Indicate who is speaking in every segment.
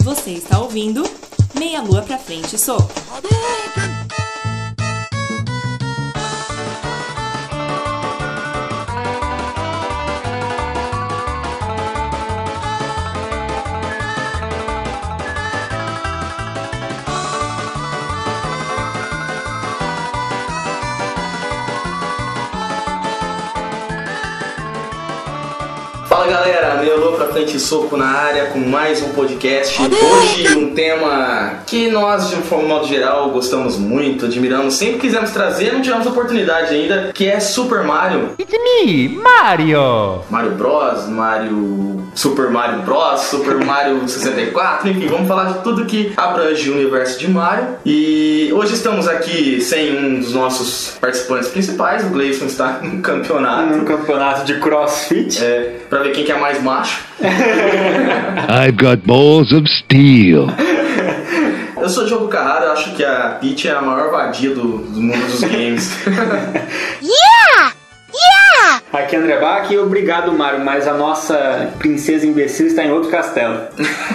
Speaker 1: Você está ouvindo Meia Lua Pra Frente Soco.
Speaker 2: Fala galera, meu alô pra frente e soco na área com mais um podcast. Hoje um tema que nós, de um forma- modo geral, gostamos muito, admiramos, sempre quisemos trazer, não tivemos oportunidade ainda, que é Super Mario.
Speaker 3: It's me, Mario!
Speaker 2: Mario Bros, Mario. Super Mario Bros, Super Mario 64, enfim, vamos falar de tudo que abrange o universo de Mario. E hoje estamos aqui sem um dos nossos participantes principais, o Gleison está no campeonato,
Speaker 4: Num campeonato de crossfit.
Speaker 2: é, pra ver quem que é mais macho.
Speaker 5: I've got balls of steel.
Speaker 2: Eu sou Diogo Carrara, eu acho que a Peach é a maior vadia do, do mundo dos games.
Speaker 4: Aqui é André Bach e obrigado, Mário, mas a nossa princesa imbecil está em outro castelo.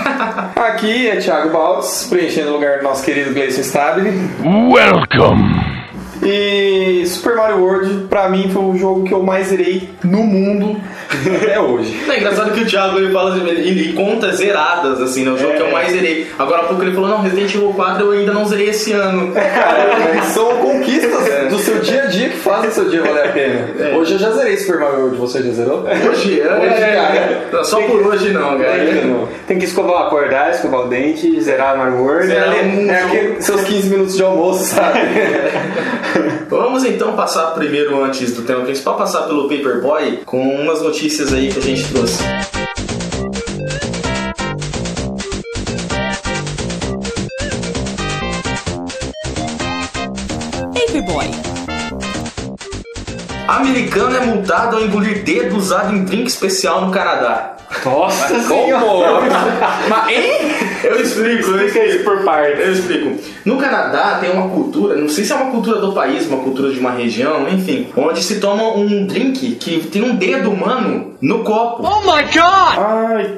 Speaker 6: Aqui é Thiago Baldes, preenchendo o lugar do nosso querido Gleison Stabile.
Speaker 5: Welcome.
Speaker 6: E Super Mario World, pra mim, foi o jogo que eu mais zerei no mundo até hoje.
Speaker 2: é engraçado que o Thiago ele fala de, ele, ele conta zeradas, assim, né? O jogo que eu mais zerei. Agora há pouco ele falou, não, Resident Evil 4 eu ainda não zerei esse ano.
Speaker 4: É.
Speaker 6: Cara, são conquistas do seu dia a dia que fazem o seu dia valer a pena.
Speaker 4: É.
Speaker 6: Hoje eu já zerei Super Mario World, você já zerou?
Speaker 2: Hoje, é,
Speaker 6: cara.
Speaker 2: Não, Só por hoje não, cara.
Speaker 4: Tem que escovar, acordar, escovar o dente, zerar a Mario World.
Speaker 6: É,
Speaker 2: Zerar
Speaker 6: ali- é aquele- seus 15 minutos de almoço, sabe?
Speaker 2: Vamos então passar primeiro, antes do tema principal, passar pelo Paperboy com umas notícias aí que a gente trouxe.
Speaker 1: Paperboy,
Speaker 2: Americano é multado ao engolir dedo usado em drink especial no Canadá.
Speaker 4: Nossa
Speaker 6: Como?
Speaker 2: Ah, Mas, hein? Eu explico, eu
Speaker 4: Fica
Speaker 2: explico.
Speaker 4: isso por parte.
Speaker 2: Eu explico. No Canadá tem uma cultura, não sei se é uma cultura do país, uma cultura de uma região, enfim, onde se toma um drink que tem um dedo humano no copo.
Speaker 4: Oh,
Speaker 6: Ai,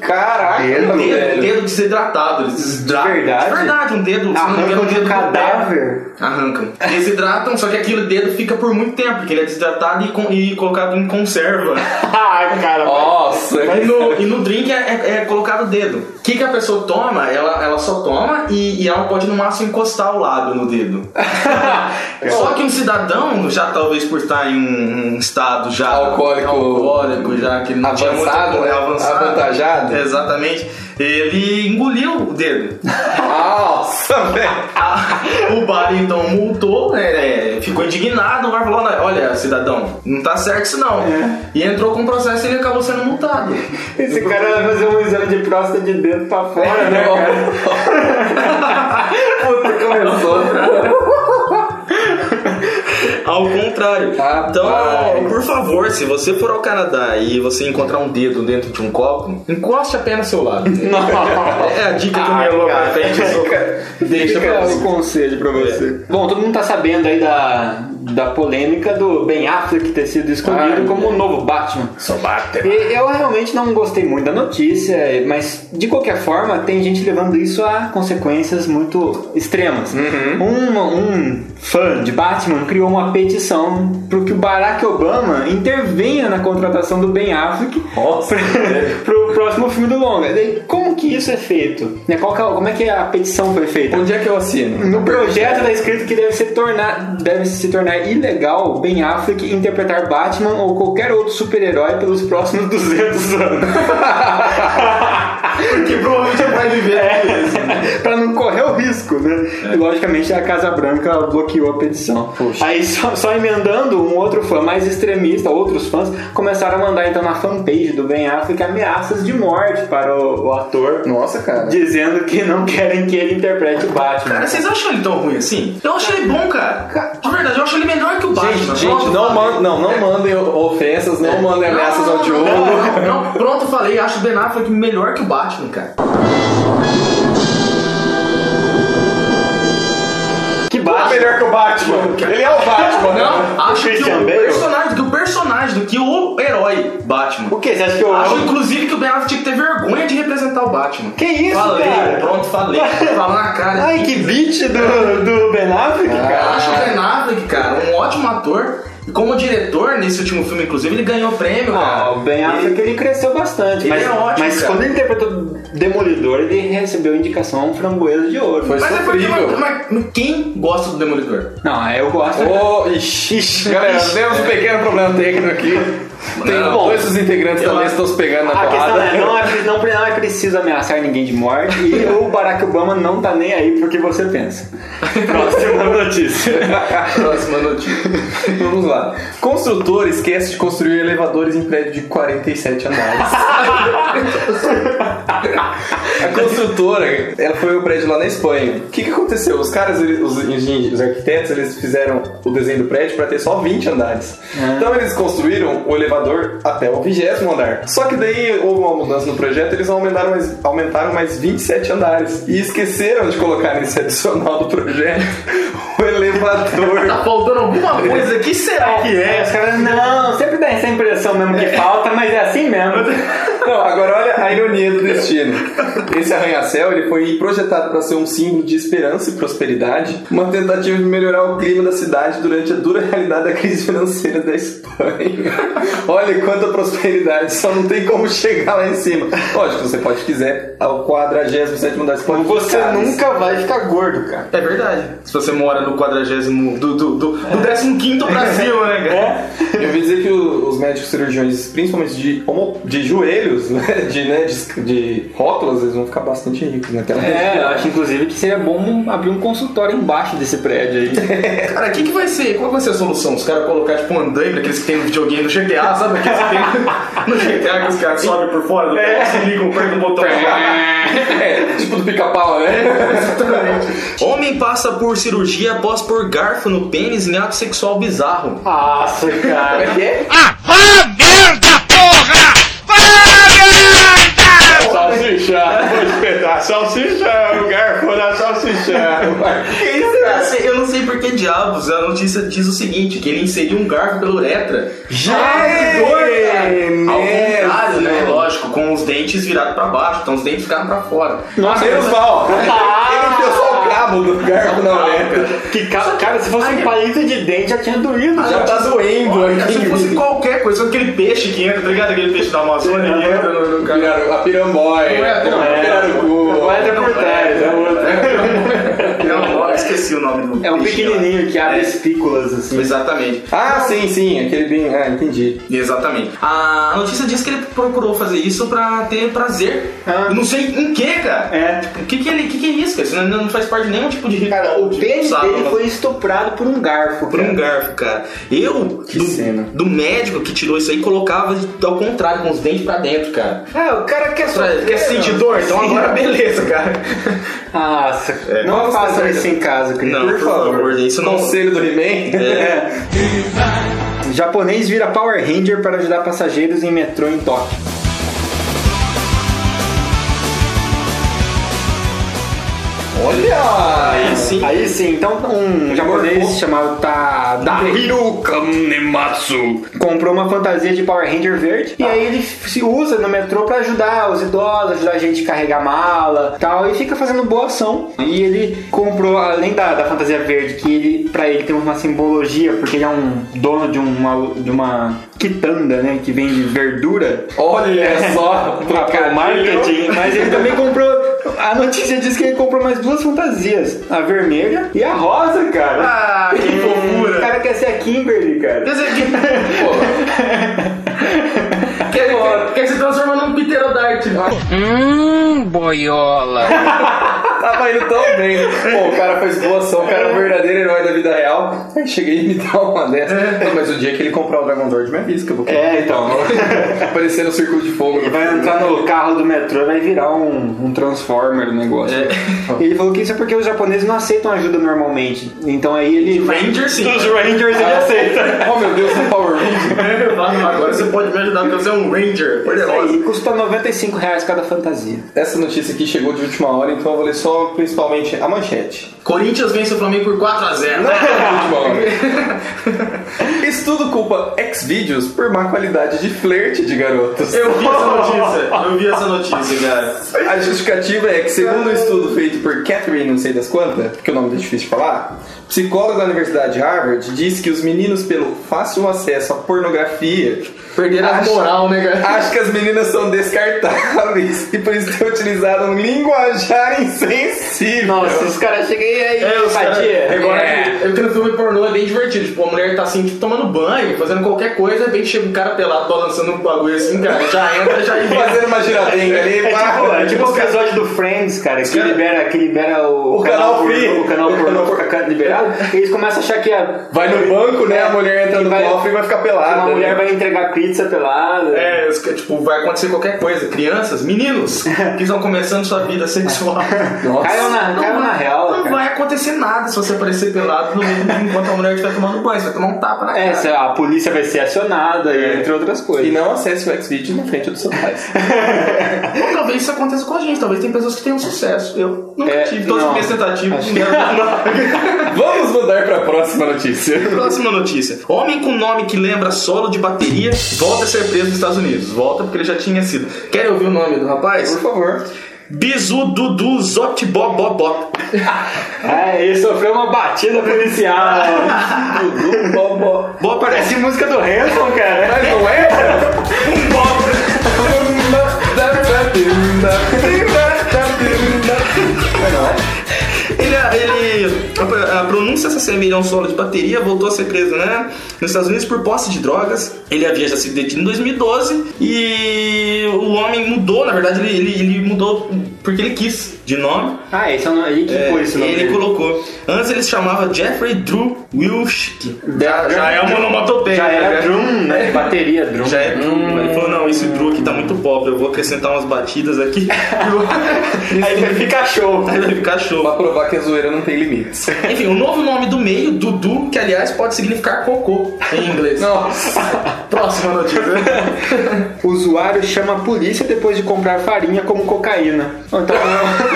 Speaker 6: caraca,
Speaker 2: um dedo, um
Speaker 6: velho.
Speaker 2: dedo desidratado. Eles desidratam.
Speaker 4: Verdade?
Speaker 2: De verdade, um dedo. se não me engano,
Speaker 4: Arrancam
Speaker 2: um
Speaker 4: de um
Speaker 2: dedo
Speaker 4: cadáver.
Speaker 2: Arrancam. Desidratam, só que aquele dedo fica por muito tempo, porque ele é desidratado e, co- e colocado em conserva.
Speaker 4: Ai, cara.
Speaker 6: Nossa,
Speaker 2: E no, e no drink é, é- é colocado o dedo. O que, que a pessoa toma, ela, ela só toma e, e ela pode no máximo encostar o lábio no dedo. só que um cidadão, já talvez por estar em um, um estado já
Speaker 6: Alcoólico.
Speaker 2: alcoólico, já que ele não tinha muito
Speaker 6: Avançado, né?
Speaker 2: avançado,
Speaker 6: Avantajado.
Speaker 2: Exatamente. Ele engoliu o dedo.
Speaker 6: nossa, velho.
Speaker 2: Ah, o bar então multou, né, é, ficou indignado, o bar falou, "Olha, olha, cidadão, não tá certo isso não.
Speaker 6: É.
Speaker 2: E entrou com um processo e ele acabou sendo multado.
Speaker 4: Esse cara vai fazer um exame de próstata de dentro pra fora, né, cara?
Speaker 6: Puta, começou.
Speaker 2: Ao contrário.
Speaker 6: Rapaz.
Speaker 2: Então, por favor, se você for ao Canadá e você encontrar um dedo dentro de um copo, encoste apenas seu lado. É a dica que o
Speaker 4: Ai,
Speaker 2: meu louco
Speaker 4: cara.
Speaker 2: pra frente. eu sou- Deixa pra
Speaker 6: Fica
Speaker 2: você.
Speaker 6: o conselho pra você.
Speaker 4: Bom, todo mundo tá sabendo aí da, da polêmica do Ben Affleck ter sido escolhido
Speaker 6: Ai, é.
Speaker 4: como o novo Batman.
Speaker 2: Só bate.
Speaker 4: E Eu realmente não gostei muito da notícia, mas de qualquer forma tem gente levando isso a consequências muito extremas.
Speaker 6: Uhum.
Speaker 4: Um, um fã de Batman criou uma petição para que o Barack Obama intervenha na contratação do Ben Affleck
Speaker 6: Nossa, é.
Speaker 4: para o próximo filme do longa. Daí, Como que isso é feito? Né, qual que é- como é que a petição foi feita?
Speaker 6: Onde é que eu assino?
Speaker 4: No projeto está escrito que deve se tornar, deve se tornar ilegal Ben Affleck interpretar Batman ou qualquer outro super-herói pelos próximos 200 anos.
Speaker 2: Porque provavelmente vai viver.
Speaker 4: É.
Speaker 2: né?
Speaker 4: pra não correr o risco, né?
Speaker 2: É.
Speaker 4: E logicamente a Casa Branca bloqueou a petição.
Speaker 6: Puxa.
Speaker 4: Aí só, só emendando, um outro fã mais extremista, outros fãs, começaram a mandar então na fanpage do Ben Affleck ameaças de morte para o, o ator,
Speaker 6: Nossa, cara.
Speaker 4: dizendo que não querem que ele interprete o Batman.
Speaker 2: Cara, vocês acham ele tão ruim assim? Eu acho ele bom, cara. De verdade, eu acho ele melhor que o Batman.
Speaker 6: Gente,
Speaker 2: Pronto,
Speaker 6: gente, não,
Speaker 2: falei.
Speaker 6: manda, não, não mandem ofensas, não mandem ameaças ao Diogo.
Speaker 2: Não, não, não. pronto, falei. Acho o Ben Affleck melhor que o Batman, cara.
Speaker 4: Que Batman!
Speaker 6: melhor que o Batman. Ele é o Batman.
Speaker 2: Não, acho que
Speaker 4: Christian
Speaker 2: é
Speaker 6: Ah,
Speaker 2: o
Speaker 6: tipo,
Speaker 4: Bale?
Speaker 2: personagem, que o personagem do que o herói Batman.
Speaker 4: O que? Você acha que eu.
Speaker 2: Acho, inclusive, que o Ben Affleck tinha que ter vergonha de representar o Batman.
Speaker 4: Que isso,
Speaker 2: falei,
Speaker 4: cara?
Speaker 2: pronto, falei. Fala na cara.
Speaker 4: Ai, que beat do, do Ben Affleck,
Speaker 2: Eu
Speaker 4: cara.
Speaker 2: acho é. o Ben Affleck, cara, um ótimo ator. E como diretor, nesse último filme, inclusive, ele ganhou prêmio, cara.
Speaker 4: Ah, o Ben Affleck ele cresceu bastante,
Speaker 2: Ele
Speaker 4: mas,
Speaker 2: é ótimo,
Speaker 4: mas
Speaker 2: cara.
Speaker 4: quando ele interpretou Demolidor, ele recebeu indicação framboesa de ouro.
Speaker 6: Foi
Speaker 2: Mas é porque,
Speaker 6: sofrível.
Speaker 2: mas, mas quem gosta do Demolidor?
Speaker 4: Não, é, eu gosto.
Speaker 6: Ô, ixi, galera, temos um pequeno problema técnico aqui. Tem
Speaker 2: Não.
Speaker 6: dois dos integrantes da
Speaker 2: Eu-
Speaker 6: mesa estão se pegando na
Speaker 4: A questão é,
Speaker 6: porrada.
Speaker 4: não é, não, não é preciso ameaçar ninguém de morte e o Barack Obama não tá nem aí pro que você pensa. Próxima notícia.
Speaker 2: Próxima notícia.
Speaker 6: Vamos lá. Construtor esquece de construir elevadores em prédio de 47 andares. A construtora, ela foi ao prédio lá na Espanha. O que, que aconteceu? Os caras, eles- os, engen- os arquitetos, eles fizeram o desenho do prédio para ter só 20 andares. Então eles construíram o elevador até o 20 andar. Só que daí houve uma mudança no projeto, eles aumentaram mais, aumentaram mais 27 andares. E esqueceram de colocar nesse adicional do projeto o elevador.
Speaker 2: Tá faltando alguma coisa aqui, será?
Speaker 4: Que é, os caras, não, sempre dá É essa impressão mesmo que falta, mas é assim mesmo.
Speaker 6: Não, agora olha a ironia do destino. Esse arranha-céu ele foi projetado para ser um símbolo de esperança e prosperidade, uma tentativa de melhorar o clima da cidade durante a dura realidade da crise financeira da Espanha. Olha quanta prosperidade, só não tem como chegar lá em cima. Lógico, você pode, se quiser, ao 47 andar. Você, pode
Speaker 4: Você
Speaker 6: ficar, mas-
Speaker 4: nunca vai ficar gordo, cara.
Speaker 2: É verdade. É. Se você mora no quadragésimo. do, do, do, do 15 pra cima, né,
Speaker 4: É?
Speaker 2: cara?
Speaker 6: Eu ouvi dizer que o- os médicos cirurgiões, principalmente de, homo- de joelhos, né, de, né, de, de rótulas, eles vão ficar bastante ricos naquela
Speaker 4: É, eu acho inclusive que seria bom abrir um consultório embaixo desse prédio aí.
Speaker 2: Cara, o que, que vai ser? Qual vai ser a solução? Os caras colocar tipo um andaime, aqueles que tem no videogame no GTA, sabe? Aqueles que tem no GTA que os caras sobem por fora do é. se ligam, apertam o botão.
Speaker 6: É, tipo do pica-pau, né?
Speaker 2: Homem passa por cirurgia após pôr garfo no pênis em ato sexual bizarro.
Speaker 4: Nossa, cara.
Speaker 5: Ah, vá merda, porra! Vá merda!
Speaker 4: Salsicha, vou espetar salsicha, o garfo da salsicha.
Speaker 2: Eu não sei, eu não sei por que diabos a notícia diz o seguinte: que ele inseriu um garfo pela uretra.
Speaker 4: Ai, que dor, cara.
Speaker 2: Ao contrário, né? Lógico, com os dentes virados pra baixo, então os dentes ficaram pra fora.
Speaker 4: Nossa, tá Ah.
Speaker 6: Menos mal. Ele enfiou só o cabo do garfo na uretra.
Speaker 4: que cara, cara, se fosse um palito de dente já tinha doído.
Speaker 6: Já tá doendo
Speaker 2: Olha,
Speaker 6: aqui.
Speaker 2: se fosse qualquer coisa, aquele peixe que entra, tá ligado? Aquele peixe da Amazônia que entra no, no cara.
Speaker 6: Piraru- A pirambóia.
Speaker 2: Não é, não é.
Speaker 6: Pirarucu.
Speaker 4: Vai até por trás, é outro.
Speaker 2: Não, eu esqueci o nome do
Speaker 4: É um
Speaker 2: peixe lá.
Speaker 4: pequenininho que
Speaker 2: é.
Speaker 4: abre espículas assim.
Speaker 2: Exatamente,
Speaker 6: Ah, sim, sim, aquele bem. Ah, entendi.
Speaker 2: exatamente. A notícia diz que ele procurou fazer isso pra ter prazer.
Speaker 4: Ah.
Speaker 2: Eu não sei em que, cara.
Speaker 4: É.
Speaker 2: O que, que, ele, que, que é isso, cara? Isso não, não faz parte de nenhum tipo de ritual.
Speaker 4: Cara, o
Speaker 2: de
Speaker 4: pênis
Speaker 2: sábado,
Speaker 4: dele
Speaker 2: mas-
Speaker 4: foi estuprado por um garfo.
Speaker 2: Por um
Speaker 4: cara.
Speaker 2: garfo, cara. Eu,
Speaker 6: Que
Speaker 2: do,
Speaker 6: cena.
Speaker 2: do médico que tirou isso aí, colocava de- ao contrário, com os dentes pra dentro, cara.
Speaker 4: Ah, o cara quer
Speaker 2: Pra- Quer sentir dor? Então agora beleza, cara.
Speaker 4: Nossa, não
Speaker 6: Vamos
Speaker 4: faça
Speaker 6: fazer-
Speaker 4: isso em casa, Cris.
Speaker 2: É. Não, por favor, isso não.
Speaker 6: Conselho do He-Man.
Speaker 4: É.
Speaker 6: É.
Speaker 4: Japonês vira Power Ranger para ajudar passageiros em metrô em Tóquio.
Speaker 6: Olha!
Speaker 2: Aí sim.
Speaker 4: Aí sim, então um japonês chamado Tadahiro Kanematsu comprou uma fantasia de Power Ranger verde e aí ele f- se usa no metrô pra ajudar os idosos, ajudar a gente a carregar mala tal, e fica fazendo boa ação. E ele comprou, além da, da fantasia verde, que ele, pra ele tem uma simbologia, porque ele é um dono de uma, de uma quitanda, né, que vende verdura.
Speaker 6: Olha só!
Speaker 4: Pra o marketing, né? mas ele também comprou. A notícia diz que ele comprou mais duas fantasias: a vermelha e a rosa, cara. Hum,
Speaker 2: Ah, que
Speaker 4: O
Speaker 2: fofura.
Speaker 4: cara quer ser a Kimberly, cara.
Speaker 2: Quer dizer, que- quer, quer, quer tá se um transformar num pterodactyl.
Speaker 7: Hum, boiola.
Speaker 6: Tava indo tão bem. Pô, o cara fez boa ação, o cara é um verdadeiro herói da vida real. Aí cheguei e me dá uma dessa. Não, mas o dia que ele comprar o Dragon Lord, me avisa que eu vou comprar.
Speaker 4: É, então.
Speaker 6: Aparecer no Círculo de Fogo.
Speaker 4: Ele vai entrar no carro do metrô e vai virar um, um Transformer o negócio. Ele falou que isso é porque os japoneses não aceitam ajuda normalmente. Então aí ele. Ah,
Speaker 2: Ranger sim.
Speaker 4: Os Rangers ele aceita.
Speaker 6: Oh meu Deus, o Power Ranger.
Speaker 2: Agora você pode me ajudar porque você é um Ranger.
Speaker 4: Isso aí, custa 95 reais cada fantasia.
Speaker 6: Essa notícia aqui chegou de última hora, então eu vou ler só só principalmente a manchete.
Speaker 2: Corinthians vence o Flamengo por 4x0.
Speaker 6: Não é futebol. Estudo culpa Xvideos por má qualidade de flerte de garotos.
Speaker 2: Eu vi essa notícia, eu vi essa notícia, cara.
Speaker 6: A justificativa é que, segundo um estudo feito por Catherine, não sei das quantas, porque o nome é difícil de falar, psicóloga da Universidade de Harvard diz que os meninos, pelo fácil acesso à pornografia,
Speaker 2: Perderam a
Speaker 6: Acho-
Speaker 2: moral, né, cara?
Speaker 6: acham que as meninas são descartáveis e por isso têm utilizado um linguajar insensível.
Speaker 4: Nossa, os caras chegam e aí,
Speaker 2: É, os cara,
Speaker 4: vadia.
Speaker 2: agora
Speaker 7: É.
Speaker 2: que- eu tenho filme pornô, é bem divertido. Tipo, a mulher tá assim, tipo, tomando banho, fazendo qualquer coisa, de repente chega um cara pelado balançando um bagulho assim, cara. Já entra, já inventa.
Speaker 6: Fazendo uma giradenga ali,
Speaker 4: É
Speaker 6: pá.
Speaker 4: tipo, é tipo o episódio do Friends, cara, que
Speaker 2: cara-
Speaker 4: libera, que libera o,
Speaker 6: O canal
Speaker 4: pornô,
Speaker 6: free.
Speaker 4: o canal
Speaker 6: O canal
Speaker 4: pornô
Speaker 6: por-
Speaker 4: fica liberado, e eles começam a achar que a,
Speaker 6: Vai no banco, né? A mulher entra
Speaker 4: que
Speaker 6: no
Speaker 4: vai-
Speaker 6: cofre e vai ficar
Speaker 4: que
Speaker 6: pelada.
Speaker 4: uma
Speaker 6: né?
Speaker 4: mulher vai entregar pizza pelada.
Speaker 2: É, os que, tipo, vai acontecer qualquer coisa. Crianças, meninos, que estão começando sua vida sexual.
Speaker 6: Nossa.
Speaker 4: Caiu na, caiu na real,
Speaker 2: Não
Speaker 4: cara.
Speaker 2: vai acontecer nada se você aparecer pelado no meio enquanto a mulher estiver tomando banho. Você vai tomar um tapa na cara.
Speaker 4: É, sei lá, a polícia vai ser acionada, e entre outras coisas.
Speaker 6: E não acesse o Xvideo na frente dos seus pais.
Speaker 2: Ou talvez isso aconteça com a gente. Talvez tem pessoas que tenham sucesso. Eu nunca
Speaker 4: É,
Speaker 2: tive todas
Speaker 4: não.
Speaker 2: as minhas tentativas.
Speaker 6: Vamos mudar pra próxima notícia.
Speaker 2: Próxima notícia. Homem com nome que lembra solo de bateria volta a ser preso nos Estados Unidos. Volta porque ele já tinha sido. Quer ouvir o nome do rapaz?
Speaker 6: Por favor.
Speaker 2: Bizu Dudu Zotibobobop.
Speaker 4: É, ele sofreu uma batida policial.
Speaker 6: Dudu Bobó.
Speaker 2: Boa parece.
Speaker 4: Parece música do Hanson, cara.
Speaker 6: Mas não é?
Speaker 2: Ele, ele- a, a pronúncia se assemelha a um solo de bateria, voltou a ser preso, né? Nos Estados Unidos por posse de drogas. Ele havia já sido detido em 2012 e o homem mudou, na verdade, ele, ele- ele mudou porque ele quis de nome.
Speaker 4: Ah, esse é o nome. Ele que
Speaker 2: É,
Speaker 4: pôs esse nome.
Speaker 2: ele
Speaker 4: dele.
Speaker 2: colocou. Antes ele se chamava Jeffrey Drew Wilshick. Já, já é uma onomatopeia.
Speaker 4: Já
Speaker 2: né?
Speaker 4: era drum, né? Bateria drum.
Speaker 2: Já é Drew. Ele falou, não, esse Drew aqui tá muito pobre, eu vou acrescentar umas batidas aqui.
Speaker 4: Aí vai ficar show.
Speaker 2: Aí vai ficar show.
Speaker 6: Pra provar que a zoeira não tem limites.
Speaker 2: Enfim, o novo nome do meio, Dudu, que aliás pode significar cocô em inglês.
Speaker 6: Nossa.
Speaker 2: Próxima notícia.
Speaker 4: O usuário chama a polícia depois de comprar farinha como cocaína. Ou Então,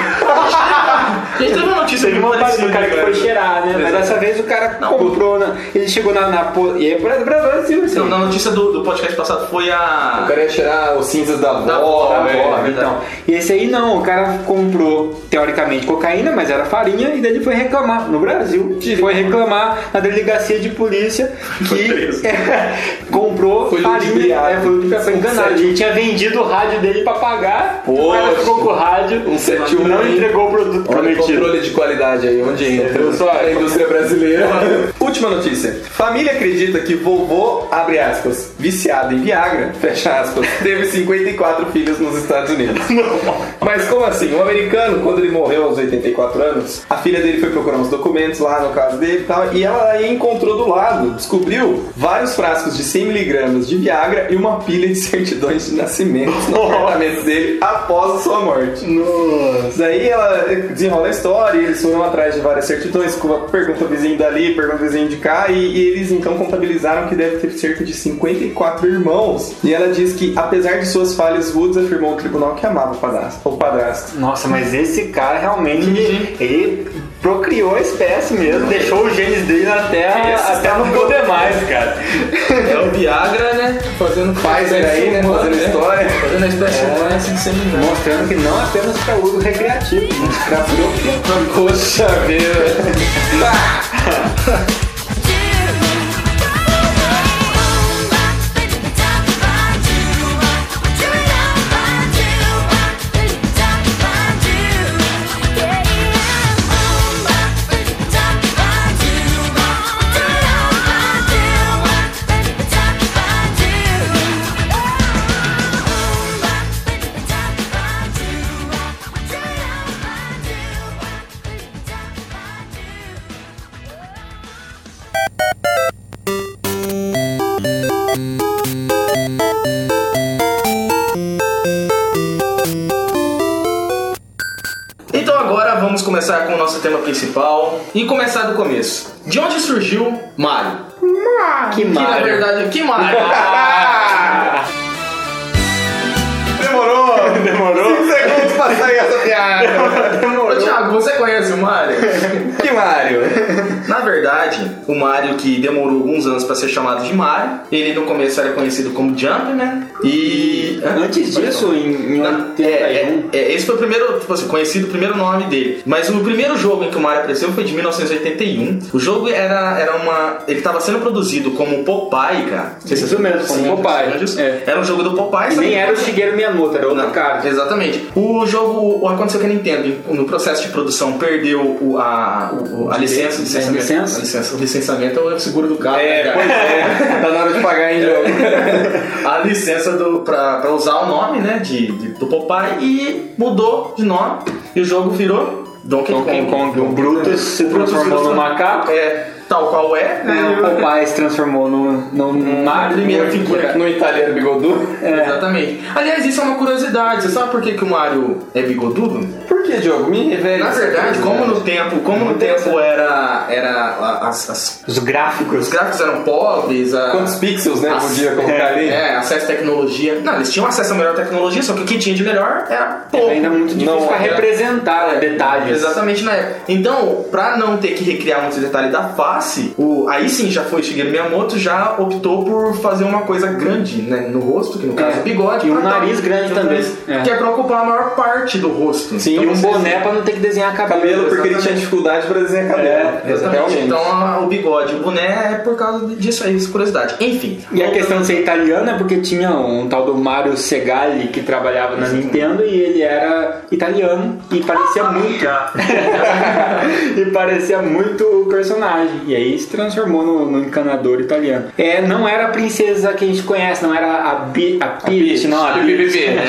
Speaker 2: Gente, teve uma notícia
Speaker 4: teve
Speaker 2: muito
Speaker 4: uma parte
Speaker 2: parecida,
Speaker 4: do cara que foi cheirar, né? Mas
Speaker 2: Exato.
Speaker 4: dessa vez o cara comprou, né? Ele chegou na. na po- e é pra, pra Brasil, assim.
Speaker 2: Não, na notícia do, do podcast passado foi
Speaker 6: O
Speaker 2: a.
Speaker 6: cara ia é tirar os cinzas da
Speaker 2: Da
Speaker 6: avó,
Speaker 2: avó,
Speaker 6: né?
Speaker 4: Tá
Speaker 6: velho.
Speaker 4: bom,
Speaker 2: é verdade.
Speaker 4: então. E esse aí não, o cara comprou, teoricamente, cocaína, mas era farinha, e daí ele foi reclamar no Brasil. Foi reclamar na delegacia de polícia
Speaker 2: Foi
Speaker 4: que
Speaker 2: preso.
Speaker 4: comprou
Speaker 6: Foi
Speaker 4: farinha.
Speaker 6: ludibriado.
Speaker 4: É, foi ludibriado, foi enganado.
Speaker 6: Sério?
Speaker 4: Ele tinha vendido o rádio dele pra pagar, o
Speaker 6: Poxa.
Speaker 4: cara ficou com o rádio,
Speaker 6: Um 71,
Speaker 4: não
Speaker 6: hein?
Speaker 4: entregou o produto
Speaker 6: Olha o
Speaker 4: prometido.
Speaker 6: controle de qualidade aí, onde entra
Speaker 4: viu só?
Speaker 6: a indústria brasileira. Última notícia. Família acredita que vovô, abre aspas, viciado em Viagra, fecha aspas, teve 54 filhos nos Estados Unidos. Mas como assim? Um americano, quando ele morreu aos 84 anos, a filha dele foi procurar uns documentos lá no caso dele e tal, e ela aí encontrou do lado, descobriu vários frascos de 100mg de Viagra e uma pilha de certidões de nascimento no apartamento dele após a sua morte. Daí ela desenrola a história, e eles foram atrás de várias certidões, com- pergunta o vizinho dali, pergunta o vizinho de cá, e, e eles então contabilizaram que deve ter cerca de 54 irmãos. E ela diz que, apesar de suas falhas, Woods afirmou ao tribunal que amava o padrasto. O padrasto.
Speaker 4: Nossa, mas esse cara realmente, ele procriou a espécie mesmo, deixou os genes dele na terra
Speaker 2: Esse
Speaker 4: até não poder mais, cara.
Speaker 2: É o Viagra, né? Fazendo
Speaker 6: Pais aí, né? Fazendo história.
Speaker 2: Fazendo a espécie assim, humana e se disseminando.
Speaker 4: É. Mostrando que não é apenas para uso recreativo. né? Pra
Speaker 6: Poxa vida.
Speaker 2: Então agora vamos começar com o nosso tema principal e começar do começo. De onde surgiu Mario?
Speaker 4: que
Speaker 2: Que na
Speaker 4: maravilha.
Speaker 2: verdade, que Mario?
Speaker 6: Demorou! Demorou! 5 segundos pra estragar essa piada.
Speaker 2: Ô,
Speaker 4: Demorou.
Speaker 2: Thiago, você conhece o Mario?
Speaker 6: Que Mario?
Speaker 2: Na verdade, o Mario que demorou alguns anos pra ser chamado de Mario, ele no começo era conhecido como Jumpman e
Speaker 4: Antes disso, em, um, em
Speaker 2: Não, é,
Speaker 4: 81,
Speaker 2: é, é, esse foi o primeiro, tipo assim, conhecido o primeiro nome dele. Mas o primeiro jogo em que o Mario apareceu foi de 1981. O jogo era, era uma. Ele tava sendo produzido como Popeye, cara. Não sei se
Speaker 4: Isso
Speaker 2: vocês
Speaker 4: mesmo, como
Speaker 2: lembram
Speaker 4: Popeye.
Speaker 2: disso.
Speaker 4: É.
Speaker 2: Era um jogo do Popeye,
Speaker 4: e
Speaker 2: sabe?
Speaker 4: nem era o Shigeru Miyamoto, era outro
Speaker 2: Não,
Speaker 4: cara.
Speaker 2: Exatamente. O jogo, o- aconteceu é que a Nintendo, no processo de produção, perdeu o- a, o- a licença, o licenciamento.
Speaker 4: licença?
Speaker 2: A licença. O licenciamento é o seguro do carro. né,
Speaker 6: É,
Speaker 2: cara?
Speaker 6: pois é. Tá na hora de pagar, hein, jogo.
Speaker 4: né?
Speaker 2: a licença do, pra, pra usar o nome, né, de, de- do Popeye e mudou de nome e o jogo virou Donkey, É.
Speaker 4: Donkey Kong. O Brutus se
Speaker 2: O Brutus
Speaker 4: transformou
Speaker 2: se
Speaker 4: num
Speaker 2: transformou-
Speaker 4: macaco.
Speaker 2: É, tal qual é, né?
Speaker 4: O Popeye se transformou no, no, no
Speaker 2: A
Speaker 4: Mario.
Speaker 2: primeira figura. é
Speaker 6: No italiano bigodu.
Speaker 4: É.
Speaker 2: Exatamente. Aliás, isso é uma curiosidade. Você sabe por que, que o Mario é bigodudo?
Speaker 6: Por que, Diogo? Me revela.
Speaker 2: Na
Speaker 6: essa
Speaker 2: verdade,
Speaker 6: coisa,
Speaker 2: como
Speaker 6: né?
Speaker 2: no tempo, como no tempo era, era as- as-
Speaker 4: Os
Speaker 2: os
Speaker 4: gráficos.
Speaker 2: gráficos eram pobres, a,
Speaker 6: Quantos pixels, né,
Speaker 2: Nossa,
Speaker 6: podia colocar ali?
Speaker 2: é, acesso à tecnologia. Não, eles tinham acesso à melhor tecnologia, só que o que tinha de melhor era pouco.
Speaker 4: Ainda é muito difícil
Speaker 6: Não,
Speaker 4: pra
Speaker 6: era- É,
Speaker 4: representar detalhes.
Speaker 2: Exatamente na época. Então, pra não ter que recriar muitos detalhes da face, o, aí sim já foi Shigeru Miyamoto, já optou por fazer uma coisa grande, né? No rosto, que no caso é,
Speaker 4: É.
Speaker 2: o bigode.
Speaker 4: E um
Speaker 2: pra dar-
Speaker 4: nariz grande
Speaker 2: um
Speaker 4: também.
Speaker 2: nariz,
Speaker 4: É.
Speaker 2: Que é pra ocupar a maior parte do rosto.
Speaker 6: Sim,
Speaker 4: E um
Speaker 6: Então,
Speaker 4: boné pra não ter que desenhar cabelo.
Speaker 6: Cabelo, porque ele tinha dificuldade pra desenhar cabelo.
Speaker 2: Exatamente. Então a- o bigode, o boné é por causa disso aí, essa curiosidade. Enfim.
Speaker 4: E a questão de ser italiano é porque tinha um tal do Mario Segali que trabalhava na Nintendo e ele era italiano e parecia
Speaker 6: Ah,
Speaker 4: muito. e parecia muito o personagem. E aí se transformou no, no encanador italiano. É, não era a princesa que a gente conhece, não era a, Bi, a Peach, não, a Peach.
Speaker 6: né?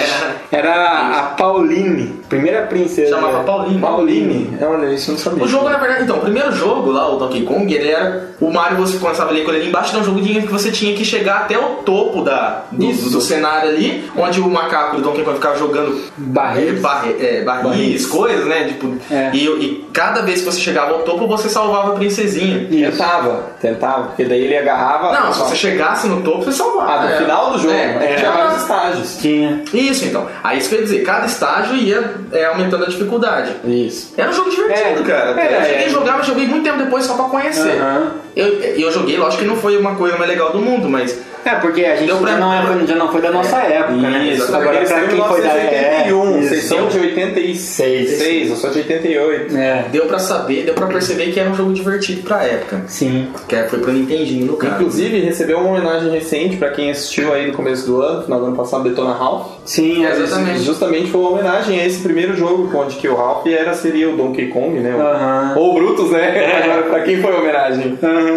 Speaker 4: Era a Pauline, primeira princesa.
Speaker 2: Chamava Pauline.
Speaker 4: Pauline.
Speaker 6: É, Olha, isso eu não sabia.
Speaker 2: O jogo, na verdade, então, o primeiro jogo lá, o Donkey Kong, ele era. O Mario você começava ali com ele ali embaixo, era um jogo de- que você tinha que chegar até o topo da, do,
Speaker 4: Isso.
Speaker 2: do cenário ali, onde o macaco do Donkey Kong ficava jogando
Speaker 4: Barris.
Speaker 2: barri- é, barris,
Speaker 4: Barris.
Speaker 2: coisas, né? Tipo,
Speaker 4: É.
Speaker 2: e, e cada vez que você chegava ao topo, você salvava a princesinha.
Speaker 4: Isso.
Speaker 6: Tentava, tentava. Porque daí ele agarrava.
Speaker 2: Não, se você chegasse no topo, você salvava.
Speaker 6: Ah, no
Speaker 2: né?
Speaker 6: final do jogo.
Speaker 2: É,
Speaker 6: É,
Speaker 2: é.
Speaker 6: tinha vários estágios.
Speaker 4: Tinha.
Speaker 2: Isso então. Aí isso quer dizer, cada estágio ia é, aumentando a dificuldade.
Speaker 6: Isso.
Speaker 2: Era um jogo divertido,
Speaker 4: É,
Speaker 2: cara.
Speaker 4: é,
Speaker 2: eu cheguei
Speaker 4: é.
Speaker 2: a jogar, mas joguei muito tempo depois só pra conhecer.
Speaker 4: Aham.
Speaker 2: Eu, eu joguei, lógico que não foi uma coisa mais legal do mundo, mas.
Speaker 4: É, porque a gente
Speaker 2: Deu pra-
Speaker 4: já, não é, já não foi da nossa época, né?
Speaker 2: Isso,
Speaker 4: Agora, pra quem foi da é,
Speaker 6: 81,
Speaker 4: isso.
Speaker 6: vocês são de 86, eu sou de 88.
Speaker 4: É,
Speaker 2: Deu pra saber, deu pra perceber que era um jogo divertido pra época.
Speaker 4: sim.
Speaker 2: Que é- foi pro Nintendinho, no caso.
Speaker 6: Inclusive, recebeu uma homenagem recente pra quem assistiu aí no começo do ano, final do ano passado, Detona Ralph.
Speaker 4: Sim,
Speaker 2: É,
Speaker 4: às vezes-
Speaker 2: Exatamente.
Speaker 6: Justamente foi uma homenagem a esse primeiro jogo, onde que o Ralph era, seria o Donkey Kong, né?
Speaker 4: Aham. É.
Speaker 6: Ou o Brutus, né? Agora, pra quem foi a homenagem?
Speaker 2: É,
Speaker 4: Aham.
Speaker 6: E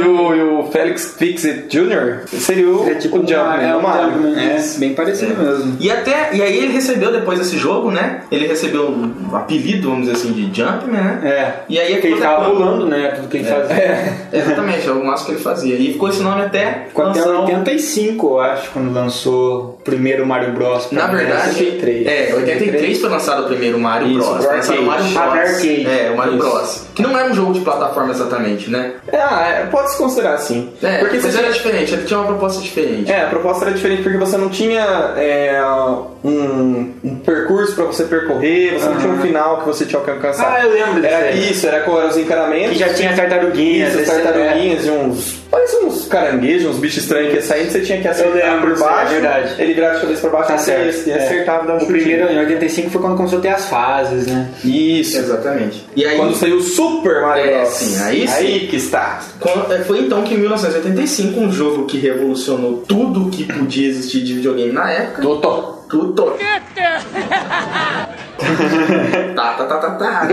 Speaker 6: o, e o Felix Fixit Jr. seria o,
Speaker 4: É tipo
Speaker 6: o
Speaker 4: um
Speaker 6: Jumpman,
Speaker 4: é
Speaker 6: o
Speaker 4: um
Speaker 6: Mario.
Speaker 4: Jumpman,
Speaker 6: É.
Speaker 4: é, bem parecido mesmo.
Speaker 2: E até. E aí ele recebeu depois desse jogo, né? Ele recebeu o apelido, vamos dizer assim, de Jumpman, né?
Speaker 4: É.
Speaker 2: E aí
Speaker 4: Porque
Speaker 2: quando-
Speaker 4: ele ficava pulando, né? Tudo que ele fazia.
Speaker 2: Exatamente, é o máximo que ele fazia. E ficou esse nome até.
Speaker 4: Ficou até
Speaker 2: lançar um- o-
Speaker 4: 85, eu acho, quando lançou o primeiro Mario Bros.
Speaker 2: Na
Speaker 4: pra NES.
Speaker 2: verdade,
Speaker 6: 83.
Speaker 2: é, 83 foi lançado o primeiro Mario
Speaker 6: Isso,
Speaker 2: Bros.
Speaker 6: do
Speaker 2: Foi lançado o Mario
Speaker 6: arcade.
Speaker 2: Bros.
Speaker 4: Ah, do arcade.
Speaker 2: É, o Mario
Speaker 6: Isso.
Speaker 2: Bros. Que não era um jogo de plataforma exatamente, né?
Speaker 6: Ah, é, pode se considerar assim.
Speaker 2: É,
Speaker 6: porque você
Speaker 2: mas era diferente, ele tinha uma proposta diferente.
Speaker 6: É, a proposta era diferente porque você não tinha é, um, um percurso pra você percorrer, você não tinha um final que você tinha que alcançar.
Speaker 2: é,
Speaker 4: Ah, eu lembro desse
Speaker 6: Era
Speaker 4: aí.
Speaker 6: isso, era com eram os encaramentos.
Speaker 4: Que já tinha é. tartaruguinhas.
Speaker 6: Isso,
Speaker 4: esse-
Speaker 6: tartaruguinhas e uns. Parece uns caranguejos, uns bichos estranhos que ia saindo, você tinha que acertar
Speaker 4: lembro,
Speaker 6: por baixo.
Speaker 4: é verdade.
Speaker 6: Ele virava de cabeça pra baixo
Speaker 4: Tá
Speaker 6: e você
Speaker 4: certo.
Speaker 6: ia-
Speaker 4: é.
Speaker 6: ia acertava e dava um
Speaker 4: o
Speaker 6: chutinho.
Speaker 4: primeiro, em 85, foi quando começou a ter as fases, né?
Speaker 6: Isso.
Speaker 2: Exatamente. E aí,
Speaker 6: Quando saiu o Super Mario
Speaker 2: É,
Speaker 6: Bros.
Speaker 2: sim, aí sim.
Speaker 6: Aí que está.
Speaker 2: quando- é, foi então que em 1985, um jogo que revolucionou tudo que podia existir de videogame na época.
Speaker 6: Doutor.
Speaker 2: Tudo. tá, tá, tá, tá, tá.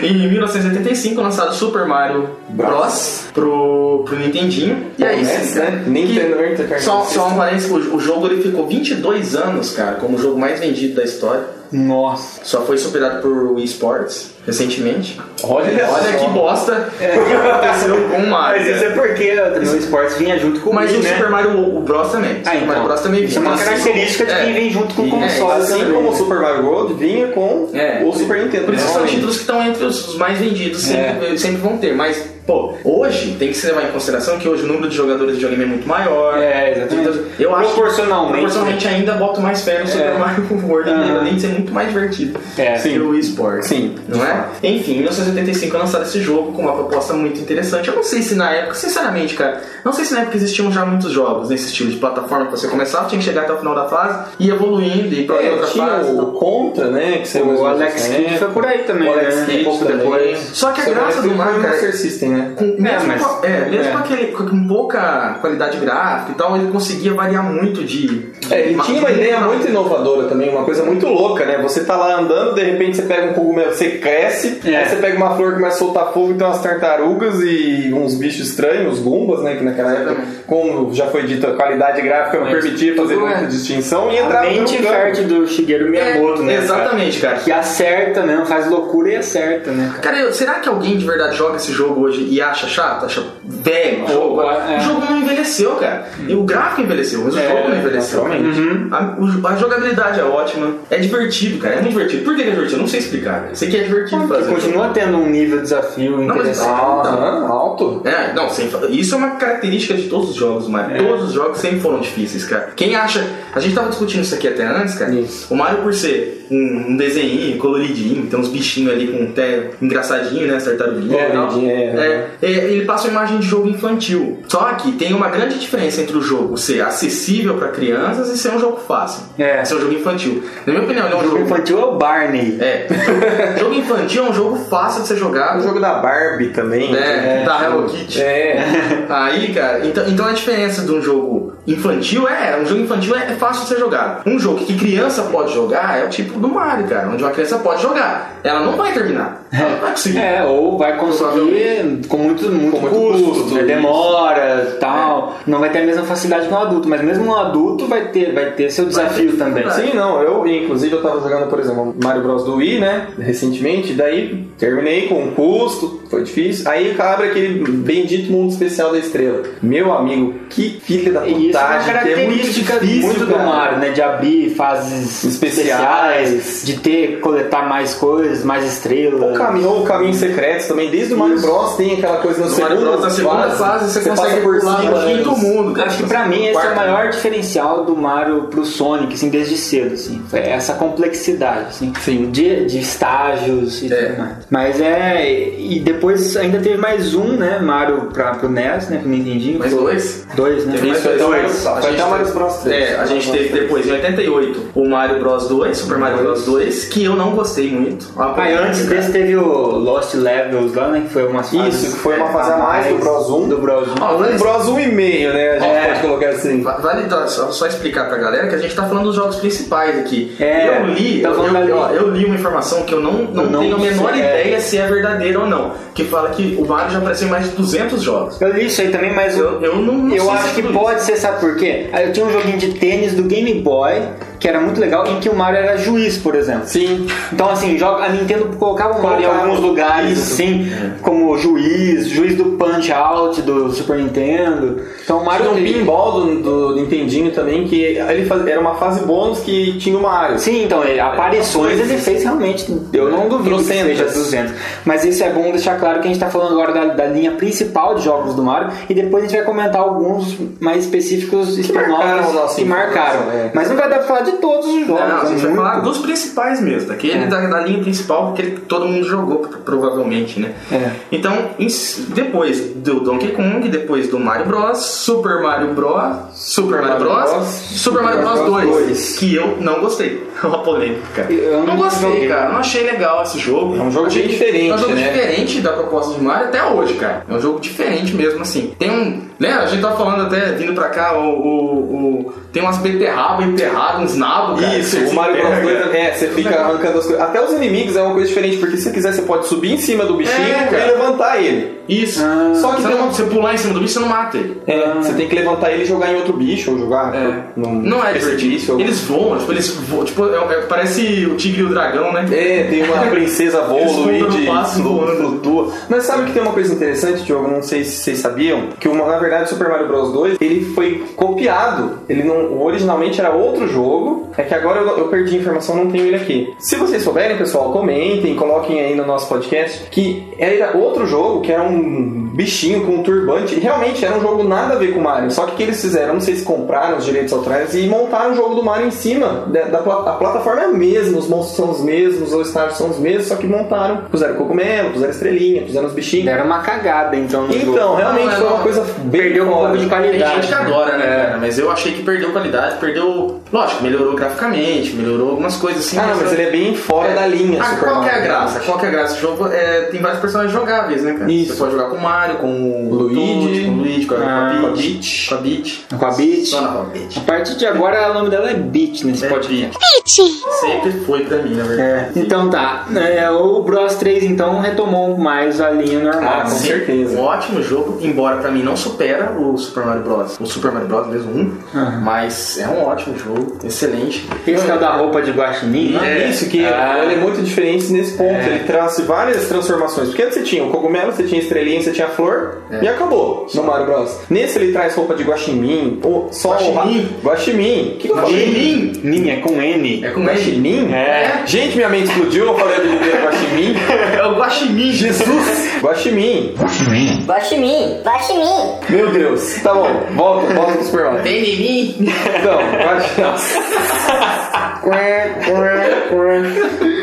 Speaker 2: em 1985, lançado Super Mario Bros. pro, pro Nintendinho. E aí,
Speaker 6: Começa, né? Nintendo Entertainment
Speaker 2: Só, só
Speaker 6: System.
Speaker 2: um parênteses, o, o jogo ele ficou 22 anos, cara, como o jogo mais vendido da história.
Speaker 4: Nossa.
Speaker 2: Só foi superado por Wii Sports recentemente.
Speaker 6: Olha,
Speaker 2: Olha que bosta que aconteceu com o
Speaker 4: É Mas
Speaker 2: Mario.
Speaker 4: isso é porque o esporte vinha junto com
Speaker 2: Mas
Speaker 4: o
Speaker 2: o
Speaker 4: né?
Speaker 2: Super Mario o Bros também.
Speaker 4: Ah,
Speaker 2: Super
Speaker 4: então.
Speaker 2: Mario Bros também
Speaker 4: Isso é uma
Speaker 2: vinha.
Speaker 4: característica de
Speaker 2: É.
Speaker 4: quem vem junto com o
Speaker 2: E-
Speaker 4: console.
Speaker 2: é,
Speaker 6: Assim
Speaker 4: também.
Speaker 6: como o Super Mario World vinha com
Speaker 2: É.
Speaker 6: o Super Nintendo.
Speaker 2: Por isso são
Speaker 6: principalmente.
Speaker 4: É.
Speaker 2: títulos que estão entre os os mais vendidos, sempre, sempre vão ter. Mas Pô, hoje tem que se levar em consideração que hoje o número de jogadores de videogame é muito maior.
Speaker 4: É, exatamente.
Speaker 2: Então, Eu acho que
Speaker 4: Proporcionalmente. né?
Speaker 2: proporcionalmente ainda boto mais fé
Speaker 6: É.
Speaker 2: no Super Mario World,
Speaker 4: Aham.
Speaker 2: além de ser muito mais divertido
Speaker 4: É.
Speaker 2: que o Wii Sports.
Speaker 6: Sim.
Speaker 2: Não é? Enfim, em 1985 é lançado esse jogo com uma proposta muito interessante. Eu não sei se na época, sinceramente, cara, não sei se na época existiam já muitos jogos nesse estilo de plataforma que você começava, tinha que chegar até o final da fase e evoluindo e pra
Speaker 6: É,
Speaker 2: outra
Speaker 6: tinha
Speaker 2: fase.
Speaker 6: o Contra, né? Que saiu mais
Speaker 4: tá O
Speaker 6: ou menos
Speaker 4: Alex
Speaker 6: nessa
Speaker 4: Kidd
Speaker 6: época.
Speaker 4: foi por aí também,
Speaker 6: O Alex
Speaker 4: né?
Speaker 6: Kidd
Speaker 4: Um pouco
Speaker 6: também.
Speaker 4: depois.
Speaker 2: Só que a
Speaker 6: Seu
Speaker 2: graça do
Speaker 6: Alex Kidd
Speaker 2: Mario,
Speaker 6: foi é o
Speaker 2: cara,
Speaker 6: Master System, né?
Speaker 2: Com, mesmo
Speaker 4: mas-
Speaker 2: com, é, mesmo
Speaker 4: é.
Speaker 2: com aquele, com- com pouca qualidade gráfica e tal, ele conseguia variar muito de.
Speaker 6: É, ele
Speaker 2: ma-
Speaker 6: tinha uma ideia muito inovadora também, uma coisa muito louca, né? Você tá lá andando, de repente você pega um cogumelo, você cresce,
Speaker 4: É.
Speaker 6: aí você pega uma flor que começa a soltar fogo e tem umas tartarugas e uns bichos estranhos, os gumbas, né? Que naquela época, como já foi dito, a qualidade gráfica não
Speaker 4: Mas
Speaker 6: permitia fazer
Speaker 4: tudo é-
Speaker 6: muita distinção e
Speaker 4: A
Speaker 6: entrava no
Speaker 4: mente
Speaker 6: campo.
Speaker 4: fértil do Shigeru Miyamoto, né? cara?
Speaker 2: Exatamente, cara.
Speaker 4: Que acerta mesmo, faz loucura e acerta, né? cara?
Speaker 2: Cara, eu- será que alguém de verdade joga esse jogo hoje e acha chato? Acha velho o jogo?
Speaker 4: é. Uhum.
Speaker 2: O jogo não envelheceu, cara. E o gráfico envelheceu, mas o
Speaker 6: É,
Speaker 2: jogo não envelheceu.
Speaker 6: naturalmente.
Speaker 2: A, o jo- a jogabilidade é ótima. É divertido, cara. É muito divertido. Por que que é divertido? Eu não sei explicar. cara. Sei que é divertido
Speaker 4: E
Speaker 2: fazer.
Speaker 4: continua tendo um nível de desafio
Speaker 2: mas-
Speaker 4: interessante. né?
Speaker 6: Aham, alto.
Speaker 2: É, não, sem fa- isso é uma característica de todos os jogos, Mario.
Speaker 6: É.
Speaker 2: Todos os jogos sempre foram difíceis, cara. Quem acha. A gente tava discutindo isso aqui até antes, cara. O Mario, por ser um, um desenhinho coloridinho, tem uns bichinhos ali com um té engraçadinho, né? Tartaruguinha e tal.
Speaker 6: Coloridinho, é.
Speaker 2: É, é, ele passa uma imagem de jogo infantil. Só que tem uma grande diferença entre o jogo ser acessível pra crianças e ser um jogo fácil.
Speaker 4: É.
Speaker 2: Ser um jogo infantil. Na minha opinião, ele é um
Speaker 4: O jogo
Speaker 2: jogo.
Speaker 4: infantil é o Barney.
Speaker 2: É. jogo infantil é um jogo fácil de ser
Speaker 6: O
Speaker 2: jogado.
Speaker 6: jogo da Barbie também.
Speaker 2: né,
Speaker 6: né?
Speaker 2: da Hello Kitty.
Speaker 6: É.
Speaker 2: Aí, cara, então, então a diferença de um jogo infantil é, um jogo infantil é, é fácil de ser jogado. Um jogo que criança pode jogar é o tipo do Mario, cara, onde uma criança pode jogar. Ela não vai terminar. Ela não vai conseguir.
Speaker 4: É, ou vai conseguir com muito, muito,
Speaker 6: muito
Speaker 4: custo,
Speaker 6: custo,
Speaker 4: né,
Speaker 6: isso. É.
Speaker 4: demora tal. Não vai ter a mesma facilidade que um adulto, mas mesmo um adulto vai ter, vai ter seu desafio também.
Speaker 2: dificuldade.
Speaker 6: Sim, não, eu inclusive eu tava jogando, por exemplo, Mario Bros do Wii, né, recentemente, daí terminei com um custo, foi difícil, aí abre aquele bendito mundo especial da estrela. Meu amigo, que filha da
Speaker 4: E isso é uma
Speaker 6: putagem, que é muito
Speaker 4: característica
Speaker 6: difícil,
Speaker 4: muito do
Speaker 6: cara.
Speaker 4: Mario, né? De abrir fases
Speaker 6: Especiais.
Speaker 4: especiais, de ter, coletar mais coisas, mais
Speaker 6: O
Speaker 4: estrelas.
Speaker 6: caminho, ou caminhos secretos também, desde o Mario Bros tem aquela coisa no
Speaker 2: No Mario Bros, na segunda fase, você, consegue pular no
Speaker 6: né?
Speaker 2: fim do mundo, cara.
Speaker 4: Acho que pra mim esse é o maior diferencial do Mario pro Sonic, assim, desde cedo, assim. Foi essa complexidade, assim. De, de estágios e
Speaker 2: É.
Speaker 4: tudo mais. Mas é... E depois ainda teve mais um, né? Mario pra, pro NES, né? Pro Nintendinho.
Speaker 2: Mas dois?
Speaker 4: Dois, né?
Speaker 2: Teve mais
Speaker 6: Isso,
Speaker 2: dois.
Speaker 6: então,
Speaker 2: Foi
Speaker 6: dois. Foi até o Mario Bros três.
Speaker 2: É, a gente teve depois, em 88, o Mario Bros 2, Super Mario Bros 2, que eu não gostei muito.
Speaker 4: Ah, e antes desse teve o Lost Levels lá, né? Que foi uma fase...
Speaker 6: Isso, que foi uma fase a mais do Bros 1.
Speaker 4: Do Bros 1.
Speaker 2: Ó,
Speaker 6: Um Bros 1,5, né, a gente
Speaker 2: É.
Speaker 6: pode colocar assim.
Speaker 2: Va- Vale dar- só, só explicar pra galera que a gente tá falando dos jogos principais aqui.
Speaker 4: É,
Speaker 2: eu li,
Speaker 4: tá
Speaker 2: eu,
Speaker 4: falando ali.
Speaker 2: eu, ó, eu li uma informação que eu não, não,
Speaker 4: Eu não
Speaker 2: tenho a menor
Speaker 4: sei, é.
Speaker 2: ideia se é verdadeira ou não. Que fala que o Mario já apareceu em mais de 200 jogos.
Speaker 4: Eu li isso aí também, mas...
Speaker 2: Eu, eu não, não
Speaker 4: Eu
Speaker 2: sei
Speaker 4: acho
Speaker 2: se é
Speaker 4: que
Speaker 2: tudo
Speaker 4: pode ser, sabe por quê? Ah, Eu tinha um joguinho de tênis do Game Boy, que era muito legal, em que o Mario era juiz, por exemplo.
Speaker 6: Sim,
Speaker 4: Então, assim, joga, a Nintendo colocava o Mario em
Speaker 6: Colocava.
Speaker 4: alguns lugares, assim, como juiz, juiz do Punch Out do Super Nintendo. Então, o Mario
Speaker 6: Tinha um
Speaker 4: ele-
Speaker 6: pinball do, do Nintendinho também, que ele faz- era uma fase bônus que tinha uma área.
Speaker 4: Sim, então, ele, aparições ele fez realmente, eu não duvido que
Speaker 6: Trocentas.
Speaker 4: seja 200. Mas isso é bom deixar claro que a gente tá falando agora da, da linha principal de jogos do Mario e depois a gente vai comentar alguns mais específicos
Speaker 6: marcaram a
Speaker 4: spin-offs
Speaker 6: nossa
Speaker 4: que marcaram.
Speaker 6: infância, né?
Speaker 4: Mas não vai dar pra falar de todos os
Speaker 2: Não,
Speaker 4: jogos.
Speaker 2: não, a
Speaker 4: é
Speaker 2: gente vai
Speaker 4: muito.
Speaker 2: falar dos principais mesmo, daquele da, da linha principal, aquele que todo mundo jogou, pro- provavelmente, né?
Speaker 4: É.
Speaker 2: Então, em s- depois do Donkey Kong, depois do Mario Bros, Super Mario Bros, Super Mario Bros, Super Mario Bros 2,
Speaker 4: dois.
Speaker 2: que eu não gostei. Uma polêmica.
Speaker 4: Eu
Speaker 2: não
Speaker 4: não
Speaker 2: gostei,
Speaker 4: joguei.
Speaker 2: cara. Não achei legal esse jogo.
Speaker 6: É um jogo
Speaker 2: Achei
Speaker 6: bem
Speaker 2: que-
Speaker 6: diferente,
Speaker 2: É um jogo
Speaker 6: né?
Speaker 2: diferente da proposta do Mario até hoje, cara. É um jogo diferente mesmo, assim. Tem um... Né, a gente tava falando até, vindo pra cá, o... o- o- tem umas beterrabas enterradas, uns nabos, cara.
Speaker 6: Isso,
Speaker 2: Vocês
Speaker 6: o Mario Bros
Speaker 2: enterram,
Speaker 6: 2
Speaker 2: cara.
Speaker 6: é, você fica arrancando as coisas. Até os inimigos é uma coisa diferente, porque se você quiser, você pode subir em cima do bichinho
Speaker 2: É,
Speaker 6: e
Speaker 2: cara.
Speaker 6: levantar ele.
Speaker 2: Isso.
Speaker 6: Só que
Speaker 2: Você
Speaker 6: tem
Speaker 2: não-
Speaker 6: uma-
Speaker 2: você pular em cima do bicho, você não mata ele.
Speaker 6: É, você tem que levantar ele e jogar em outro bicho, ou jogar
Speaker 2: É.
Speaker 6: num
Speaker 2: Não é
Speaker 6: precipício,
Speaker 2: divertido.
Speaker 6: ou-
Speaker 2: Eles voam, tipo, eles voam. Tipo, é- é- parece o tigre e o dragão, né?
Speaker 6: É, tem uma princesa voa,
Speaker 2: Eles
Speaker 6: o
Speaker 2: fundam no
Speaker 6: Luigi
Speaker 2: passo
Speaker 6: flu-
Speaker 2: voando.
Speaker 6: flutua. Mas sabe que tem uma coisa interessante, Diogo? Não sei se vocês sabiam. Que uma- na verdade, Super Mario Bros. 2, ele foi copiado. Ele não, originalmente era outro jogo. É que agora eu, eu perdi a informação, não tenho ele aqui. Se vocês souberem, pessoal, comentem, coloquem aí no nosso podcast que era outro jogo, que era um bichinho com um turbante. Realmente era um jogo nada a ver com o Mario. Só que o que eles fizeram, não sei se compraram os direitos autorais e montaram o jogo do Mario em cima. Da, da pla- a plataforma é a mesma, os monstros são os mesmos, os estágios são os mesmos, só que montaram. Puseram cogumelo, puseram estrelinha, puseram os bichinhos.
Speaker 4: Deram uma cagada, então. no jogo.
Speaker 6: Então, realmente
Speaker 2: Não, não,
Speaker 6: foi uma
Speaker 2: não.
Speaker 6: coisa bem
Speaker 4: Perdeu um
Speaker 6: fora.
Speaker 4: pouco de
Speaker 2: Tem gente
Speaker 4: qualidade.
Speaker 2: que adora, né, cara? Mas eu achei que perdeu qualidade, perdeu. Lógico, melhorou graficamente, melhorou algumas coisas assim.
Speaker 6: Ah, não, mas ele é bem fora da linha.
Speaker 2: Ah,
Speaker 6: Super
Speaker 2: qual que é a
Speaker 6: Mario.
Speaker 2: graça? Qual que é a graça? O jogo é, tem vários personagens jogáveis, né, cara?
Speaker 6: Isso.
Speaker 2: Você pode jogar com o Mario, com o
Speaker 6: Luigi.
Speaker 2: Toad, com o Luigi, com a,
Speaker 4: Ah,
Speaker 2: com a Peach. Com a Peach.
Speaker 4: Com a Beat.
Speaker 2: Só na com a
Speaker 4: A
Speaker 2: Peach.
Speaker 4: partir de agora, o nome dela é Beat nesse podcast.
Speaker 2: Sempre foi pra mim, na
Speaker 4: É,
Speaker 2: verdade.
Speaker 4: então tá. É, o Bros 3 então retomou mais a linha normal. né?
Speaker 6: Ah, com
Speaker 2: Sim,
Speaker 6: certeza.
Speaker 2: Um ótimo jogo, embora pra mim não supera o Super Mario Bros. O Super Mario Bros. mesmo um,
Speaker 4: Aham.
Speaker 2: mas é um ótimo jogo, excelente.
Speaker 4: Esse que é o da roupa de guaxinim.
Speaker 6: Não
Speaker 4: né?
Speaker 6: é isso que
Speaker 4: Ah.
Speaker 6: ele é muito diferente nesse ponto. Ele traz várias transformações. Porque antes você tinha o cogumelo, você tinha a estrelinha, você tinha a flor
Speaker 2: É.
Speaker 6: e acabou no Mario Bros. Nesse ele traz roupa de guaxinim, ou só
Speaker 2: Guaxinim?
Speaker 6: o ra- guaxinim. O que, que eu falei?
Speaker 2: Guaxinim?
Speaker 4: Nin é com N.
Speaker 2: É com Guaxinim?
Speaker 6: Guaxinim?
Speaker 4: É.
Speaker 6: Gente, minha mente explodiu, eu falei de guaxinim.
Speaker 2: É o Guaxinim.
Speaker 6: Jesus! Guaxinim.
Speaker 8: Guaxinim, Guaxinim.
Speaker 6: Meu Deus. Tá bom, volta, volta pro Super Mario.
Speaker 2: Vem em mim.
Speaker 6: Então, guaxinim.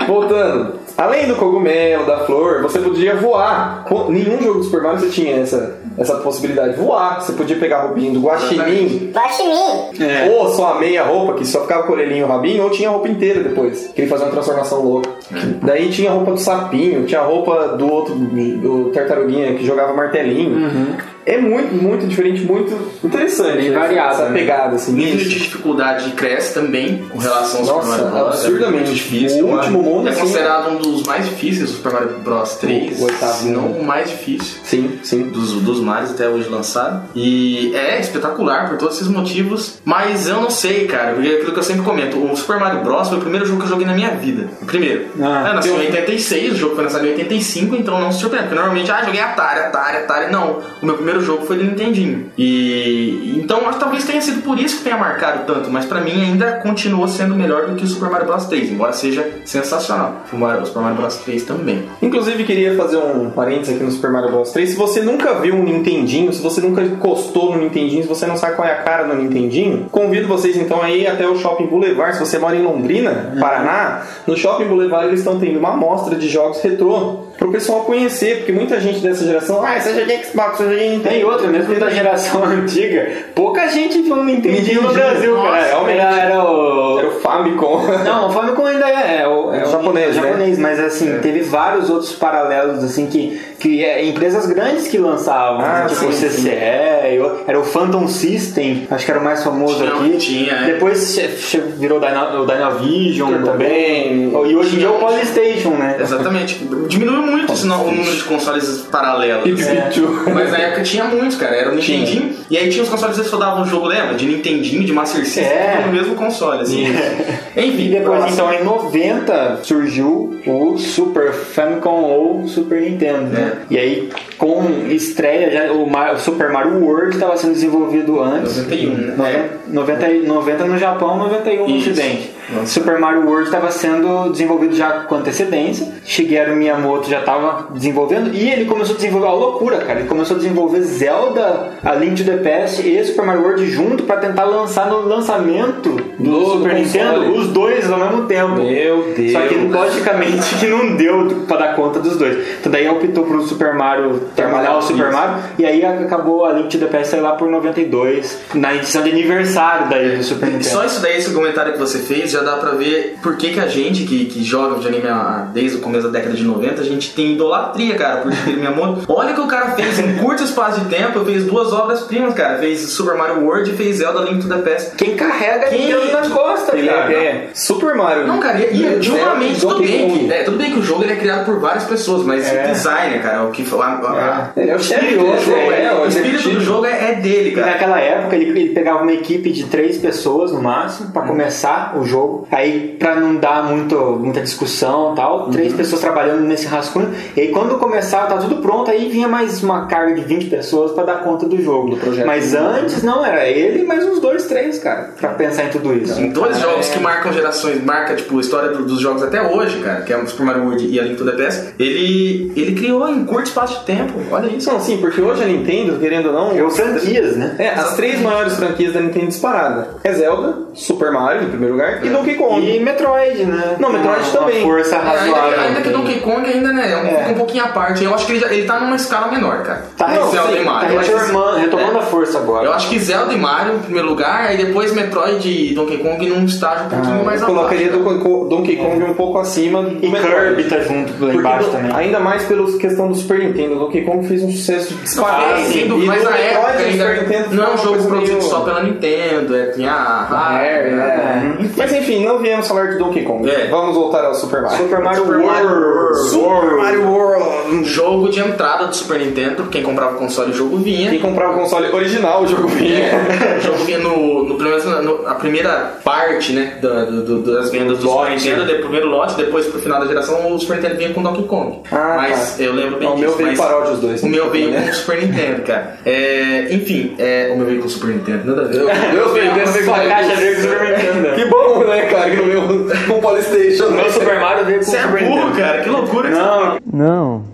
Speaker 6: Voltando. Além do cogumelo, da flor, você podia voar. Com- Nenhum jogo do Super Mario você tinha essa, essa possibilidade. Voar. Você podia pegar a roupinha do guaxinim.
Speaker 8: Guaxinim,
Speaker 4: É.
Speaker 6: Ou só a meia roupa, que só ficava com o orelhinho e o rabinho. Ou tinha a roupa inteira depois. Que ele fazia uma transformação louca.
Speaker 4: É.
Speaker 6: Daí tinha a roupa do sapinho. Tinha a roupa do outro, do tartaruguinha que jogava martelinho. É muito, muito diferente. Muito interessante.
Speaker 4: Uhum. Bem
Speaker 6: essa-
Speaker 4: variado,
Speaker 6: Essa
Speaker 4: né?
Speaker 6: pegada, assim.
Speaker 2: O nível
Speaker 6: Isso.
Speaker 2: de dificuldade cresce também com relação ao
Speaker 6: Nossa,
Speaker 2: Super Mario Bros.
Speaker 6: absurdamente.
Speaker 2: É muito difícil.
Speaker 6: O último mundo,
Speaker 2: é
Speaker 6: assim,
Speaker 2: considerado um dos mais difíceis do Super Mario Bros. 3.
Speaker 6: O oitavo
Speaker 2: se não
Speaker 6: mundo.
Speaker 2: o mais difícil.
Speaker 6: Sim, sim.
Speaker 2: Dos, dos mares até hoje lançado. E é espetacular por todos esses motivos. Mas eu não sei, cara. Porque é aquilo que eu sempre comento: o Super Mario Bros. foi o primeiro jogo que eu joguei na minha vida. O primeiro.
Speaker 4: Ah,
Speaker 2: eu nasci em
Speaker 4: eu-
Speaker 2: 86, o jogo foi lançado em 85, então não se surpreenda. Porque normalmente, ah, joguei Atari, Atari, Atari. Não. O meu primeiro jogo foi do Nintendinho. E. Então acho que talvez tenha sido por isso que tenha marcado tanto. Mas pra mim ainda continua sendo melhor do que o Super Mario Bros. 3. Embora seja sensacional. O Mario- o Super Mario Bros. 3 também.
Speaker 6: Inclusive, queria fazer um parênteses aqui no Super Mario Bros 3. Se você nunca viu um Nintendinho, se você nunca encostou no Nintendinho, se você não sabe qual é a cara do Nintendinho, convido vocês então aí até o Shopping Boulevard. Se você mora em Londrina, Paraná, no Shopping Boulevard eles estão tendo uma amostra de jogos retrô pro pessoal conhecer, porque muita gente dessa geração, ah, você joguei Xbox, eu joguei Nintendo.
Speaker 4: Tem outra, mesmo da geração antiga, pouca gente viu Nintendinho no Brasil,
Speaker 6: Nossa,
Speaker 4: cara.
Speaker 6: realmente.
Speaker 4: Era, era o.
Speaker 6: Era o Famicom.
Speaker 4: Não, o Famicom ainda é, é o,
Speaker 6: É
Speaker 4: é o
Speaker 6: japonês, né?
Speaker 4: japonês, mas assim, teve vários outros paralelos, assim, que, que é, empresas grandes que lançavam,
Speaker 6: Ah,
Speaker 4: né? tipo
Speaker 6: sim,
Speaker 4: o CCE, eu- era o Phantom System, acho que era o mais famoso
Speaker 2: Tinha,
Speaker 4: aqui.
Speaker 2: tinha, é.
Speaker 4: Depois che- che- virou Dyna- o Dynavision
Speaker 6: Turbo
Speaker 4: também, e hoje em dia é o Polystation, né?
Speaker 2: Exatamente. Diminuiu muito senão, o número de consoles paralelos. né?
Speaker 4: É.
Speaker 2: Mas na época tinha muitos, cara. Era o Nintendinho. E aí tinha os consoles que só davam o jogo, lembra? De Nintendinho, de Master System,
Speaker 4: É.
Speaker 2: tudo no mesmo console. Assim. Enfim. assim,
Speaker 4: E depois,
Speaker 2: próximo.
Speaker 4: então, em 90 surgiu o Super Famicom ou Super Nintendo,
Speaker 2: É.
Speaker 4: né? E aí, com estreia, já, o, Mar- o Super Mario World estava sendo desenvolvido antes.
Speaker 2: 91, né?
Speaker 4: Noven- 90, e- 90 no Japão, 91 no
Speaker 2: Isso.
Speaker 4: Ocidente.
Speaker 2: Nossa.
Speaker 4: Super Mario World estava sendo desenvolvido já com antecedência. Shigeru Miyamoto já estava desenvolvendo e ele começou a desenvolver a loucura, cara. Ele começou a desenvolver Zelda, a Link to the Past e Super Mario World junto para tentar lançar no lançamento do
Speaker 6: Do
Speaker 4: Super
Speaker 6: console.
Speaker 4: Nintendo os dois ao mesmo tempo.
Speaker 6: Meu Deus.
Speaker 4: Só que logicamente que não deu do- pra dar conta dos dois. Então daí optou pro Super Mario terminar o Super
Speaker 6: Isso.
Speaker 4: Mario e aí a- acabou a Link to the Past sair lá por 92, na edição de aniversário daí do Super Nintendo.
Speaker 2: Só isso daí, esse comentário que você fez, já dá pra ver por que, que a gente, que, que joga videogame há- desde o começo da década de 90, a gente tem idolatria, cara, por Shigeru Miyamoto. Olha o que o cara fez em um curto espaço de tempo, fez duas obras-primas, cara. Fez Super Mario World e fez Zelda Link to the Past.
Speaker 4: Quem carrega
Speaker 2: Quem-
Speaker 4: Nintendo nas costas,
Speaker 6: Ele
Speaker 4: cara.
Speaker 6: é Super Mario.
Speaker 2: Não, cara, e,
Speaker 4: Né?
Speaker 2: e
Speaker 4: é
Speaker 6: Zero,
Speaker 2: ultimamente, tudo
Speaker 6: Donkey
Speaker 2: bem,
Speaker 6: Kong.
Speaker 2: que, é, tudo bem que o jogo ele é criado por várias pessoas, mas
Speaker 4: um É.
Speaker 2: o design, cara, é o que. A, a,
Speaker 6: Ele é o chefe do
Speaker 2: o
Speaker 6: jogo,
Speaker 4: né?
Speaker 2: jogo,
Speaker 6: é,
Speaker 2: é,
Speaker 6: o
Speaker 2: o espírito
Speaker 6: executivo.
Speaker 2: do jogo é, é dele,
Speaker 4: E
Speaker 2: cara. Hum.
Speaker 4: Naquela época ele, ele pegava uma equipe de três pessoas no máximo pra começar o jogo. Aí, pra não dar muito, muita discussão e tal,
Speaker 2: Uhum.
Speaker 4: três pessoas trabalhando nesse rascunho. E aí, quando começava, tá tudo pronto, aí vinha mais uma carga de 20 pessoas pra dar conta do jogo.
Speaker 6: projeto.
Speaker 4: Mas antes, não, era ele mais uns dois, três, cara, pra pensar em tudo isso.
Speaker 2: Hum. Em dois jogos que marcam gerações, marca tipo a história do- dos jogos até hoje, cara, que é o Super Mario World e a Link to the Past, ele, ele criou em curto espaço de tempo. Olha isso.
Speaker 6: Isso não, sim, assim, porque hoje a Nintendo, querendo ou não.
Speaker 4: Eu franquias, né?
Speaker 6: É, as três maiores franquias da Nintendo disparada. É Zelda, Super Mario, em primeiro lugar, e
Speaker 2: É.
Speaker 6: Donkey Kong.
Speaker 4: E Metroid, né?
Speaker 6: Não, Metroid
Speaker 4: Uma- uma
Speaker 6: também.
Speaker 4: força
Speaker 2: Ainda,
Speaker 4: razoável.
Speaker 2: ainda que Donkey Kong ainda né, é um, fica um pouquinho à parte. Eu acho que ele, já- ele tá numa escala menor, cara.
Speaker 4: Tá,
Speaker 2: Não,
Speaker 4: sim,
Speaker 2: Zelda é e
Speaker 4: tá
Speaker 2: Mario. Eu acho que-
Speaker 4: retomando, retomando a força agora.
Speaker 2: Eu acho que Zelda e Mario em primeiro lugar, aí depois Metroid e Donkey Kong num estágio um pouquinho mais
Speaker 6: Ah, Eu
Speaker 2: abaixo.
Speaker 6: colocaria Donkey Kong- Donkey Kong um pouco acima do
Speaker 4: E
Speaker 6: Metroid.
Speaker 4: Kirby tá junto lá
Speaker 6: Porque
Speaker 4: embaixo
Speaker 6: do-
Speaker 4: também.
Speaker 6: Ainda mais pela questão do Super Nintendo. O Donkey Kong fez um sucesso disparado.
Speaker 2: Ah, sim,
Speaker 6: assim,
Speaker 2: do-
Speaker 6: e
Speaker 2: mas
Speaker 6: do
Speaker 2: na
Speaker 6: Metroid,
Speaker 2: época
Speaker 6: do
Speaker 2: ainda
Speaker 6: Super Nintendo,
Speaker 2: não é um
Speaker 6: foi uma
Speaker 2: jogo
Speaker 6: coisa
Speaker 2: produzido
Speaker 6: meio-
Speaker 2: só pela Nintendo, é, tinha a Rare,
Speaker 6: É,
Speaker 2: né?
Speaker 6: né? Mas enfim, não viemos falar de Donkey Kong.
Speaker 2: É.
Speaker 6: Vamos voltar ao Super Mario.
Speaker 4: Super Mario
Speaker 2: Super Mario World.
Speaker 4: World.
Speaker 6: Super Mario World.
Speaker 2: Um jogo de entrada do Super Nintendo, quem comprava o console o jogo vinha.
Speaker 6: Quem comprava o console original, o jogo vinha.
Speaker 2: É, o jogo vinha no, no, pelo menos na- no- a primeira parte, né, da- do- do- das vendas do Super
Speaker 6: Lote.
Speaker 2: Nintendo, de, primeiro lote, depois pro final da geração o Super Nintendo vinha com Donkey Kong.
Speaker 6: Ah,
Speaker 2: mas eu lembro bem
Speaker 6: O
Speaker 2: disso.
Speaker 6: meu veio
Speaker 2: mas
Speaker 6: paródia os dois.
Speaker 2: O meu veio
Speaker 6: Né?
Speaker 2: com o Super Nintendo, cara. É, enfim, é, o meu veio com o Super Nintendo, nada a ver.
Speaker 6: Meu veio desse
Speaker 4: Sua caixa veio com o Super Nintendo.
Speaker 6: Que bom, né, cara? Que no meu com o Polystation.
Speaker 4: O
Speaker 6: né?
Speaker 4: meu Super Mario veio com
Speaker 2: Você é
Speaker 4: Super
Speaker 2: burro,
Speaker 4: Nintendo.
Speaker 2: cara, que loucura que você
Speaker 4: Não,
Speaker 9: Não.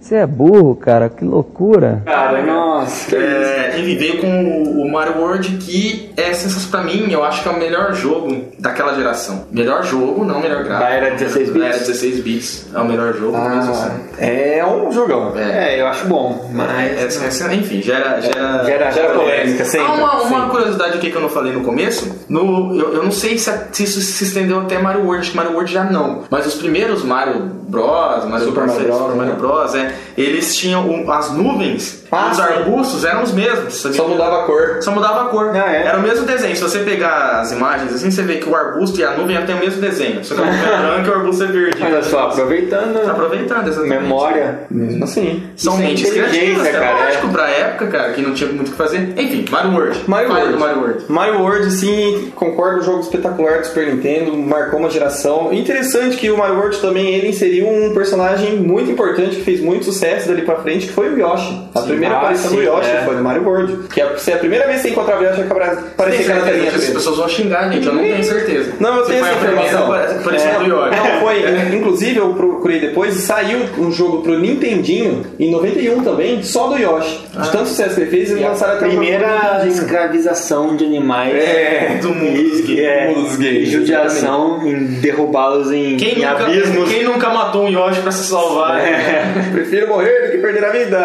Speaker 9: Você é burro, cara. Que loucura.
Speaker 4: cara, nossa.
Speaker 2: É, ele veio com o- o Mario World, que é sensacional pra mim, eu acho que é o melhor jogo daquela geração. Melhor jogo, não melhor gráfico.
Speaker 4: Da era 16 bits? Ah.
Speaker 2: Da era 16 bits. É o melhor jogo mesmo assim.
Speaker 6: É um jogão.
Speaker 4: É, eu acho bom, mas.
Speaker 2: É, é, é, enfim, gera. gera...
Speaker 4: Gera,
Speaker 6: Gera polêmica, sempre.
Speaker 2: Ah, uma, uma
Speaker 6: sempre.
Speaker 2: curiosidade aqui que eu não falei no começo, no, eu, eu não sei se, a- se isso se estendeu até Mario World, acho que Mario World já não, mas os primeiros Mario Bros, Mario
Speaker 6: Super
Speaker 2: Bros,
Speaker 6: Mario Bros,
Speaker 2: Super Mario
Speaker 6: né?
Speaker 2: Bros, é, eles tinham um- as nuvens,
Speaker 6: Ah,
Speaker 2: os
Speaker 6: sim.
Speaker 2: arbustos eram os mesmos, sabia?
Speaker 6: Só mudava a cor.
Speaker 2: Só mudava a cor.
Speaker 4: Ah, é?
Speaker 2: Era o mesmo desenho. Se você pegar as imagens assim, você vê que o arbusto e a nuvem têm o mesmo desenho. Só que a nuvem é branca e o arbusto é verde.
Speaker 4: Olha só, aproveitando.
Speaker 2: Tá aproveitando essa
Speaker 4: Memória.
Speaker 6: Mesmo assim.
Speaker 2: São
Speaker 4: Isso é
Speaker 2: mentes
Speaker 4: inteligência,
Speaker 2: criativas,
Speaker 4: cara,
Speaker 2: é lógico, pra época, cara, que não tinha muito o que fazer. Enfim, Mario World.
Speaker 6: Mario
Speaker 2: Fale
Speaker 6: World.
Speaker 2: do Mario World.
Speaker 6: Mario World, sim, concordo, um jogo espetacular do Super Nintendo, marcou uma geração. Interessante que o Mario World também ele inseriu um personagem muito importante que fez muito sucesso dali pra frente, que foi o Yoshi. A primeira
Speaker 4: Ah,
Speaker 6: aparição
Speaker 4: sim,
Speaker 6: do Yoshi
Speaker 4: é.
Speaker 6: foi no Mario World. Que é, se é a primeira vez que você encontrava o Yoshi, acaba parecia que era a telinha
Speaker 2: As
Speaker 6: dele.
Speaker 2: pessoas vão xingar, gente, eu não tenho certeza.
Speaker 6: Não, eu
Speaker 2: Se
Speaker 6: tenho
Speaker 2: foi
Speaker 6: essa
Speaker 2: a primeira,
Speaker 6: informação.
Speaker 2: parece- Parece
Speaker 6: É,
Speaker 2: do Yoshi.
Speaker 6: Não, foi.
Speaker 2: É.
Speaker 6: Inclusive, eu procurei depois e saiu um jogo pro Nintendinho em 91 também, só do Yoshi.
Speaker 2: Ah.
Speaker 6: De tanto sucesso que ele fez, eles lançaram até um jogo pro
Speaker 4: Primeira
Speaker 6: Nintendinho.
Speaker 4: escravização de animais.
Speaker 6: É,
Speaker 2: do mundo dos games.
Speaker 4: É,
Speaker 6: Do mundo dos games,
Speaker 4: Judiação em derrubá-los em,
Speaker 2: Quem
Speaker 4: em
Speaker 2: nunca,
Speaker 4: abismos.
Speaker 2: quem nunca matou um Yoshi pra se salvar?
Speaker 6: É.
Speaker 2: né?
Speaker 6: Prefiro morrer do que perder a vida.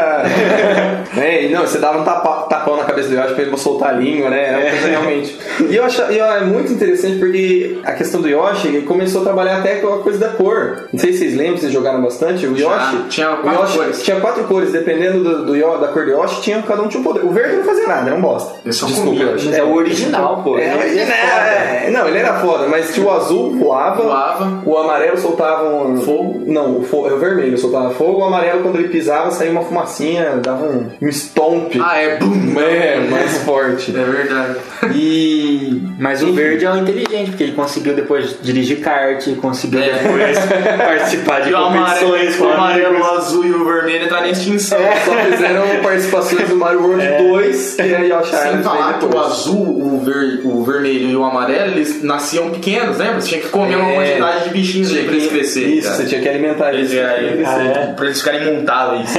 Speaker 6: é, e não, você dava um tapa- tapão na cabeça do Yoshi pra ele soltar a língua, né? Era uma
Speaker 2: É.
Speaker 6: coisa realmente. E eu acho e ó, é muito interessante porque a questão do Yoshi ele começou a trabalhar até com a coisa da cor. Não sei se vocês lembram, vocês jogaram bastante. O Yoshi.
Speaker 2: Já, tinha
Speaker 6: o
Speaker 2: quatro
Speaker 6: Yoshi
Speaker 2: cores.
Speaker 6: Tinha quatro cores, dependendo do, do Yo- da cor do Yoshi, tinha, cada um tinha um poder. O verde não fazia nada, era um bosta.
Speaker 2: Ele só comia.
Speaker 6: Yoshi.
Speaker 4: Mas é o original, pô.
Speaker 6: É, ele era- é, não, ele era foda, mas tinha o azul voava,
Speaker 2: Voava.
Speaker 6: o amarelo soltava um... fogo. Não, o, fo- é o vermelho soltava fogo, o amarelo quando ele pisava saía uma fumacinha, dava um, um stomp.
Speaker 2: Ah, é boom!
Speaker 6: É, mais forte.
Speaker 2: É verdade.
Speaker 6: E.
Speaker 4: Mas o verde é o inteligente, porque ele conseguiu depois dirigir kart, conseguiu
Speaker 2: É.
Speaker 4: depois participar de
Speaker 2: E o
Speaker 4: competições
Speaker 2: amarelo,
Speaker 4: com
Speaker 2: o amarelo,
Speaker 4: amigos.
Speaker 2: o azul e o vermelho entrar na extinção.
Speaker 6: Só fizeram participações do Mario World 2 e a Yoshi
Speaker 2: Sem
Speaker 6: Island
Speaker 2: falar
Speaker 6: veio
Speaker 2: que o
Speaker 6: depois.
Speaker 2: azul, o, ver- o vermelho e o amarelo, eles nasciam pequenos, lembra? Você tinha que comer uma
Speaker 6: É.
Speaker 2: quantidade de bichinhos ali pra eles crescerem.
Speaker 6: Isso,
Speaker 2: cara.
Speaker 6: você tinha que alimentar
Speaker 2: Eles,
Speaker 6: eles.
Speaker 2: é,
Speaker 6: Eles-
Speaker 4: é?
Speaker 2: pra eles ficarem montáveis.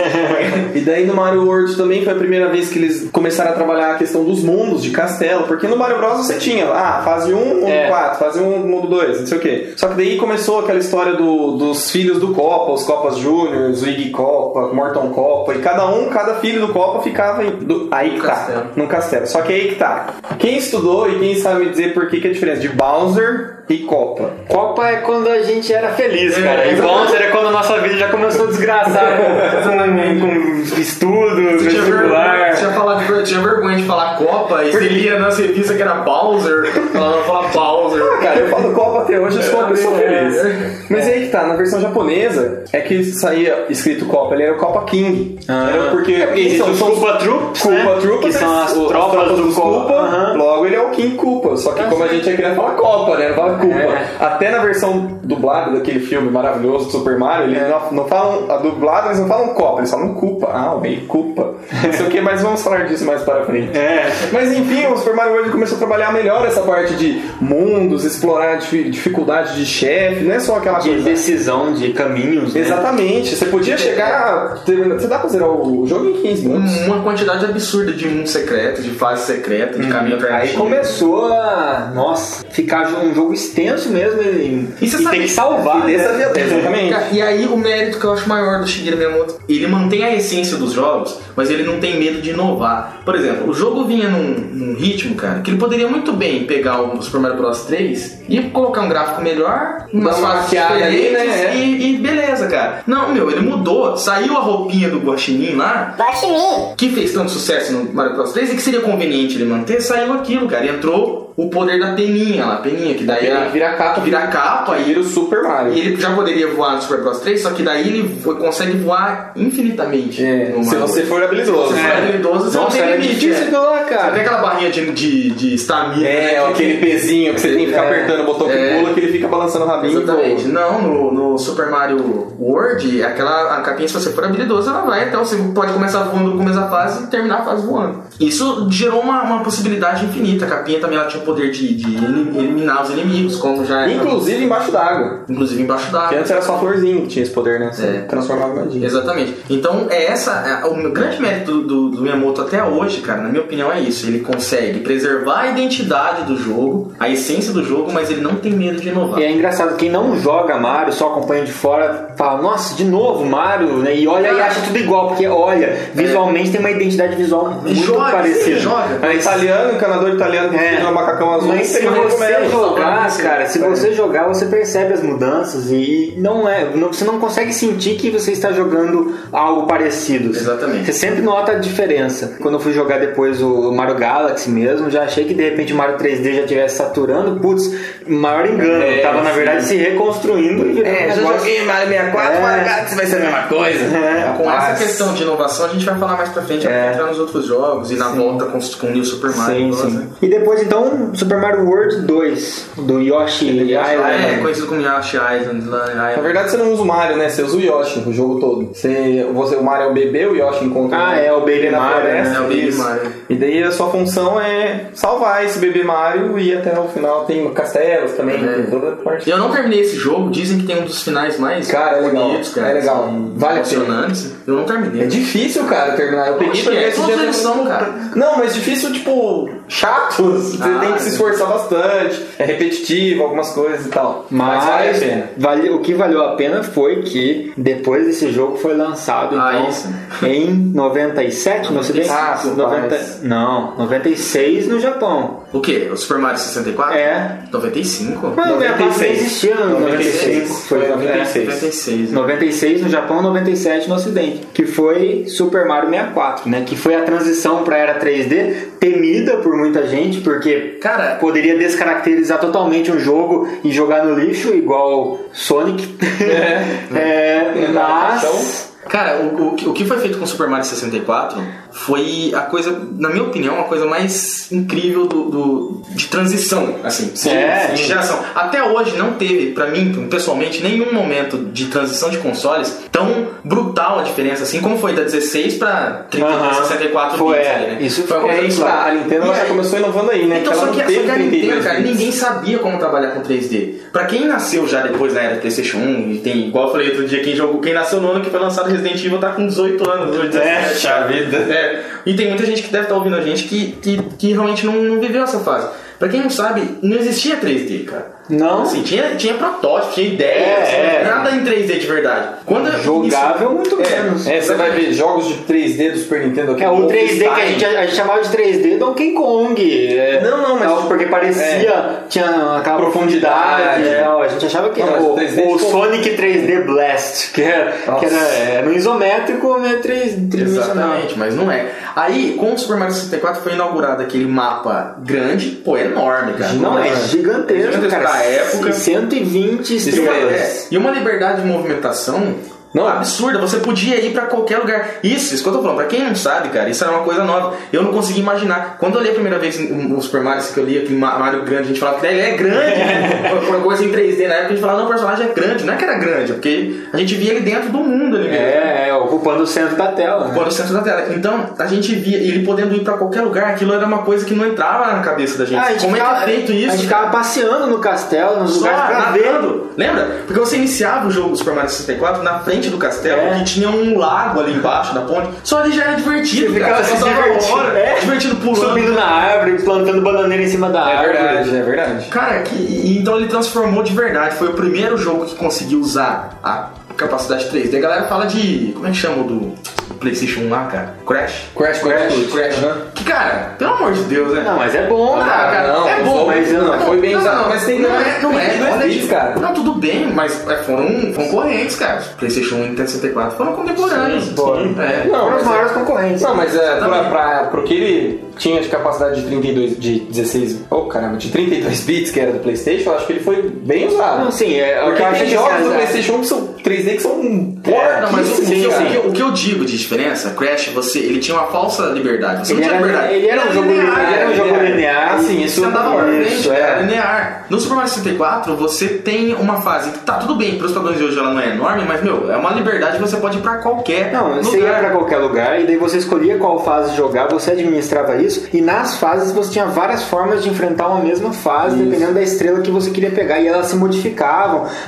Speaker 6: E daí no Mario World também foi a primeira vez que eles começaram a trabalhar a questão dos mundos de castelo, porque no Mario Bros você tinha, ah, fase 1, mundo
Speaker 4: É.
Speaker 6: 4, fase 1, mundo 2, não sei o quê. Só que daí começou aquela história do- dos filhos do Copa, os Copas Júnior, o Iggy Copa, Morton Copa, e cada um, cada filho do Copa ficava em- do- aí que
Speaker 2: castelo.
Speaker 6: tá, num castelo. Só que aí que tá. Quem estudou e quem sabe me dizer por que, que é a diferença de Bowser e Copa?
Speaker 4: Copa é quando a gente era feliz, cara. E Bowser é quando a nossa vida já começou a desgraçar com, com, com estudo,
Speaker 2: Tinha vergonha,
Speaker 4: vestibular.
Speaker 2: tinha, falado- tinha vergonha de falar Copa e você lia nas revistas que era Bowser, falava falar Bowser.
Speaker 6: Cara, eu falo Copa até hoje, eu sou uma pessoa
Speaker 2: é.
Speaker 6: feliz. Mas aí que tá, na versão japonesa é que saía escrito Copa, ele era o Copa King.
Speaker 4: Ah.
Speaker 6: Era porque
Speaker 4: Porque são os Koopa Troops, né?
Speaker 6: Koopa Troopas,
Speaker 4: que são as
Speaker 6: o-
Speaker 4: tropas do
Speaker 6: Koopa.
Speaker 4: Aham.
Speaker 6: Logo ele é o King Koopa. Só que como a gente ia querendo falar Copa, né? Não fala culpa.
Speaker 4: É.
Speaker 6: Até na versão dublada daquele filme maravilhoso do Super Mario,
Speaker 4: É.
Speaker 6: eles não, não falam, a dublada eles não falam copa, eles falam culpa. Ah, o meio culpa. Não sei o que, mas vamos falar disso mais para frente.
Speaker 4: É.
Speaker 6: Mas enfim, o Super Mario World começou a trabalhar melhor essa parte de mundos, explorar dif- dificuldade de chefe, não é só aquela
Speaker 4: De
Speaker 6: coisa.
Speaker 4: decisão, de caminhos. né?
Speaker 6: Exatamente, você podia chegar. termina- Você dá pra zerar o jogo em 15
Speaker 4: Hum.
Speaker 6: minutos.
Speaker 2: Uma quantidade absurda de mundo secreto, de fase secreta, de caminho alternativo.
Speaker 4: Aí começou a, nossa, ficar um jogo extenso mesmo e,
Speaker 2: E você
Speaker 4: e
Speaker 2: sabe-
Speaker 4: tem que salvar.
Speaker 6: E dessa
Speaker 2: é
Speaker 4: né?
Speaker 6: via- exatamente.
Speaker 2: Cara, E aí o mérito que eu acho maior do Shigeru Miyamoto, ele mantém a essência dos jogos, mas ele não tem medo de inovar. Por exemplo, o jogo vinha num, num ritmo, cara, que ele poderia muito bem pegar o Super Mario Bros 3 e colocar um gráfico melhor, umas
Speaker 6: uma
Speaker 2: fases
Speaker 6: maquiada ali,
Speaker 2: diferentes
Speaker 6: né? É.
Speaker 2: e, e beleza, cara. Não, meu, ele mudou, saiu a roupinha do Guaxinim lá,
Speaker 8: Guaxinim,
Speaker 2: que fez tanto sucesso no Mario Bros 3 e que seria conveniente ele manter, saiu aquilo, cara. E entrou o poder da peninha lá, a peninha, que daí
Speaker 6: Ele vira a capa,
Speaker 2: vira a capa e
Speaker 6: vira o Super Mario.
Speaker 2: e ele já poderia voar no Super Bros 3, só que daí ele vo- consegue voar infinitamente.
Speaker 6: É,
Speaker 2: no
Speaker 6: se
Speaker 2: Mario.
Speaker 6: você for
Speaker 2: Se
Speaker 6: habilidoso.
Speaker 2: você for
Speaker 6: né?
Speaker 2: habilidoso, você
Speaker 6: Nossa,
Speaker 2: não tem
Speaker 6: era
Speaker 2: limite,
Speaker 6: difícil
Speaker 2: é.
Speaker 6: de lá,
Speaker 2: Você tem
Speaker 6: cara.
Speaker 2: aquela barrinha de estamina, de, de estamina,
Speaker 6: É,
Speaker 2: né,
Speaker 6: aquele pezinho que você tem que ficar
Speaker 2: É.
Speaker 6: apertando o botão que
Speaker 2: É.
Speaker 6: pula, que tá ele fica balançando o rabinho.
Speaker 2: Exatamente. Não, no, no Super Mario World, aquela a capinha, se você for habilidoso, ela vai. Então você pode começar voando no começo da fase e terminar a fase voando. Isso gerou uma, uma possibilidade infinita. A capinha também ela tinha o poder de, de elim- eliminar os inimigos, como já era,
Speaker 6: né? Inclusive embaixo d'água.
Speaker 2: inclusive embaixo da
Speaker 6: Que antes era só a florzinha que tinha esse poder, né? Você
Speaker 2: É.
Speaker 6: transformava em magia.
Speaker 2: Exatamente. Então, é essa. é, o grande mérito do, do, do Miyamoto até hoje, cara, na minha opinião, é isso. Ele consegue preservar a identidade do jogo, a essência do jogo, mas ele não tem medo de inovar.
Speaker 4: E é engraçado, quem não joga Mario, só acompanha de fora, fala, nossa, de novo Mario, né? E olha e acha tudo igual, porque olha, visualmente tem uma identidade visual muito
Speaker 2: Joga,
Speaker 4: parecida.
Speaker 2: sim, joga.
Speaker 4: Mas,
Speaker 6: É. Italiano, encanador italiano que
Speaker 4: É.
Speaker 6: fica no macacão azul.
Speaker 4: mas
Speaker 6: não
Speaker 4: se
Speaker 6: tem mais como é.
Speaker 4: você jogar, cara, se você jogar, você percebe as mudanças e não é, não- você não consegue sentir que você está jogando algo parecido.
Speaker 2: Exatamente.
Speaker 4: Você sempre nota a diferença. Quando eu fui jogar depois o Mario Galaxy mesmo, já achei que de repente o Mario 3D já estivesse saturando. Putz, maior engano.
Speaker 6: É,
Speaker 4: Tava na
Speaker 6: sim.
Speaker 4: verdade se reconstruindo e virando
Speaker 2: É,
Speaker 4: um negócio-
Speaker 6: É, Mario 64,
Speaker 4: É.
Speaker 6: Mario Galaxy vai ser a mesma coisa.
Speaker 4: É.
Speaker 2: Com essa
Speaker 6: Mas-
Speaker 2: questão de inovação, a gente vai falar mais pra frente, vai entrar nos outros jogos e na volta com, com o New Super Mario.
Speaker 4: Sim,
Speaker 2: Bros,
Speaker 4: sim.
Speaker 2: né?
Speaker 4: E depois então Super Mario World 2 do Yoshi
Speaker 2: É,
Speaker 4: Island.
Speaker 2: conhecido como Yoshi Island.
Speaker 4: É
Speaker 2: lá-
Speaker 6: Na
Speaker 2: Island.
Speaker 6: verdade, você não usa o Mario, né? Você usa o Yoshi o jogo todo. Você, você, o Mario é o bebê, o Yoshi encontra
Speaker 4: Ah,
Speaker 6: ele
Speaker 4: é, o Baby
Speaker 6: na
Speaker 4: Mario,
Speaker 6: floresta,
Speaker 2: né? É, o Baby
Speaker 6: isso.
Speaker 2: Mario.
Speaker 6: E daí a sua função é salvar esse bebê Mario e ir até o final. Tem castelos também,
Speaker 2: É.
Speaker 6: tem toda a parte.
Speaker 2: E Eu não terminei esse jogo, dizem que tem um dos finais mais
Speaker 6: Cara, é legal.
Speaker 2: bonitos, cara.
Speaker 6: É legal.
Speaker 2: assim,
Speaker 6: Vale a pena.
Speaker 2: emocionantes. Eu não terminei.
Speaker 6: É difícil, cara, terminar. Eu peguei
Speaker 2: Acho
Speaker 6: pra
Speaker 2: que
Speaker 6: ver
Speaker 2: é.
Speaker 6: esse
Speaker 2: Todos
Speaker 6: dia.
Speaker 2: eles são, cara.
Speaker 6: Não, mas difícil, tipo, chato. Você
Speaker 2: Ah,
Speaker 6: tem que se
Speaker 2: é.
Speaker 6: esforçar bastante. É repetitivo, algumas coisas e tal.
Speaker 4: Mas,
Speaker 6: vale a pena.
Speaker 4: vale- o que valeu a pena foi que depois desse jogo foi lançado
Speaker 2: Ah,
Speaker 4: então,
Speaker 2: isso.
Speaker 4: em 97 no ocidente.
Speaker 6: Ah, rapaz.
Speaker 4: 90, não, 96 no Japão.
Speaker 2: O quê? O Super Mario
Speaker 6: Ah,
Speaker 2: 64?
Speaker 4: É.
Speaker 2: 95?
Speaker 4: Mas
Speaker 6: é,
Speaker 4: o Japão não é
Speaker 6: 96.
Speaker 4: existia no 95.
Speaker 6: Foi 96.
Speaker 2: 96.
Speaker 4: 96 no Japão, 97 no Ocidente, que foi Super Mario 64, né? Que foi a transição para era 3D temida por muita gente, porque
Speaker 2: Cara,
Speaker 4: poderia descaracterizar totalmente um jogo e jogar no lixo igual Sonic. É,
Speaker 2: Então,
Speaker 4: mas
Speaker 2: cara o, o, que- o que foi feito com o Super Mario 64 foi a coisa, na minha opinião, a coisa mais incrível do, do- de transição, assim,
Speaker 4: É,
Speaker 2: de
Speaker 4: sim.
Speaker 2: geração. Até hoje não teve, pra mim, pessoalmente, nenhum momento de transição de consoles tão brutal a diferença, assim, como foi da 16 pra 30,
Speaker 4: Aham.
Speaker 2: 64
Speaker 4: Foi,
Speaker 2: bits.
Speaker 4: é.
Speaker 2: ali, né?
Speaker 4: Isso
Speaker 2: foi uma
Speaker 4: ficou
Speaker 2: coisa
Speaker 6: É,
Speaker 4: bem
Speaker 6: isso,
Speaker 2: absurda.
Speaker 6: a Nintendo
Speaker 2: tá. E
Speaker 6: ela já
Speaker 2: aí-
Speaker 6: começou inovando aí, né?
Speaker 2: Então,
Speaker 6: que
Speaker 2: só
Speaker 6: ela
Speaker 2: que,
Speaker 6: não
Speaker 2: só que
Speaker 6: teve
Speaker 4: um
Speaker 2: a
Speaker 6: 32
Speaker 2: Nintendo, cara,
Speaker 6: bits.
Speaker 2: ninguém sabia como trabalhar com 3D. Pra quem nasceu já depois na era PlayStation 1, e tem, igual eu falei outro dia, quem jogou, quem nasceu no ano que foi lançado Resident Evil tá com 18 anos, 17.
Speaker 6: Poxa vida.
Speaker 2: É. E tem muita gente que deve estar ouvindo a gente que, que, que realmente não, não viveu essa fase. Pra quem não sabe, não existia 3D, cara.
Speaker 4: não
Speaker 2: Assim, tinha, tinha protótipo, tinha ideia,
Speaker 4: É,
Speaker 2: assim,
Speaker 4: é.
Speaker 2: nada em 3D de verdade. Quando
Speaker 4: jogável muito
Speaker 2: É,
Speaker 4: menos.
Speaker 6: É, você vai ver jogos de 3D do Super Nintendo aqui.
Speaker 4: É, o 3D que a
Speaker 6: Wolfenstein.
Speaker 4: gente, a gente chamava de 3D Donkey Kong. é,
Speaker 6: Não, não, mas-
Speaker 4: tal, Porque parecia,
Speaker 2: é.
Speaker 4: tinha aquela
Speaker 6: Profundidade.
Speaker 4: profundidade. é, ó, a gente achava que
Speaker 6: Não,
Speaker 4: era
Speaker 6: mas
Speaker 4: o,
Speaker 6: 3D
Speaker 4: o
Speaker 6: de como?
Speaker 4: Sonic 3D Blast, que era,
Speaker 6: Nossa.
Speaker 4: que era, era um isométrico, né, três- tridimensional.
Speaker 2: Exatamente, mas não é. Aí, com o Super Mario 64 foi inaugurado aquele mapa grande, pô, é enorme, cara.
Speaker 4: Não, é
Speaker 2: É
Speaker 4: gigantesco,
Speaker 2: gigantesco
Speaker 4: cara.
Speaker 2: pra época.
Speaker 4: 120
Speaker 2: E uma-
Speaker 4: estrelas.
Speaker 2: é, E uma liberdade de movimentação
Speaker 6: Não.
Speaker 2: absurda. Você podia ir pra qualquer lugar. Isso, isso que eu tô falando. Pra quem não sabe, cara, isso era uma coisa nova. Eu não conseguia imaginar. Quando eu li a primeira vez o o Super Mario, assim, que eu li aqui, Ma- Mario grande, a gente falava que ele é grande. né? coisa em 3D na época, a gente falava, não, o personagem é grande. Não é que era grande, porque a gente via ele dentro do mundo ali mesmo.
Speaker 4: É, é, ocupando o centro da tela. né.
Speaker 2: Pô, no centro da tela. Então, a gente via ele podendo ir pra qualquer lugar, aquilo era uma coisa que não entrava na cabeça da gente.
Speaker 4: Ah, a gente
Speaker 2: Como
Speaker 4: ficava-
Speaker 2: é que é feito isso?
Speaker 4: A gente ficava passeando no castelo, nos
Speaker 2: Só
Speaker 4: lugares pra ver.
Speaker 2: nadando. Lembra? Porque você iniciava o jogo do Super Mario 64 na frente do castelo,
Speaker 4: É.
Speaker 2: que tinha um lago ali embaixo da ponte. Só ali já era divertido,
Speaker 4: Você
Speaker 2: cara.
Speaker 4: ficava
Speaker 2: Você
Speaker 4: se
Speaker 2: passava uma
Speaker 4: divertindo.
Speaker 2: hora,
Speaker 4: É.
Speaker 2: divertido pulando.
Speaker 4: Subindo na árvore, plantando bananeira em cima da
Speaker 6: É
Speaker 4: árvore.
Speaker 6: verdade, é verdade.
Speaker 2: Cara, que- e- então ele transformou de verdade. Foi o primeiro jogo que conseguiu usar a capacidade 3D. A galera fala de... Como é que chama o do Playstation 1 lá, cara? Crash?
Speaker 6: Crash, Crash,
Speaker 2: Crash.
Speaker 6: Aham.
Speaker 2: Que, cara, pelo amor de Deus, né?
Speaker 4: Não, mas é bom,
Speaker 2: Ah, cara,
Speaker 6: não,
Speaker 2: é
Speaker 6: não
Speaker 2: bom,
Speaker 6: foi, mas não,
Speaker 2: é bom.
Speaker 6: foi bem usado, mas tem-
Speaker 2: não é, não
Speaker 6: tem
Speaker 2: é,
Speaker 6: dois
Speaker 2: olha
Speaker 6: bits,
Speaker 2: isso.
Speaker 6: cara.
Speaker 2: Não, tudo bem, mas é, foram concorrentes, cara. PlayStation 1 e Nintendo 64 foram contemporâneos.
Speaker 6: foram.
Speaker 2: É.
Speaker 6: Não,
Speaker 4: Foram
Speaker 6: mas
Speaker 4: as
Speaker 6: é-
Speaker 4: um maiores concorrentes.
Speaker 6: Não, mas é, pra, pra, pro que ele tinha de capacidade de 32, de 16, oh caramba, de 32 bits que era do Playstation, eu acho que ele foi bem usado.
Speaker 4: Não, sim, é, o que
Speaker 6: Porque
Speaker 4: eu acho
Speaker 6: tem
Speaker 4: que
Speaker 6: jogos do
Speaker 4: é-
Speaker 6: Playstation 1 que são 3D que são um
Speaker 2: É, não, mas o,
Speaker 6: porquíssimo,
Speaker 2: o que, eu-
Speaker 6: cara.
Speaker 2: o que eu- o que eu digo de diferença, Crash, você, ele tinha uma falsa liberdade. Você
Speaker 4: Ele
Speaker 2: não tinha
Speaker 4: era,
Speaker 2: liberdade.
Speaker 4: ele era um jogo linear, ele era um jogo linear.
Speaker 2: Assim,
Speaker 4: isso,
Speaker 2: isso andava pra frente,
Speaker 4: isso,
Speaker 2: cara,
Speaker 4: é.
Speaker 2: linear. No Super Mario 64, você tem uma fase que tá tudo bem, pros padrões de hoje ela não é enorme, mas, meu, é uma liberdade, você pode ir pra qualquer
Speaker 4: Não,
Speaker 2: lugar.
Speaker 4: você ia pra qualquer lugar e daí você escolhia qual fase jogar, você administrava isso e nas fases você tinha várias formas de enfrentar uma mesma fase, dependendo da estrela que você queria pegar e elas se
Speaker 2: O
Speaker 4: modificavam.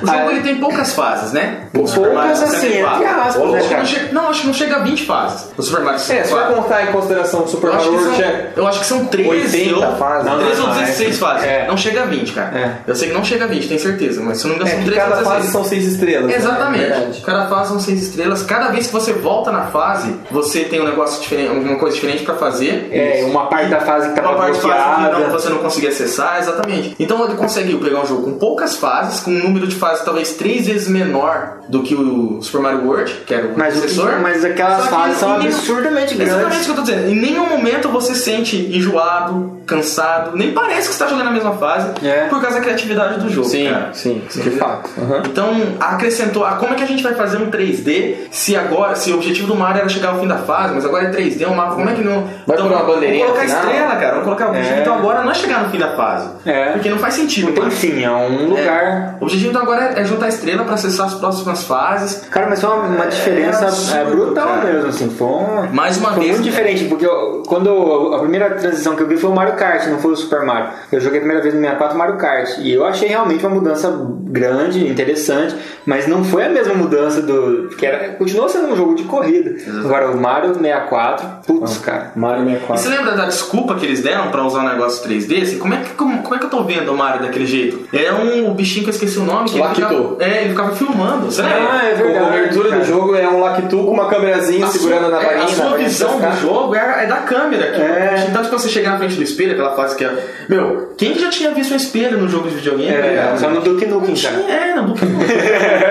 Speaker 2: jogo é
Speaker 4: Ah,
Speaker 2: ele tem poucas fases, né? O
Speaker 4: Poucas,
Speaker 2: Super Mario
Speaker 4: assim,
Speaker 2: 64.
Speaker 4: entre aspas,
Speaker 2: Ou
Speaker 4: né,
Speaker 2: acho que
Speaker 4: cara?
Speaker 2: não, chega- não, acho que não chega a 20 fases. O Super Mario
Speaker 6: É, se for
Speaker 2: 64.
Speaker 6: contar em consideração o Super
Speaker 2: eu, acho
Speaker 6: Mario
Speaker 2: que
Speaker 6: World,
Speaker 2: são,
Speaker 6: tinha-
Speaker 2: eu acho que são 13
Speaker 6: 80
Speaker 2: ou,
Speaker 6: fases. Não,
Speaker 2: 13
Speaker 4: não,
Speaker 2: ou
Speaker 4: não,
Speaker 2: 16 fases.
Speaker 4: é.
Speaker 2: Não chega a 20, cara.
Speaker 4: É.
Speaker 2: Eu sei que não chega a 20, tenho certeza, mas se eu não me engano
Speaker 6: é
Speaker 2: são
Speaker 6: que
Speaker 2: 13 ou
Speaker 6: cada
Speaker 2: 16.
Speaker 6: fase são 6 estrelas. né? É
Speaker 2: Exatamente.
Speaker 6: verdade.
Speaker 2: Cada fase são seis estrelas. Cada vez que você volta na fase, você tem um negócio diferente, alguma coisa diferente pra fazer.
Speaker 4: é, uma parte da fase que
Speaker 2: Uma
Speaker 4: tava
Speaker 2: parte fácil que um não,
Speaker 4: bloqueada.
Speaker 2: você não conseguia acessar, exatamente. Então ele conseguiu pegar um jogo com poucas fases, com um número de fases talvez três vezes menor do que o Super Mario World, que era o
Speaker 4: Mas, o que,
Speaker 2: um sucessor.
Speaker 4: mas aquelas
Speaker 2: Só que
Speaker 4: fases são
Speaker 2: em nenhum-
Speaker 4: absurdamente
Speaker 2: Exatamente
Speaker 4: grandes.
Speaker 2: é isso que eu tô dizendo. Em nenhum momento você sente enjoado, cansado, nem parece que você tá jogando a mesma fase
Speaker 4: É.
Speaker 2: por causa da criatividade do jogo. cara.
Speaker 6: Sim, sim, é. de fato. Aham.
Speaker 2: Então acrescentou, ah, como é que a gente vai fazer um 3D se agora, se o objetivo do Mario era chegar ao fim da fase, mas agora é 3D, um mapa, como é que não.
Speaker 6: Vai pôr uma bandeirinha
Speaker 2: Vamos colocar
Speaker 6: no final?
Speaker 2: estrela, cara, vamos colocar o objetivo
Speaker 4: É.
Speaker 2: então agora não é chegar no fim da fase.
Speaker 4: É.
Speaker 2: Porque não faz sentido.
Speaker 6: Tipo,
Speaker 4: Não tem
Speaker 2: cara.
Speaker 4: fim, é um
Speaker 2: É.
Speaker 4: lugar.
Speaker 2: O objetivo então agora é é juntar estrela pra acessar as próximas fases.
Speaker 4: Cara, mas foi uma, uma diferença
Speaker 2: É absurdo,
Speaker 4: é, brutal
Speaker 2: cara.
Speaker 4: mesmo, assim. Foi uma,
Speaker 2: Mais uma
Speaker 4: foi
Speaker 2: vez,
Speaker 4: muito
Speaker 2: né?
Speaker 4: diferente, porque eu- quando eu- a primeira transição que eu vi foi o Mario Kart, não foi o Super Mario. Eu joguei a primeira vez no 64 Mario Kart. E eu achei realmente uma mudança grande, interessante, mas não foi a mesma mudança do. Porque era, continuou sendo um jogo de corrida. Agora, o Mario 64, putz, cara.
Speaker 6: Mario
Speaker 2: E você
Speaker 6: 64.
Speaker 2: lembra da desculpa que eles deram pra usar o negócio 3D? Assim, como, é que, como, como é que eu tô vendo o Mario daquele jeito? É um bichinho que eu esqueci o nome. Que ele
Speaker 6: Lakitu.
Speaker 2: ficava, é, ele ficava filmando. Você lembra?
Speaker 4: Ah, é
Speaker 6: A cobertura
Speaker 4: cara.
Speaker 6: do jogo é um Lactu com uma câmerazinha Tá segurando
Speaker 2: sua-
Speaker 6: na
Speaker 2: é,
Speaker 6: varinha.
Speaker 2: A sua
Speaker 6: na varinha
Speaker 2: visão do
Speaker 6: pescar.
Speaker 2: jogo é, é da câmera. Que,
Speaker 4: É.
Speaker 2: Tanto que você chegar na frente do espelho, aquela fase que é. Meu, quem que já tinha visto um espelho no jogo de videogame?
Speaker 4: É,
Speaker 2: cara?
Speaker 4: só no Duke Nukem, cara.
Speaker 2: É, não.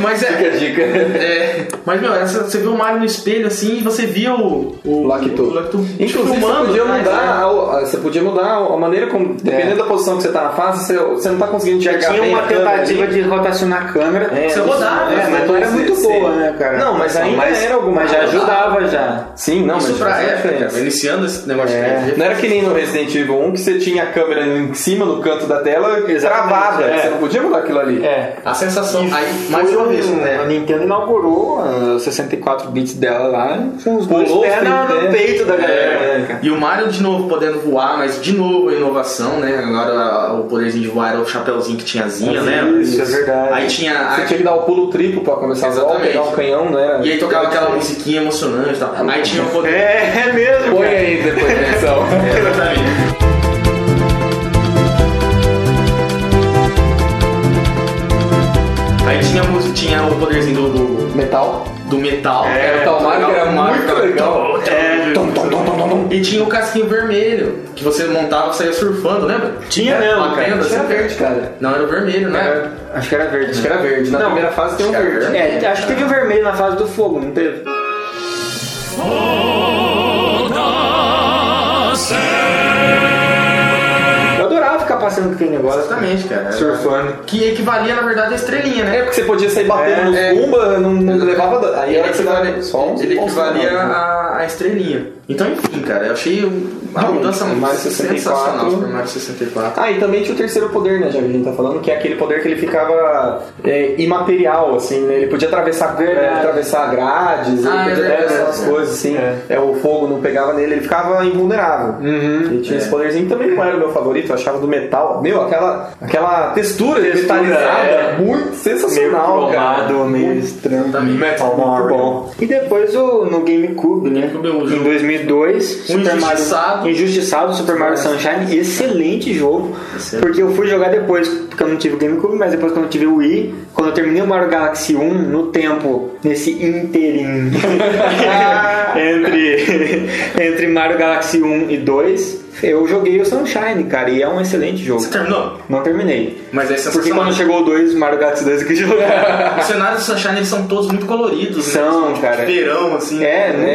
Speaker 2: Mas é.
Speaker 6: Fica a dica.
Speaker 2: É, mas meu, essa- você viu o Mario no espelho assim e você via o. O
Speaker 6: Lacto.
Speaker 2: o Lacto
Speaker 6: Inclusive, você
Speaker 2: filmando
Speaker 6: podia,
Speaker 2: atrás,
Speaker 6: mudar
Speaker 2: né?
Speaker 6: a, você podia mudar a maneira como, dependendo da posição que você tá na fase, você, você não tá conseguindo
Speaker 4: Já
Speaker 6: enxergar
Speaker 4: tinha
Speaker 6: bem
Speaker 4: uma
Speaker 6: a câmera
Speaker 4: tentativa
Speaker 6: ali.
Speaker 4: de rotacionar a câmera.
Speaker 6: É,
Speaker 2: Você rodava,
Speaker 4: É,
Speaker 2: né?
Speaker 4: mas não era
Speaker 6: Você-
Speaker 4: muito
Speaker 6: você-
Speaker 4: boa, né, cara?
Speaker 6: Não, mas ainda era alguma
Speaker 4: Mas já
Speaker 6: coisa.
Speaker 4: ajudava, já.
Speaker 6: Sim, não,
Speaker 2: Isso
Speaker 6: mas é
Speaker 2: pra
Speaker 6: faz
Speaker 2: época,
Speaker 6: diferença.
Speaker 2: cara, iniciando esse negócio de
Speaker 6: É, Não era que nem no Resident Evil 1 que você tinha a câmera em cima no canto da tela travada.
Speaker 4: é.
Speaker 6: Você não podia mudar aquilo ali.
Speaker 4: É.
Speaker 2: A sensação. Aí, mais
Speaker 4: Foi
Speaker 2: uma
Speaker 4: um-
Speaker 2: vez, né?
Speaker 4: A Nintendo inaugurou ah, os 64 bits dela lá. Com os
Speaker 6: Pulou
Speaker 4: dois
Speaker 6: os
Speaker 4: pés né? na- no
Speaker 6: 30.
Speaker 4: peito da galera. né,
Speaker 2: É,
Speaker 4: cara?
Speaker 2: e o Mario de novo podendo voar, mas de novo a inovação, né? Agora o poderzinho de voar era o chapéuzinho que tinha zinha, né?
Speaker 4: Isso, é verdade.
Speaker 2: Aí tinha. a-
Speaker 6: Você tinha que dar o pulo triplo pra começar a
Speaker 2: Exatamente.
Speaker 6: volta, pegar o canhão, né?
Speaker 2: E aí tocava aquela musiquinha emocionante e tal. Aí tinha o poder.
Speaker 4: É, é mesmo.
Speaker 6: Põe
Speaker 4: cara.
Speaker 6: aí depois né? É. da edição.
Speaker 2: Exatamente. Aí tinha, a música- tinha o poderzinho do, do,
Speaker 6: Metal.
Speaker 2: do metal.
Speaker 6: É, Metal Mario que era
Speaker 2: o Mario
Speaker 6: muito
Speaker 2: ficava-
Speaker 6: legal.
Speaker 2: É.
Speaker 6: Tom, tom, tom, tom, tom, tom.
Speaker 2: E tinha o casquinho vermelho, que você montava e saía surfando, lembra?
Speaker 4: Tinha
Speaker 2: Era
Speaker 4: mesmo,
Speaker 2: uma
Speaker 4: cara.
Speaker 2: tenda,
Speaker 6: Acho que era
Speaker 2: assim.
Speaker 6: verde, cara.
Speaker 2: Não, era o vermelho, né? não era?
Speaker 4: Acho que era verde.
Speaker 6: Acho
Speaker 4: né?
Speaker 6: que era verde. Na
Speaker 4: Não.
Speaker 6: primeira fase tem um
Speaker 2: Acho que era
Speaker 6: verde.
Speaker 4: É, acho que teve o vermelho na fase do fogo, não teve? Eu adorava ficar passando com aquele negócio.
Speaker 6: Tá.
Speaker 2: Exatamente, cara. Era-
Speaker 4: Surfando.
Speaker 2: Que equivalia, na verdade, à estrelinha, né?
Speaker 6: É porque você podia sair batendo
Speaker 4: É.
Speaker 6: no cumba, não, não levava. dano. Aí
Speaker 2: Ele
Speaker 6: era que você dava
Speaker 2: equivalia,
Speaker 6: só um.
Speaker 2: ele equivalia à, à estrelinha. né? Então, enfim, cara, eu achei um- uma
Speaker 6: Realmente,
Speaker 2: mudança
Speaker 6: Super Mario 64.
Speaker 2: sensacional Super Mario 64.
Speaker 6: Ah, e também tinha o terceiro poder, né, já que a gente tá falando, que é aquele poder que ele ficava é, imaterial, assim, né? Ele podia atravessar, é, atravessar grades,
Speaker 2: Ah,
Speaker 6: ele podia
Speaker 2: é verdade,
Speaker 6: atravessar as
Speaker 2: é.
Speaker 6: coisas, assim.
Speaker 4: É.
Speaker 6: É. o fogo não pegava nele, ele ficava invulnerável. E tinha esse poderzinho que também não era o meu favorito, eu achava do metal. Meu, aquela, aquela textura,
Speaker 4: Textura,
Speaker 6: metalizada,
Speaker 4: é.
Speaker 6: muito
Speaker 4: meio
Speaker 6: sensacional, cara.
Speaker 4: cromado, meio estranho.
Speaker 2: Também.
Speaker 4: Metal Mario. Muito bom. E depois o, no GameCube, né?
Speaker 2: GameCube eu uso.
Speaker 4: Em 2002,
Speaker 2: O Injustiçado.
Speaker 4: Mario, Injustiçado, Super Mario Sunshine, excelente jogo.
Speaker 2: Excelente.
Speaker 4: Porque eu fui jogar depois, porque eu não tive o GameCube, mas depois quando eu tive o Wii, quando eu terminei o Mario Galaxy 1, no tempo, nesse inteirinho, entre, entre Mario Galaxy 1 e 2, eu joguei o Sunshine, cara, e é um excelente jogo.
Speaker 2: Você terminou?
Speaker 4: Não terminei.
Speaker 2: Mas é
Speaker 4: Porque
Speaker 2: sensacional.
Speaker 4: quando chegou o 2, Mario Galaxy 2 eu quis jogar.
Speaker 2: Os cenários do Sunshine eles são todos muito coloridos, né?
Speaker 4: São,
Speaker 2: Tipo,
Speaker 4: cara.
Speaker 2: Verão, assim.
Speaker 4: É,
Speaker 6: É,
Speaker 4: né?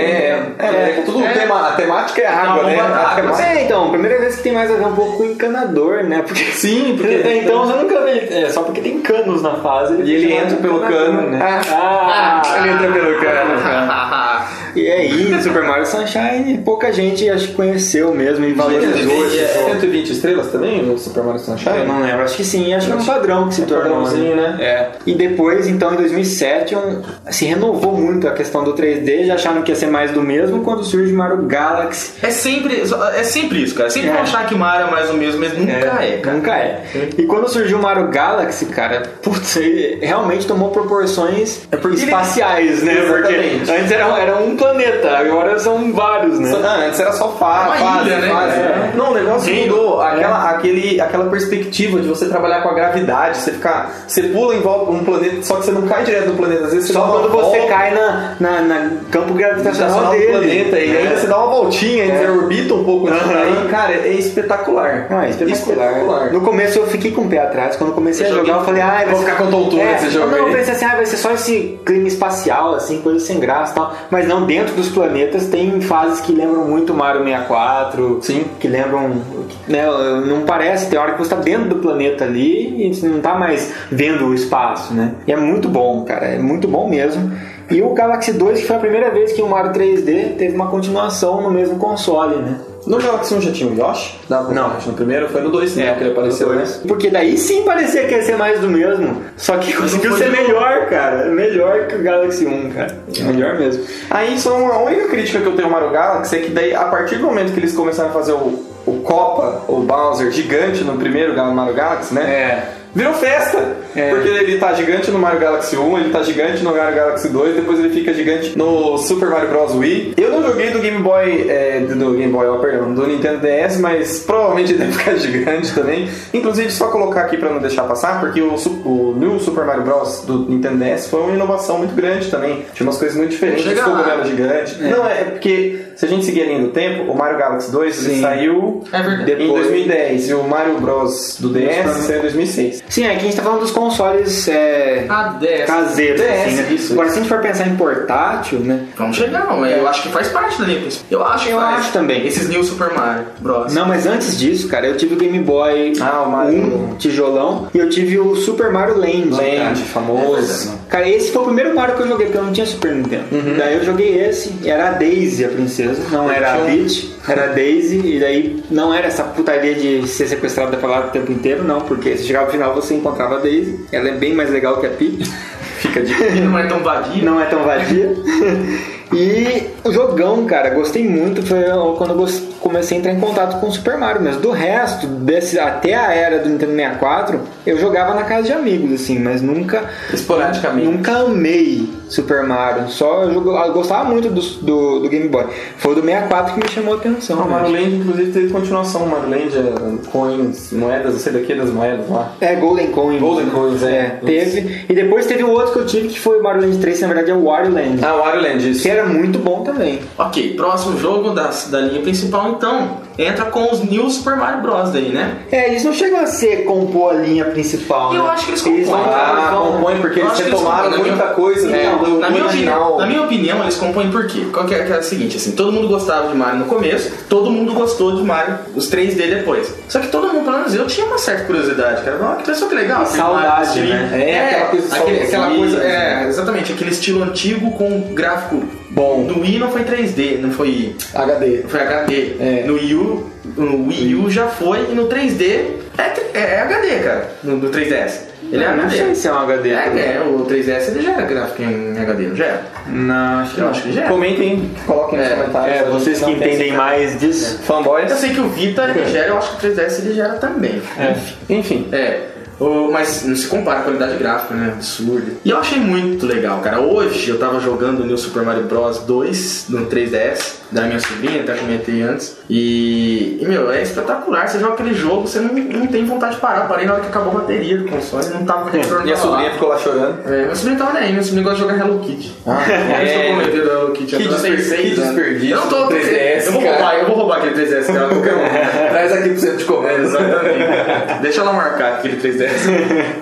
Speaker 6: é, é, tudo
Speaker 2: É.
Speaker 6: tema- a temática é
Speaker 2: uma
Speaker 6: água, né?
Speaker 2: bomba
Speaker 6: A
Speaker 2: d'água,
Speaker 6: temática-
Speaker 4: É, então, primeira vez que tem mais a ver um pouco com encanador, né? Porque
Speaker 6: Sim, porque
Speaker 4: Até então você nunca vê. É, só porque tem canos na fase.
Speaker 6: E ele entra pelo cano, né?
Speaker 4: Ah, ele entra pelo cano. cara. E aí, Super Mario Sunshine, pouca gente acho que conheceu mesmo e valorizou esse
Speaker 6: É
Speaker 4: jogo.
Speaker 6: 120 estrelas também, o Super Mario Sunshine?
Speaker 4: Eu não lembro, acho que sim, acho que é um padrão que se tornou.
Speaker 6: padrãozinho, né?
Speaker 4: É. E depois, então, em 2007, um- se renovou muito a questão do 3D, já acharam que ia ser mais do mesmo quando surge Mario Galaxy.
Speaker 2: É sempre, é sempre isso, cara. Sempre
Speaker 4: É.
Speaker 2: vão achar que Mario é mais o mesmo, mas nunca é, cara.
Speaker 4: Nunca é. E quando surgiu o Mario Galaxy, cara, putz, ele realmente tomou proporções espaciais, né?
Speaker 6: Exatamente.
Speaker 4: Porque antes era, era um planeta, agora são vários, né?
Speaker 6: Ah, antes era só
Speaker 2: Uma
Speaker 6: fase, fase,
Speaker 2: ilha, né?
Speaker 6: fase.
Speaker 2: É.
Speaker 6: Não, o negócio
Speaker 2: Sim.
Speaker 6: mudou.
Speaker 4: É.
Speaker 6: Aquela, aquele, aquela perspectiva de você trabalhar com a gravidade, você ficar. Você pula em volta um planeta, só que você não cai direto no planeta. Às vezes você
Speaker 4: Só
Speaker 6: dá um uma
Speaker 4: quando você
Speaker 6: volta
Speaker 4: cai na, na, na campo
Speaker 6: estacional
Speaker 4: gravitacional
Speaker 6: do
Speaker 4: dele.
Speaker 6: um planeta e
Speaker 4: né?
Speaker 6: ainda você dá uma voltinha, ainda você orbita um pouco antes de
Speaker 4: Aham.
Speaker 6: cair. Cara, é espetacular.
Speaker 4: Ah, é espetacular.
Speaker 6: Espetacular.
Speaker 4: No começo eu fiquei com o pé atrás, quando eu comecei
Speaker 2: Eu
Speaker 4: a jogar
Speaker 2: joguei-
Speaker 4: eu falei, ah, vai
Speaker 6: Vou
Speaker 4: ser-
Speaker 6: ficar com tontura
Speaker 4: é,
Speaker 6: nesse
Speaker 4: eu
Speaker 6: jogo
Speaker 4: Não,
Speaker 6: aí.
Speaker 4: eu pensei assim, ah, vai ser só esse clima espacial, assim, coisa sem graça e tal. Mas não, dentro dos planetas tem fases que lembram muito Mario 64.
Speaker 6: Sim.
Speaker 4: Que lembram. Né, não parece, tem hora que você tá dentro do planeta ali e você não tá mais vendo o espaço, né? E é muito bom, cara, é muito bom mesmo. E o Galaxy 2, que foi a primeira vez que o Mario 3D teve uma continuação no mesmo console, né?
Speaker 6: No Galaxy 1 já tinha o Yoshi? Dava
Speaker 4: Não. É,
Speaker 6: No primeiro foi no 2, né? que ele apareceu, né?
Speaker 4: Porque daí sim parecia que ia ser mais do mesmo. Só que conseguiu
Speaker 6: foi
Speaker 4: ser
Speaker 6: de-
Speaker 4: melhor, cara. Melhor que o Galaxy 1, cara.
Speaker 6: É.
Speaker 4: Melhor mesmo.
Speaker 6: Aí só uma- a única crítica que eu tenho ao Mario Galaxy é que daí, a partir do momento que eles começaram a fazer o, o Copa, o Bowser gigante no primeiro Ga- Mario Galaxy, né?
Speaker 4: É.
Speaker 6: Virou festa!
Speaker 4: É.
Speaker 6: Porque ele tá gigante no Mario Galaxy 1, ele tá gigante no Mario Galaxy 2, depois ele fica gigante no Super Mario Bros. Wii. Eu não joguei do Game Boy, é, do- do Game Boy, ó, perdão, do Nintendo DS, mas provavelmente ele deve ficar gigante também. Inclusive, só colocar aqui pra não deixar passar, porque o, su- o New Super Mario Bros. do Nintendo DS foi uma inovação muito grande também. Tinha umas coisas muito diferentes,
Speaker 2: Chega lá.
Speaker 6: cogumelo gigante. Não, é porque se a gente seguir a linha do tempo, o Mario Galaxy 2 ele
Speaker 4: Sim.
Speaker 6: saiu
Speaker 2: É verdade.
Speaker 6: em
Speaker 4: Depois-
Speaker 6: 2010 e o Mario Bros. do é DS saiu em 2006.
Speaker 4: Sim, aqui a gente tá falando dos consoles é,
Speaker 2: A 10.
Speaker 4: caseiros,
Speaker 6: DS,
Speaker 4: assim, né?
Speaker 6: É, isso,
Speaker 4: Agora, se a gente for pensar em portátil, né?
Speaker 2: Vamos chegar, não. é, Eu acho que faz parte da linha principal. Eu acho que
Speaker 4: Eu
Speaker 2: faz.
Speaker 4: acho também.
Speaker 2: Esses New Super Mario Bros.
Speaker 4: Não, mas antes disso, cara, eu tive o Game Boy
Speaker 6: Ah, o Mario.
Speaker 4: 1, tijolão, e eu tive o Super Mario Land. cara.
Speaker 6: Land,
Speaker 4: é
Speaker 6: famoso.
Speaker 4: Cara, esse foi o primeiro Mario que eu joguei, porque eu não tinha Super Nintendo.
Speaker 6: Uhum.
Speaker 4: Daí eu joguei esse, e era a Daisy a princesa, não era a
Speaker 6: Tinha um-
Speaker 4: Peach, era a Daisy, e daí não era essa putaria de ser sequestrada pela lata o tempo inteiro, não, porque se chegava no final você encontrava a Daisy, ela é bem mais legal que a Peach, fica de
Speaker 2: Ele não é tão vadio.
Speaker 4: não é tão vadia. E o jogão, cara, gostei muito. Foi quando eu gos- comecei a entrar em contato com o Super Mario mesmo. Do resto, desse, até a era do Nintendo 64, eu jogava na casa de amigos, assim, mas nunca.
Speaker 6: Esporadicamente.
Speaker 4: Nunca amei Super Mario. Só eu, jogo- eu gostava muito do, do, do Game Boy. Foi o do 64 que me chamou a atenção.
Speaker 6: O
Speaker 4: né?
Speaker 6: Mario Land, inclusive, teve continuação. O Mario Land é coins, moedas, não sei daqui das moedas lá.
Speaker 4: É, Golden Coin.
Speaker 6: Golden Coins, é.
Speaker 4: Teve. E depois teve o outro que eu tive, que foi o Mario Land 3, que na verdade é o Wario Land.
Speaker 6: Ah, o Mario Land, isso.
Speaker 4: Que era muito bom também.
Speaker 2: Ok, próximo jogo da, da linha principal então. entra com os New Super Mario Bros. daí, né?
Speaker 4: É, eles não chegam a ser compor a linha principal.
Speaker 2: Eu
Speaker 4: né?
Speaker 2: acho que eles
Speaker 4: vão-
Speaker 2: compõem, cara.
Speaker 6: Ah, compõe porque
Speaker 2: Eu
Speaker 6: eles
Speaker 2: acho que eles
Speaker 6: retomaram
Speaker 2: compõem, na
Speaker 6: muita
Speaker 2: minha-
Speaker 6: coisa né?
Speaker 2: É,
Speaker 6: do, do
Speaker 2: na, minha opinião,
Speaker 6: original.
Speaker 2: na minha opinião, eles compõem por quê? Qual que é, que é o seguinte, assim, todo mundo gostava de Mario no começo, todo mundo gostou de Mario, os 3D depois. Só que todo mundo, pelo menos eu, tinha uma certa curiosidade, cara. Olha, que só que legal. aquele
Speaker 4: Saudade,
Speaker 2: Mario construído.
Speaker 4: né?
Speaker 2: É,
Speaker 6: É, aquela coisa só
Speaker 2: aquele-
Speaker 6: os
Speaker 2: aquela
Speaker 6: Wiis,
Speaker 2: coisa, é,
Speaker 6: né?
Speaker 2: exatamente, aquele estilo antigo com gráfico
Speaker 6: Bom.
Speaker 2: No Wii não foi 3D, não foi,
Speaker 6: HD.
Speaker 2: foi HD.
Speaker 6: É.
Speaker 2: No Wii U, no Wii U já foi, e no 3D é, tri- é, é HD, cara, no, no 3DS. Ele é
Speaker 4: Eu não
Speaker 2: HD.
Speaker 4: sei se é um HD.
Speaker 2: É, é, o 3DS ele já era gráfico em HD, não já era?
Speaker 4: Não, acho que
Speaker 2: Eu
Speaker 4: não.
Speaker 2: acho que já
Speaker 6: é.
Speaker 2: é. era.
Speaker 6: Comentem, coloquem nos
Speaker 2: É,
Speaker 6: comentários.
Speaker 4: É, vocês que
Speaker 6: Não tem
Speaker 4: entendem
Speaker 6: essa-
Speaker 4: mais disso.
Speaker 6: Fanboys.
Speaker 2: Eu sei que o Vita ele gera, eu acho que o 3DS ele gera também.
Speaker 6: Enfim.
Speaker 2: É. o- mas não se compara a qualidade gráfica, né? Absurda. E eu achei muito legal, cara. Hoje eu tava jogando o New Super Mario Bros 2 no 3DS, da minha sobrinha, até comentei antes. E, e, meu, é espetacular. Você joga aquele jogo, você não, não tem vontade de parar. Parei na hora que acabou a bateria do console, não tava com o retorno
Speaker 6: E a
Speaker 2: pra
Speaker 6: sobrinha
Speaker 2: lá.
Speaker 6: ficou lá chorando.
Speaker 2: É, meu sobrinho tava nem, aí, meu sobrinho gosta de jogar Hello Kitty. Ah, é, eu estou cometendo Hello Kitty.
Speaker 6: Que
Speaker 2: eu tô
Speaker 6: desper-
Speaker 2: seis
Speaker 6: que
Speaker 2: anos.
Speaker 6: desperdício
Speaker 2: Eu não tô
Speaker 6: do 3DS,
Speaker 2: Eu vou
Speaker 6: cara.
Speaker 2: roubar, eu vou roubar aquele 3DS dela, qualquer um.
Speaker 6: Traz aqui pra você de comer.
Speaker 2: Exatamente. Deixa ela marcar aquele 3DS.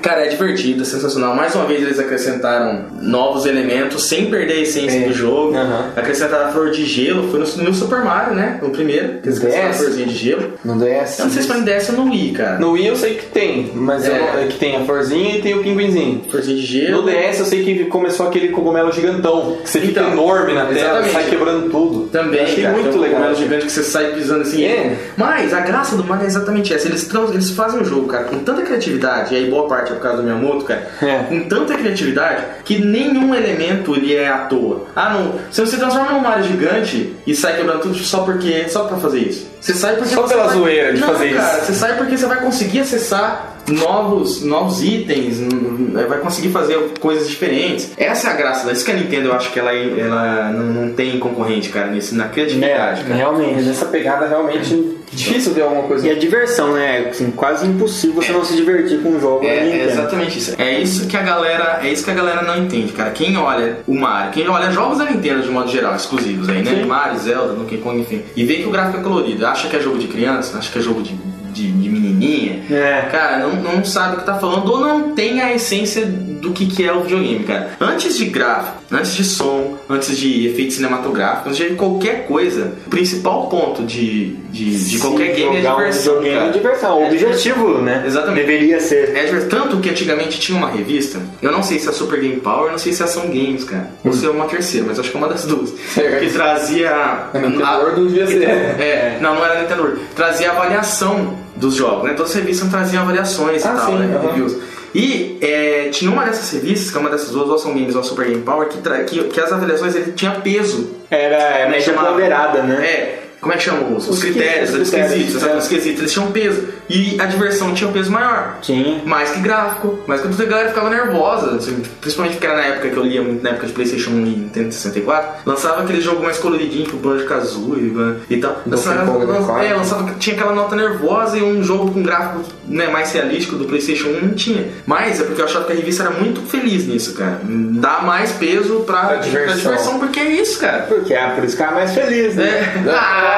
Speaker 2: Cara, é divertido, é sensacional. Mais uma vez eles acrescentaram novos elementos sem perder a essência do jogo.
Speaker 6: Aham.
Speaker 2: Acrescentaram a flor de gelo, foi no, no Super Mario, né? O primeiro, que eles acrescentaram a
Speaker 6: DS.
Speaker 2: florzinha de gelo.
Speaker 6: Não desce.
Speaker 2: Eu não sei se foi no DS ou no Wii, cara.
Speaker 6: No Wii eu sei que tem, mas
Speaker 2: É.
Speaker 6: eu não- é que tem a florzinha e tem o pinguinzinho.
Speaker 2: Florzinha de gelo.
Speaker 6: No DS eu sei que começou aquele cogumelo gigantão, que você fica
Speaker 2: Então,
Speaker 6: enorme na tela,
Speaker 2: exatamente.
Speaker 6: sai quebrando tudo.
Speaker 2: Também,
Speaker 6: Achei
Speaker 2: cara,
Speaker 6: muito
Speaker 2: tem um
Speaker 6: legal.
Speaker 2: cogumelo gigante que você sai pisando assim.
Speaker 6: É.
Speaker 2: Mas a graça do Mario é exatamente essa. Eles, trans- eles fazem o jogo, cara, com tanta criatividade, e aí boa parte é por causa do Miyamoto, cara,
Speaker 4: É.
Speaker 2: com tanta criatividade que nenhum elemento ele é à toa. Ah, não. Se você transforma num Mario gigante e sai quebrando tudo só porque. só pra fazer isso. Você sai porque.
Speaker 6: Só
Speaker 2: você
Speaker 6: pela
Speaker 2: vai-
Speaker 6: zoeira de
Speaker 2: Não,
Speaker 6: fazer
Speaker 2: cara,
Speaker 6: isso.
Speaker 2: Você sai porque você vai conseguir acessar novos, novos itens, hum, hum, vai conseguir fazer coisas diferentes. Essa é a graça, isso que a Nintendo eu acho que ela, ela não, não tem concorrente, cara, nesse, na criatividade, cara.
Speaker 4: Realmente.
Speaker 6: Essa pegada realmente É, difícil de alguma coisa.
Speaker 4: E a diversão, né? Assim, quase impossível você não se divertir com um jogo.
Speaker 2: É,
Speaker 4: da
Speaker 2: é
Speaker 4: Nintendo.
Speaker 2: exatamente isso. É isso que a galera, é isso que a galera não entende, cara. Quem olha o Mario, quem olha jogos da Nintendo de modo geral, exclusivos aí, né? Mario, Zelda, Donkey Kong, enfim, e vê que o gráfico é colorido, acha que é jogo de criança, acha que é jogo de, de, de menininha,
Speaker 4: É.
Speaker 2: cara, não, não sabe o que tá falando ou não tem a essência do que, que é o videogame, cara. Antes de gráfico, antes de som, antes de efeito cinematográfico, antes de qualquer coisa, o principal ponto de, de, de
Speaker 4: Se
Speaker 2: qualquer game é
Speaker 4: jogar um
Speaker 2: diversão,
Speaker 4: videogame
Speaker 2: cara.
Speaker 4: É diversão. O objetivo, né?
Speaker 2: Exatamente.
Speaker 4: Deveria ser.
Speaker 2: É, diversão. tanto que antigamente tinha uma revista, eu não sei se é a Super Game Power, eu não sei se é a Ação Games, cara.
Speaker 6: Hum.
Speaker 2: Ou se é uma terceira, mas acho que é uma das duas.
Speaker 6: Certo.
Speaker 2: Que trazia.
Speaker 6: É, no
Speaker 2: a-
Speaker 6: Nintendo não devia ser.
Speaker 2: é, não, não era Nintendo World. Trazia avaliação dos jogos, né? Todas as revistas traziam avaliações
Speaker 6: Ah,
Speaker 2: e tal,
Speaker 6: sim,
Speaker 2: né?
Speaker 6: aham.
Speaker 2: Reviews. E é, tinha uma dessas revistas, que é uma dessas duas, ou Ação Games ou a Super Game Power, que, tra- que, que as avaliações ele tinha peso
Speaker 4: Era média
Speaker 2: chamava-
Speaker 4: ponderada, né?
Speaker 2: é. Como é que chama? Os, os
Speaker 4: Os
Speaker 2: critérios,
Speaker 4: critérios,
Speaker 2: os quesitos,
Speaker 4: é.
Speaker 2: sabe? os quesitos, eles tinham peso. E a diversão tinha um peso maior.
Speaker 4: Sim.
Speaker 2: Mais que gráfico. Mas que a galera ficava nervosa. assim, Principalmente porque era na época que eu lia muito, na época de Playstation 1 e Nintendo 64. Lançava aquele jogo mais coloridinho, tipo Banjo Kazooie né, e tal. Lançava,
Speaker 6: Kong,
Speaker 2: lan-
Speaker 6: Donkey Kong.
Speaker 2: é, lançava, tinha aquela nota nervosa e um jogo com gráfico né, mais realístico do Playstation 1 não tinha. Mas é porque eu achava que a revista era muito feliz nisso, cara. Dá mais peso pra,
Speaker 6: Pra diversão.
Speaker 2: pra diversão, porque é isso, cara.
Speaker 4: Porque é por isso que ela é mais feliz, né?
Speaker 2: É. Ah, Ah,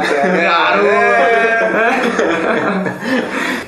Speaker 4: É.
Speaker 2: garoto. É.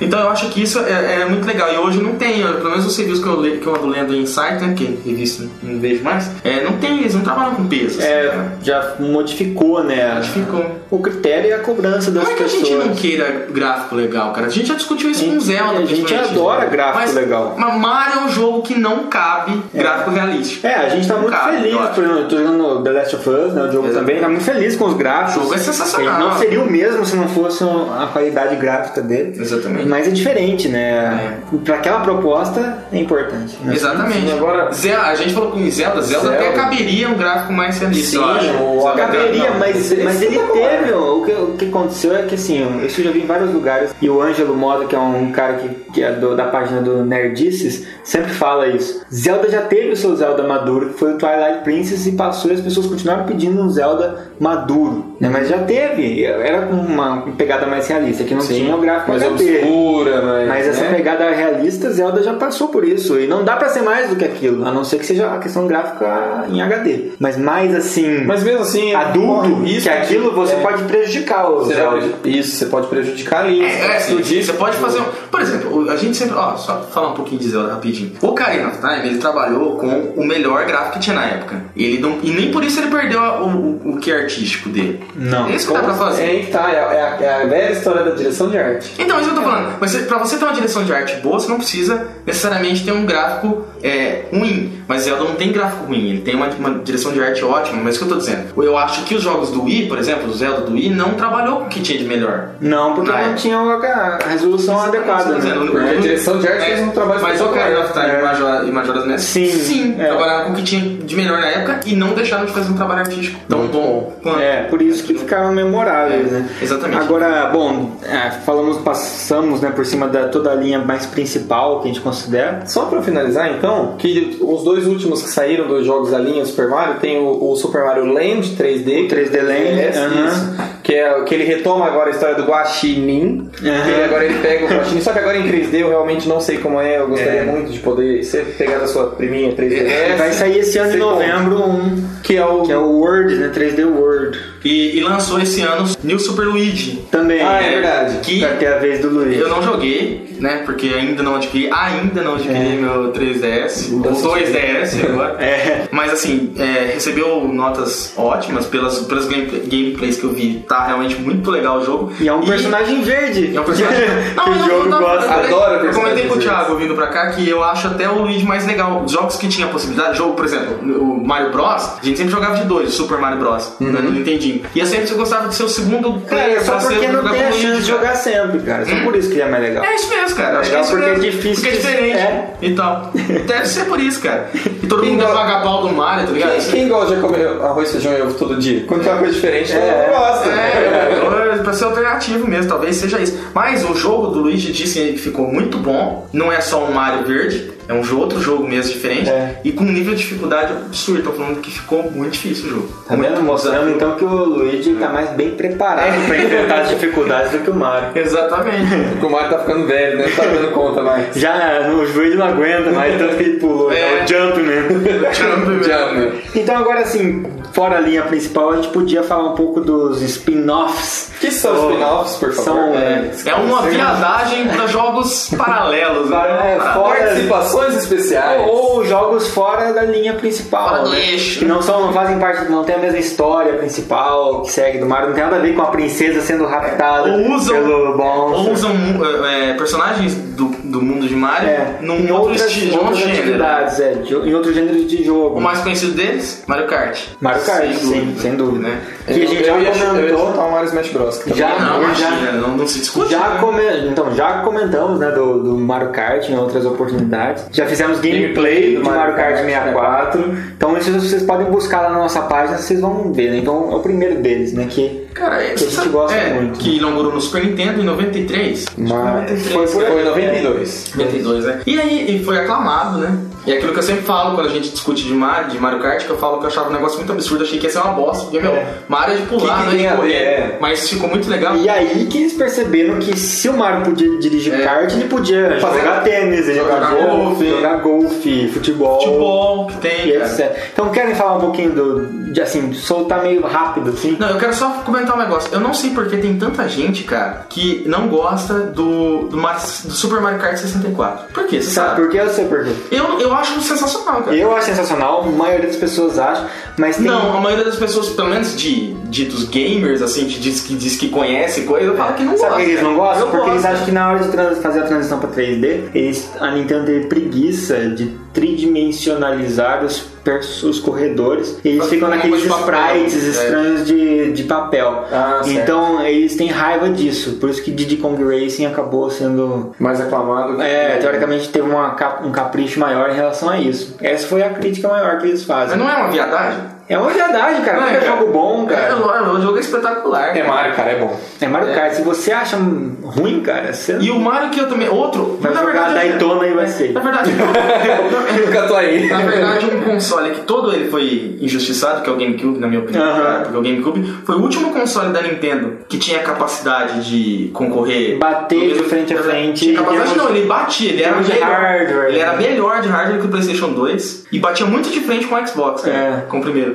Speaker 2: Então eu acho que isso é, é muito legal. E hoje não tem, eu- pelo menos os serviços que eu, le, que eu ando lendo em Insight, né, que revista não vejo mais, é, não tem, eles não trabalham com peso. assim, cara.
Speaker 4: É, já modificou, né?
Speaker 2: Ficou.
Speaker 4: O critério e a cobrança das
Speaker 2: Não é que a
Speaker 4: pessoas.
Speaker 2: gente não queira gráfico legal, cara. A gente já discutiu isso com o Zelda.
Speaker 4: A gente
Speaker 2: principalmente.
Speaker 4: adora gráfico
Speaker 2: mas,
Speaker 4: legal.
Speaker 2: Mas Mario é um jogo que não cabe gráfico realístico.
Speaker 4: É, a gente tá
Speaker 2: Não
Speaker 4: muito
Speaker 2: cabe,
Speaker 4: feliz,
Speaker 2: eu acho.
Speaker 4: por exemplo, eu tô jogando The Last of Us, né, o jogo
Speaker 2: Exatamente.
Speaker 4: também, tá muito feliz com os gráficos.
Speaker 2: O jogo é sensacional.
Speaker 4: Ele não seria o mesmo se não fosse a qualidade gráfica dele.
Speaker 2: Exatamente. É.
Speaker 4: Mas é diferente, né? Pra aquela proposta é importante. né?
Speaker 2: Exatamente.
Speaker 6: Sim, agora-
Speaker 2: Ze- a gente falou com Zelda, Zelda,
Speaker 6: Zelda.
Speaker 2: até caberia um gráfico mais realista. eu acho.
Speaker 6: o
Speaker 2: Zelda-
Speaker 4: Caberia,
Speaker 2: não.
Speaker 4: mas,
Speaker 6: esse
Speaker 4: mas
Speaker 6: é
Speaker 4: ele
Speaker 6: espetacular.
Speaker 4: teve. O que, o que aconteceu é que assim, isso eu já vi em vários lugares. E o Ângelo Moda, que é um cara que, que é do- da página do Nerdices, sempre fala isso. Zelda já teve o seu Zelda maduro, que foi o Twilight Princess, e passou e as pessoas continuaram pedindo um Zelda maduro. né? Mas já teve. Era com uma pegada mais realista. Esse aqui não
Speaker 6: Sim.
Speaker 4: tinha o gráfico
Speaker 6: mais
Speaker 4: HD.
Speaker 6: obscura, mas.
Speaker 4: Mas essa
Speaker 6: né?
Speaker 4: pegada realista, Zelda já passou por isso. E não dá pra ser mais do que aquilo. A não ser que seja a questão gráfica em HD. Mas mais assim,
Speaker 6: Mas mesmo assim, corre o
Speaker 4: adulto,
Speaker 6: risco
Speaker 4: que aquilo
Speaker 6: de-
Speaker 4: você
Speaker 6: é,
Speaker 4: pode prejudicar o
Speaker 6: você vai
Speaker 4: Zelda.
Speaker 6: preju- Isso, você pode prejudicar ali.
Speaker 2: É, você podia- você pode fazer. um- Por exemplo, a gente sempre. Ó, só falar um pouquinho de Zelda rapidinho. O Ocarina of Time, ele trabalhou com o melhor gráfico que tinha na época. Ele não, e nem por isso ele perdeu a- o, o, o que é artístico dele.
Speaker 4: Não.
Speaker 2: É isso que dá pra fazer.
Speaker 6: É aí que tá, é a, é a- é a velha história da direção de arte.
Speaker 2: Então, é isso que eu tô falando. Mas você- pra você ter uma direção de arte boa, você não precisa necessariamente ter um gráfico é, ruim. Mas Zelda não tem gráfico ruim, ele tem uma, uma direção de arte ótima, mas é isso que eu tô dizendo. Eu acho que os jogos do Wii, por exemplo, o Zelda do Wii, não trabalhou com o que tinha de melhor.
Speaker 4: Não, porque
Speaker 2: Ah, é.
Speaker 4: não tinha a resolução
Speaker 2: Isso é
Speaker 4: adequada.
Speaker 2: isso que eu tô
Speaker 4: né?
Speaker 2: dizendo,
Speaker 6: Porque a direção de arte
Speaker 2: É,
Speaker 6: fez um trabalho
Speaker 2: Mas o
Speaker 6: espetacular.
Speaker 2: Ocarina of
Speaker 4: É.
Speaker 2: Time e Majora- e Majora's Mask
Speaker 4: Sim,
Speaker 2: sim
Speaker 4: é.
Speaker 2: trabalharam com o que tinha de melhor na época e não deixaram de fazer um trabalho artístico tão bom quanto.
Speaker 4: É, por isso que ficaram memoráveis, né?
Speaker 2: É, Exatamente.
Speaker 4: Agora, bom, é, falamos, passamos né, por cima da toda a linha mais principal que a gente considera.
Speaker 6: Só pra finalizar, então, que os dois últimos que saíram dos jogos da linha Super Mario, tem o, o Super Mario Land 3D.
Speaker 4: O 3D Land, aham.
Speaker 6: é isso, que, é, que ele retoma agora a história do Guaxinim. que ele- agora ele pega o Guaxinim, só que agora em 3D eu realmente não sei como é, eu gostaria muito de poder ser pegar da sua priminha 3D.
Speaker 4: Vai sair esse ano em
Speaker 6: Sei como.
Speaker 4: novembro um
Speaker 6: Que é o...
Speaker 4: que é o Word, né? 3D Word.
Speaker 2: E, e lançou esse ano New Super Luigi.
Speaker 4: Também.
Speaker 6: Ah, é verdade.
Speaker 2: Que-
Speaker 4: Vai ter a vez do Luiz.
Speaker 2: Eu não joguei, né? Porque ainda não adquiri, ainda não adquiri meu 3DS, ou 2DS agora.
Speaker 4: É.
Speaker 2: Mas assim, é, recebeu notas ótimas pelas, pelas game- gameplays que eu vi. Tá realmente muito legal o jogo.
Speaker 4: E é um personagem verde.
Speaker 2: É um personagem
Speaker 4: que o jogo gosta.
Speaker 2: adora
Speaker 6: Adora
Speaker 2: Eu
Speaker 6: personagens
Speaker 2: comentei com o
Speaker 6: verdes.
Speaker 2: Thiago vindo pra cá que eu acho até o Luigi mais legal. Os Jogos que tinha possibilidade, jogo, por exemplo, o Mario Bros, a gente sempre jogava de dois, o Super Mario Bros, né, no Nintendinho. E eu sempre gostava de ser o segundo
Speaker 4: Uhum. Cara,
Speaker 2: player
Speaker 4: É, só
Speaker 2: pra ser
Speaker 4: porque não
Speaker 2: jogar
Speaker 4: tem
Speaker 2: com
Speaker 4: a
Speaker 2: o Luigi,
Speaker 4: chance de
Speaker 2: cara.
Speaker 4: jogar sempre, cara. Só por isso que ele é mais legal.
Speaker 2: É isso mesmo, cara. Acho que é
Speaker 4: Legal,
Speaker 2: isso
Speaker 4: porque é
Speaker 2: mesmo.
Speaker 4: difícil
Speaker 2: Porque é
Speaker 4: de-
Speaker 2: diferente.
Speaker 4: é.
Speaker 2: E tal. Deve ser por isso, cara. E todo
Speaker 6: Quem
Speaker 2: mundo é
Speaker 6: gosta-
Speaker 2: vagabal do Mario, tá ligado?
Speaker 6: Quem, quem gosta de comer arroz, feijão e ovo todo dia? Quando tem uma coisa diferente,
Speaker 4: É.
Speaker 6: eu gosto.
Speaker 2: É, pra ser alternativo mesmo, talvez seja isso. Mas o jogo do Luigi disse que ficou muito bom. Não é só um Mario Verde, é um jo- outro jogo mesmo diferente.
Speaker 4: É.
Speaker 2: E com um nível de dificuldade absurdo. Tô falando que ficou muito difícil o jogo.
Speaker 4: Tá vendo? Mostrando então que o Luigi tá mais bem
Speaker 6: É.
Speaker 4: preparado pra enfrentar as dificuldades do que o Mario.
Speaker 2: Exatamente.
Speaker 6: Porque o Mario tá ficando velho, né? Não tá dando conta mais.
Speaker 4: Já no joelho não aguenta mais, tanto que ele pulou,
Speaker 2: É.
Speaker 4: é o jump mesmo.
Speaker 6: Já, meu.
Speaker 4: Então agora assim, fora a linha principal, a gente podia falar um pouco dos spin-offs.
Speaker 6: que são os
Speaker 4: Oh,
Speaker 6: spin-offs, por favor?
Speaker 4: São
Speaker 6: É.
Speaker 2: É uma viadagem pra jogos paralelos, né?
Speaker 4: É, fora
Speaker 6: Participações especiais.
Speaker 4: ou jogos fora da linha principal,
Speaker 2: Fora do
Speaker 4: né?
Speaker 2: eixo.
Speaker 4: Que não são, não fazem parte, não tem a mesma história principal que segue do Mario, não tem nada a ver com a princesa sendo raptada
Speaker 2: Ou usam-
Speaker 4: pelo monstro.
Speaker 2: Ou usam é, é, personagens do, do mundo de Mario
Speaker 4: É,
Speaker 2: num
Speaker 4: em
Speaker 2: outro
Speaker 4: outras,
Speaker 2: estilo,
Speaker 4: outras
Speaker 2: outro gênero.
Speaker 4: atividades, é, de- em outros gêneros de jogo.
Speaker 2: O mais conhecido deles, Mario Kart.
Speaker 4: Mario Kart, sim, sem dúvida.
Speaker 2: Né?
Speaker 4: Que a gente já
Speaker 6: eu ia, eu ia
Speaker 4: comentou.
Speaker 6: chutar o Mario Smash Bros. que tá
Speaker 4: Já,
Speaker 2: não,
Speaker 4: eu já,
Speaker 2: imagina, não, não se discute.
Speaker 4: já
Speaker 2: né?
Speaker 4: come- então, já comentamos né, do, do Mario Kart em outras oportunidades. Já fizemos gameplay do Mario Kart é. 64. Então, isso vocês podem buscar lá na nossa página, vocês vão ver. Né? Então, é o primeiro deles, né? Que
Speaker 2: Cara, é,
Speaker 4: Que a gente
Speaker 2: sabe-
Speaker 4: gosta
Speaker 2: é,
Speaker 4: muito.
Speaker 2: Que inaugurou no Super Nintendo em 93.
Speaker 4: mas, foi por
Speaker 6: Foi
Speaker 4: aí. É.
Speaker 6: em 92.
Speaker 2: 92, né? E aí, e foi aclamado, né? E é aquilo que eu sempre falo quando a gente discute de Mario, de Mario Kart, que eu falo que eu achava um negócio muito absurdo, achei que ia ser uma bosta, porque, meu, Mario é de pular,
Speaker 6: Que que
Speaker 2: né?
Speaker 6: tem
Speaker 2: De
Speaker 6: a
Speaker 2: correr.
Speaker 6: ver, é.
Speaker 2: Mas ficou muito legal.
Speaker 4: E aí que eles perceberam que se o Mario podia dirigir
Speaker 2: É.
Speaker 4: kart, ele podia
Speaker 2: Fazer-
Speaker 4: jogar tênis, ele
Speaker 2: jogar
Speaker 4: jogar,
Speaker 2: golfe.
Speaker 4: golfe, jogar golfe,
Speaker 2: Futebol que tem,
Speaker 4: E
Speaker 2: cara.
Speaker 4: etc. Então querem falar um pouquinho do. De, assim, soltar meio rápido, assim.
Speaker 2: Não, eu quero só comentar um negócio. Eu não sei porque tem tanta gente, cara, que não gosta do, do, Mar- do Super Mario Kart 64. Por quê? Você
Speaker 4: Sabe
Speaker 2: sabe?
Speaker 4: por quê? Eu sei por quê.
Speaker 2: Eu, eu acho sensacional, cara.
Speaker 4: Eu acho sensacional, a maioria das pessoas acha, mas tem.
Speaker 2: Não, a maioria das pessoas, pelo menos de ditos gamers, assim, que diz que, diz que conhece coisa, eu falo que não
Speaker 4: Sabe
Speaker 2: gosta.
Speaker 4: por que eles não
Speaker 2: cara.
Speaker 4: gostam?
Speaker 2: Eu
Speaker 4: Porque eles
Speaker 2: gosto.
Speaker 4: acham que na hora de trans- fazer a transição pra 3D, eles, a Nintendo teve preguiça de tridimensionalizar os, pers- os corredores e eles
Speaker 2: Mas
Speaker 4: ficam
Speaker 2: uma
Speaker 4: naqueles
Speaker 2: coisa de papel,
Speaker 4: sprites
Speaker 2: é.
Speaker 4: estranhos de, de papel.
Speaker 6: Ah, certo.
Speaker 4: então eles têm raiva disso, por isso que Diddy Kong Racing acabou sendo
Speaker 6: Mais aclamado. que-
Speaker 4: É, teoricamente teve uma cap- um capricho maior em relação a isso. Essa foi a crítica maior que eles
Speaker 2: Mas
Speaker 4: fazem.
Speaker 2: não é uma viadagem?
Speaker 4: É uma viadagem, cara.
Speaker 6: Ah,
Speaker 4: Nunca
Speaker 6: cara.
Speaker 4: jogo bom,
Speaker 2: É,
Speaker 4: cara.
Speaker 2: o jogo é espetacular.
Speaker 6: É Mario, cara, é bom.
Speaker 4: É Mario Kart. Se você acha ruim, cara, você
Speaker 2: E o Mario que eu também. Outro.
Speaker 4: vai
Speaker 2: na
Speaker 4: jogar
Speaker 2: verdade,
Speaker 4: Daytona e vai ser.
Speaker 2: Na verdade. é
Speaker 6: Nunca tô aí.
Speaker 2: Na verdade, um console que todo ele foi injustiçado, que é o GameCube, na minha opinião,
Speaker 4: Aham.
Speaker 2: cara, porque o GameCube foi o último console da Nintendo que tinha capacidade de concorrer.
Speaker 4: Bater
Speaker 2: no mesmo-
Speaker 4: de frente a frente,
Speaker 2: Tinha capacidade,
Speaker 4: em termos-
Speaker 2: não, ele batia, ele era
Speaker 4: termos de
Speaker 2: melhor.
Speaker 4: hardware.
Speaker 2: Ele era melhor de hardware que o PlayStation 2 e batia muito de frente com o Xbox, cara,
Speaker 4: É.
Speaker 2: com o primeiro.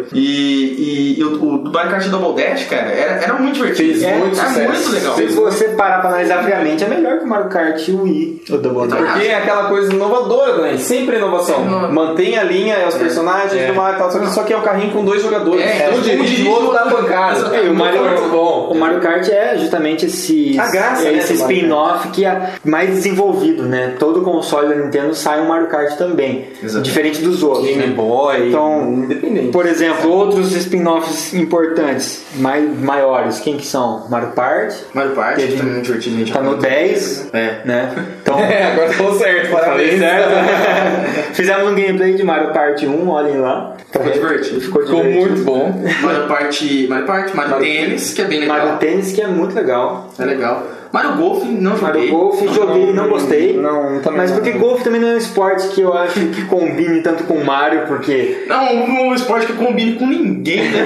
Speaker 2: E, e, e o, o Mario Kart Double Dash, cara, era, era muito divertido.
Speaker 6: Fez
Speaker 2: era,
Speaker 6: É, muito
Speaker 2: era
Speaker 6: sucesso.
Speaker 2: muito legal.
Speaker 4: Se você parar pra analisar friamente, é melhor que o Mario Kart e o Wii. O Double Dash.
Speaker 6: Porque é aquela coisa inovadora também, sempre inovação. Mantém a linha, é os personagens, tudo mais, tal, só que- só que é um carrinho com dois jogadores.
Speaker 2: É,
Speaker 6: um
Speaker 2: um
Speaker 6: dirige
Speaker 2: dirige,
Speaker 6: e o outro dá pancada.
Speaker 4: É, e o Mario-
Speaker 6: muito bom.
Speaker 4: O Mario Kart é justamente esse,
Speaker 6: A graça,
Speaker 4: é
Speaker 6: né,
Speaker 4: esse
Speaker 6: do Mario
Speaker 4: spin-off que é mais desenvolvido, né? Todo console da Nintendo sai um Mario Kart também,
Speaker 2: Exato.
Speaker 4: diferente dos outros. né?
Speaker 6: Game Boy,
Speaker 4: Então,
Speaker 6: independente.
Speaker 4: Por exemplo, outros spin-offs importantes, mai maiores, quem que são? Mario Party,
Speaker 2: Mario Party,
Speaker 4: Teve-
Speaker 2: também é muito divertido, gente.
Speaker 4: tá no 10,
Speaker 2: É. tá
Speaker 4: né? Então,
Speaker 6: É, agora falou certo,
Speaker 4: falei
Speaker 6: parabéns.
Speaker 4: certo. Fizemos um gameplay de Mario Party 1, olhem lá. Tá
Speaker 2: Ficou divertido.
Speaker 4: Ficou,
Speaker 6: Ficou
Speaker 4: divertido.
Speaker 6: muito bom.
Speaker 2: Mario Party, Mario Party, Mario,
Speaker 6: Mario-
Speaker 2: Tênis, que é bem legal.
Speaker 4: Mario Tênis, que é muito legal.
Speaker 2: É legal. Mario Golf, não
Speaker 4: Mario
Speaker 2: joguei.
Speaker 4: Golf joguei e não gostei.
Speaker 6: Não, também
Speaker 4: mas
Speaker 6: não.
Speaker 4: porque golfe também não é um esporte que eu acho que combine tanto com Mario, porque
Speaker 2: Não, um esporte que combine com ninguém, né?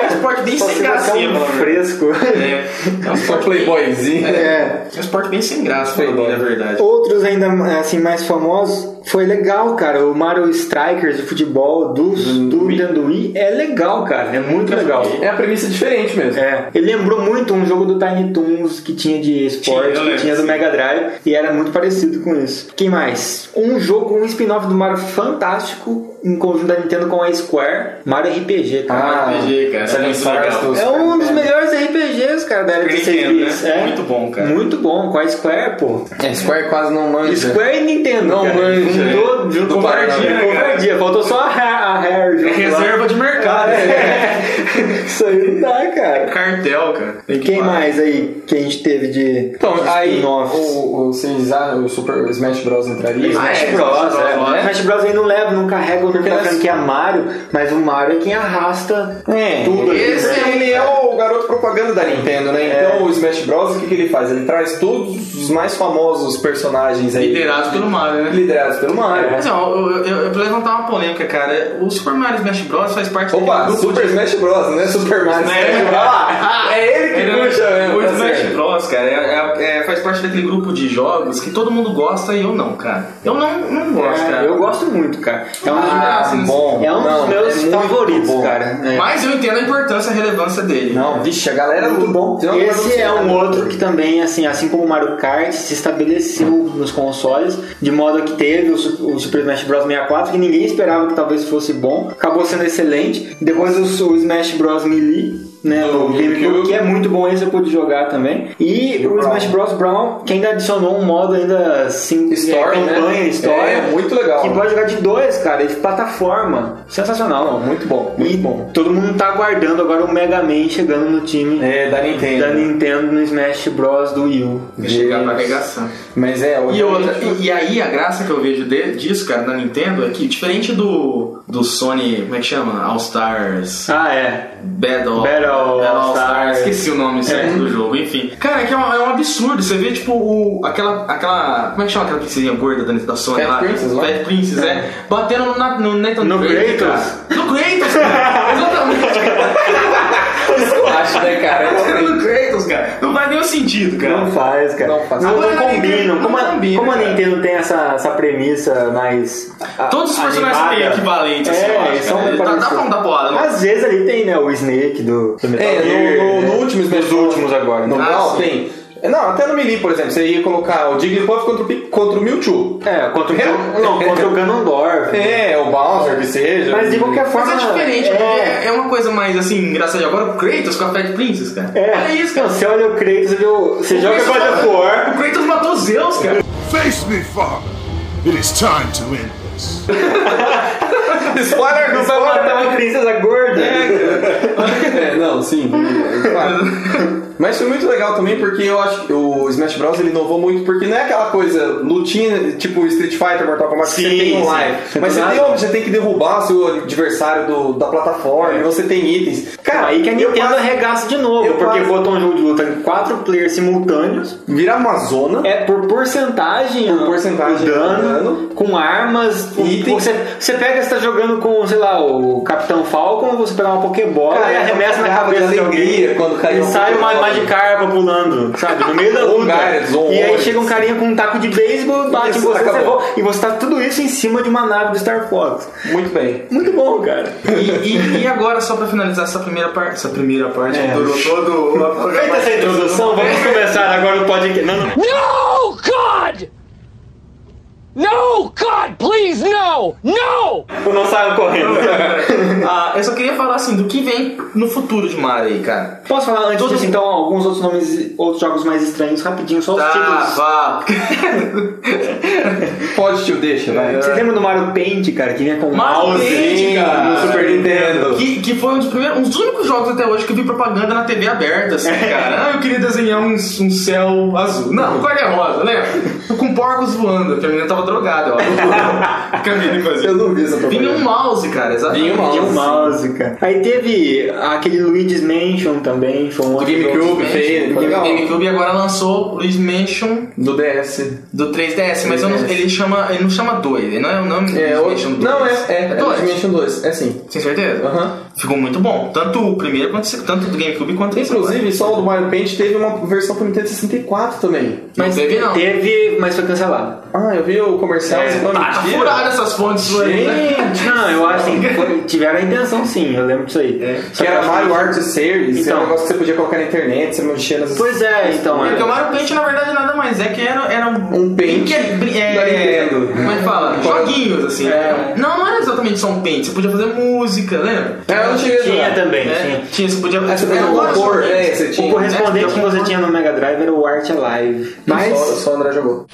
Speaker 2: É um esporte bem
Speaker 4: só
Speaker 2: sem
Speaker 4: se
Speaker 2: graça.
Speaker 4: você é um fresco.
Speaker 2: É, é um
Speaker 6: Só
Speaker 2: esporte bem,
Speaker 6: playboyzinho.
Speaker 4: É.
Speaker 2: é um esporte bem sem graça, pra mim,
Speaker 6: Playboy.
Speaker 2: na é verdade.
Speaker 4: Outros ainda assim mais famosos foi legal, cara. O Mario Strikers de futebol do, do Nintendo Wii é legal, cara. É muito legal.
Speaker 6: É a premissa diferente mesmo.
Speaker 4: É, ele lembrou muito um jogo do Tiny Toons que tinha de esporte,
Speaker 2: Tinha, eu
Speaker 4: que tinha do Mega Drive, e era muito parecido com isso. Quem mais? Um jogo, um spin-off do Mario fantástico, em conjunto da Nintendo com a Square, Mario RPG, Ah, cara.
Speaker 2: RPG, cara, é
Speaker 6: Seven
Speaker 2: muito
Speaker 6: Stars
Speaker 2: legal.
Speaker 6: dos-
Speaker 4: é um dos melhores RPGs, cara, da era de
Speaker 2: Super Nintendo,
Speaker 4: serviço.
Speaker 2: né?
Speaker 4: É.
Speaker 2: Muito bom, cara.
Speaker 4: Muito bom, com a Square, pô.
Speaker 6: É, Square quase não manja.
Speaker 4: Square e Nintendo,
Speaker 6: é. Não é,
Speaker 4: cara.
Speaker 6: manja.
Speaker 4: Fundou junto
Speaker 6: Do
Speaker 4: com
Speaker 6: Paraná,
Speaker 4: covardia,
Speaker 2: né, cara?
Speaker 4: covardia. Faltou só a Rare, a
Speaker 6: É
Speaker 4: Rare junto lá.
Speaker 2: É Reserva de mercado, né?
Speaker 4: É. Isso aí não dá, cara.
Speaker 2: Cartel, cara. Tem que
Speaker 4: Quem
Speaker 2: falar.
Speaker 4: mais aí que a gente teve de
Speaker 6: Então,
Speaker 4: de
Speaker 6: aí
Speaker 4: spin-offs?
Speaker 6: o, o, Civilizar- o Super Smash Bros. entraria.
Speaker 2: Ah,
Speaker 4: Smash
Speaker 2: é,
Speaker 4: Bros,
Speaker 2: Smash Bros,
Speaker 4: é.
Speaker 2: né?
Speaker 4: Smash Bros aí não leva, não tá carrega o nome
Speaker 6: Porque
Speaker 4: da
Speaker 6: é assim.
Speaker 4: franquia Mario, mas o Mario é quem arrasta
Speaker 6: É,
Speaker 4: tudo ali,
Speaker 6: esse
Speaker 4: né?
Speaker 6: ele é o garoto propaganda da Nintendo, né?
Speaker 4: É.
Speaker 6: Então o Smash Bros, o que, que ele faz? Ele traz todos os mais famosos personagens aí.
Speaker 2: Liderado pelo Mario, né?
Speaker 6: liderados pelo Mario.
Speaker 2: Mas, ó, eu, eu, eu, eu vou levantar uma polêmica, cara. O Super Mario Smash Bros. faz parte
Speaker 6: Opa,
Speaker 2: daquele grupo
Speaker 6: Super Smash Bros, né? Super Mario
Speaker 2: Né?
Speaker 6: Smash Bros. Ah, é ele que
Speaker 2: Ele-
Speaker 6: puxa mesmo.
Speaker 2: O
Speaker 6: tá
Speaker 2: Smash
Speaker 6: certo.
Speaker 2: Bros, cara, é- é- é- faz parte daquele grupo de jogos que todo mundo gosta e eu não, cara. Eu não, não gosto,
Speaker 4: É,
Speaker 2: cara.
Speaker 4: eu gosto muito, cara. É um,
Speaker 2: Ah,
Speaker 4: dos meus-
Speaker 6: bom.
Speaker 4: é um dos
Speaker 6: Não,
Speaker 4: meus
Speaker 6: é muito
Speaker 4: favoritos,
Speaker 6: bom.
Speaker 4: cara. É.
Speaker 2: Mas eu entendo a importância e a relevância dele.
Speaker 6: Não, vixe, a galera é
Speaker 4: Muito bom.
Speaker 6: Tem uma coisa
Speaker 4: Esse é um
Speaker 6: assim,
Speaker 4: outro que também, assim, assim como o Mario Kart, se estabeleceu nos consoles, de modo que teve o, Su- o Super Smash Bros. 64, que ninguém esperava que talvez fosse bom, acabou sendo excelente. Depois o, Su- o Smash Bros. Melee. Né,
Speaker 6: Do
Speaker 4: o GameCube,
Speaker 6: GameCube.
Speaker 4: que é muito bom, esse eu pude jogar também. E o
Speaker 6: Brown.
Speaker 4: Smash Bros. Brown, que ainda adicionou um modo ainda assim,
Speaker 6: Story, né?
Speaker 4: campanha, história.
Speaker 6: É, muito legal.
Speaker 4: Que pode jogar de dois, cara, e de plataforma. Sensacional.
Speaker 6: Muito bom,
Speaker 4: E
Speaker 6: muito bom.
Speaker 4: todo mundo tá aguardando agora o Mega Man chegando no time
Speaker 6: É, da Nintendo.
Speaker 4: da Nintendo no Smash Bros do Wii U.
Speaker 2: Tem que chegar pra
Speaker 6: Deus.
Speaker 2: arregaçar.
Speaker 6: Mas é,
Speaker 2: E, outra,
Speaker 6: obviamente,
Speaker 2: e, e aí a graça que eu vejo de- disso, cara, na Nintendo é que, diferente do, do Sony, como é que chama? All Stars.
Speaker 4: Ah, é.
Speaker 2: Battle,
Speaker 4: Battle
Speaker 2: All Stars,
Speaker 4: Stars.
Speaker 2: esqueci o nome certo do jogo, enfim. Cara, é que é um, é um absurdo, você vê, tipo, o, aquela, aquela, como é que chama aquela princesinha gorda da, da Sony
Speaker 6: Fat
Speaker 2: lá?
Speaker 6: Princess, lá?
Speaker 2: Fat Princess, é. Batendo na, no Nathan
Speaker 4: No
Speaker 2: Drake,
Speaker 4: Kratos.
Speaker 2: cara. No Kratos, cara, exatamente, cara.
Speaker 6: acho, né, cara?
Speaker 2: Batendo no Kratos, cara. Não faz nenhum sentido, cara.
Speaker 4: Não faz, cara.
Speaker 6: Não faz.
Speaker 4: Não,
Speaker 2: Agora
Speaker 4: não
Speaker 2: a Nintendo
Speaker 4: combinam.
Speaker 2: não
Speaker 4: Como, a-
Speaker 2: combina,
Speaker 4: como a
Speaker 2: cara.
Speaker 4: Nintendo tem essa, essa premissa mais. a-
Speaker 2: Todos os personagens
Speaker 4: animada,
Speaker 2: têm equivalente, assim, eu
Speaker 4: é,
Speaker 2: acho,
Speaker 4: são
Speaker 2: cara. Dá- dá
Speaker 4: parecidos.
Speaker 2: pra um dar porrada, não?
Speaker 4: Às vezes ali tem, né? O Snake do, do Metal
Speaker 6: É,
Speaker 4: Gear,
Speaker 6: no, no-
Speaker 4: né?
Speaker 6: no último Smash
Speaker 4: Nos
Speaker 6: Bros.
Speaker 4: últimos agora.
Speaker 6: No
Speaker 4: né?
Speaker 6: Brawl
Speaker 2: sim.
Speaker 6: tem. Não, até no Melee, por exemplo, você ia colocar o Jigglypuff contra o, Pi- contra o Mewtwo.
Speaker 4: É, contra o, Gan- não, contra o Ganondorf.
Speaker 6: É, o Bowser, que seja.
Speaker 4: Mas de qualquer forma.
Speaker 2: Mas é diferente, porque
Speaker 4: É,
Speaker 2: é uma coisa mais assim, engraçada. Agora o Kratos com a Fat Princess, cara.
Speaker 4: é.
Speaker 2: Olha isso, cara.
Speaker 4: Você olha o Kratos,
Speaker 6: é
Speaker 4: você, vê o- você joga
Speaker 2: Kratos
Speaker 4: God of
Speaker 2: matou-
Speaker 4: War.
Speaker 2: O Kratos matou Zeus, cara.
Speaker 5: Face me, Father. It is time to end this.
Speaker 6: Spoiler do
Speaker 4: Vai matar uma princesa gorda.
Speaker 2: É, cara.
Speaker 6: É, não, sim. claro. Mas foi muito legal também porque eu acho que o Smash Bros ele inovou muito porque não é aquela coisa lutinha tipo Street Fighter, Mortal Kombat que
Speaker 2: Sim,
Speaker 6: você tem
Speaker 2: sim.
Speaker 6: online. Mas você tem, você tem que derrubar seu adversário do- da plataforma, e você tem itens. Cara,
Speaker 4: Aí que a
Speaker 6: eu
Speaker 4: Nintendo
Speaker 6: quase-
Speaker 4: arregaça de novo,
Speaker 6: eu
Speaker 4: porque
Speaker 6: quase-
Speaker 4: botou um jogo de luta em quatro players simultâneos.
Speaker 6: vira uma zona.
Speaker 4: É por porcentagem,
Speaker 6: Por porcentagem
Speaker 4: o dano,
Speaker 6: do dano.
Speaker 4: com armas, com-
Speaker 6: Itens.
Speaker 4: Você, você pega, você tá jogando com, sei lá, o Capitão Falcon, você pega uma Pokébola
Speaker 6: Cara,
Speaker 4: e
Speaker 6: eu
Speaker 4: arremessa na
Speaker 6: cagava
Speaker 4: cabeça
Speaker 6: de
Speaker 4: de
Speaker 6: alegria
Speaker 4: alguém
Speaker 6: quando caiu
Speaker 4: e
Speaker 6: uma
Speaker 4: sai uma
Speaker 6: Pokébola.
Speaker 4: Magikarpa pulando, sabe? No meio da luta.
Speaker 6: Hongares,
Speaker 4: e aí
Speaker 6: honores.
Speaker 4: chega um carinha com um taco de beisebol, bate em
Speaker 6: Isso,
Speaker 4: você, você
Speaker 6: acabou.
Speaker 4: voa, e você tá tudo isso em cima de uma nave do Star Fox.
Speaker 6: Muito bem.
Speaker 4: Muito bom, cara.
Speaker 2: E, e- e agora, só pra finalizar essa primeira parte, essa primeira parte
Speaker 4: É.
Speaker 2: que durou todo o
Speaker 4: Feita essa introdução, vamos começar agora o podcast. Não, não.
Speaker 7: No, God! No, God, please, no! No!
Speaker 4: Eu tipo, não saio correndo.
Speaker 2: Ah, eu só queria falar assim do que vem no futuro de Mario aí, cara.
Speaker 4: Posso falar antes
Speaker 2: Todo
Speaker 4: disso,
Speaker 2: mundo.
Speaker 4: então, alguns outros nomes, outros jogos mais estranhos, rapidinho, só os
Speaker 2: Tá,
Speaker 4: títulos.
Speaker 2: vá.
Speaker 6: Pode, tio, deixa, vai.
Speaker 4: Você lembra do Mario Paint, cara, que vinha com
Speaker 2: Mario
Speaker 4: mouse assim,
Speaker 2: Paint, cara.
Speaker 4: no Super Nintendo?
Speaker 2: Que, que foi um dos primeiros, um dos únicos jogos até hoje que eu vi propaganda na TV aberta, assim, cara. Ah, eu queria desenhar um, um céu azul. Não, guarda-rosa, lembra? Com porcos voando, porque a menina tava drogada, ó. Que a menina fazia.
Speaker 6: Eu não vi essa propaganda.
Speaker 2: Vinha um mouse, cara, exatamente.
Speaker 6: Vinha um mouse.
Speaker 4: Tinha um mouse, cara. Aí teve aquele Luigi's Mansion também, tipo, foi um outro jogo.
Speaker 6: GameCube, feio.
Speaker 2: O
Speaker 6: legal.
Speaker 2: um GameCube agora lançou o Luigi's Mansion
Speaker 6: Do DS.
Speaker 2: do 3DS, mas eu não-
Speaker 6: 3DS.
Speaker 2: ele chama. Ele não chama 2, ele não é o nome do
Speaker 6: É,
Speaker 2: Luigi's
Speaker 6: o...
Speaker 2: Mansion 2.
Speaker 6: Não, é, é, é,
Speaker 2: dois.
Speaker 6: Dimension 2. É sim.
Speaker 2: Sem certeza?
Speaker 6: Aham.
Speaker 2: Ficou muito bom. Tanto o primeiro quanto o segundo. Tanto do GameCube quanto esse.
Speaker 6: Inclusive, só o do Mario Paint teve uma versão pro Nintendo 64 também.
Speaker 2: Não teve, não.
Speaker 4: Teve, mas foi cancelado.
Speaker 6: Ah, eu vi o comercial.
Speaker 4: É,
Speaker 6: isso não
Speaker 2: Ah, tá
Speaker 6: mentira.
Speaker 2: furado essas fontes suas aí, né?
Speaker 4: Gente, não, eu acho assim, foi- tiveram a intenção sim, eu lembro disso aí. Só
Speaker 6: Que era
Speaker 4: eu acho
Speaker 6: Mario Art Series,
Speaker 4: Tá Então.
Speaker 6: era um negócio que você podia colocar na internet, você mexia nas...
Speaker 4: Pois é, então.
Speaker 2: Porque o
Speaker 4: é.
Speaker 2: Mario Paint, na verdade, nada mais é que era, era
Speaker 6: Um paint
Speaker 2: brinque- brin-
Speaker 6: da
Speaker 2: é,
Speaker 6: Nintendo.
Speaker 2: Como é que fala?
Speaker 6: Qual-
Speaker 2: Joguinhos, assim.
Speaker 6: É.
Speaker 2: Não, não era exatamente só um paint. Você podia fazer música, lembra?
Speaker 6: É, eu não cheguei a
Speaker 4: Tinha
Speaker 6: jogar.
Speaker 4: também,
Speaker 2: É, né? É,
Speaker 4: tinha.
Speaker 2: tinha, você podia...
Speaker 6: É, você podia
Speaker 2: Era vários
Speaker 6: compor,
Speaker 2: joguinhos.
Speaker 6: é, você tinha.
Speaker 4: O correspondente que você tinha no Mega Drive era o Art Alive.
Speaker 6: Mas... Só, só o André jogou.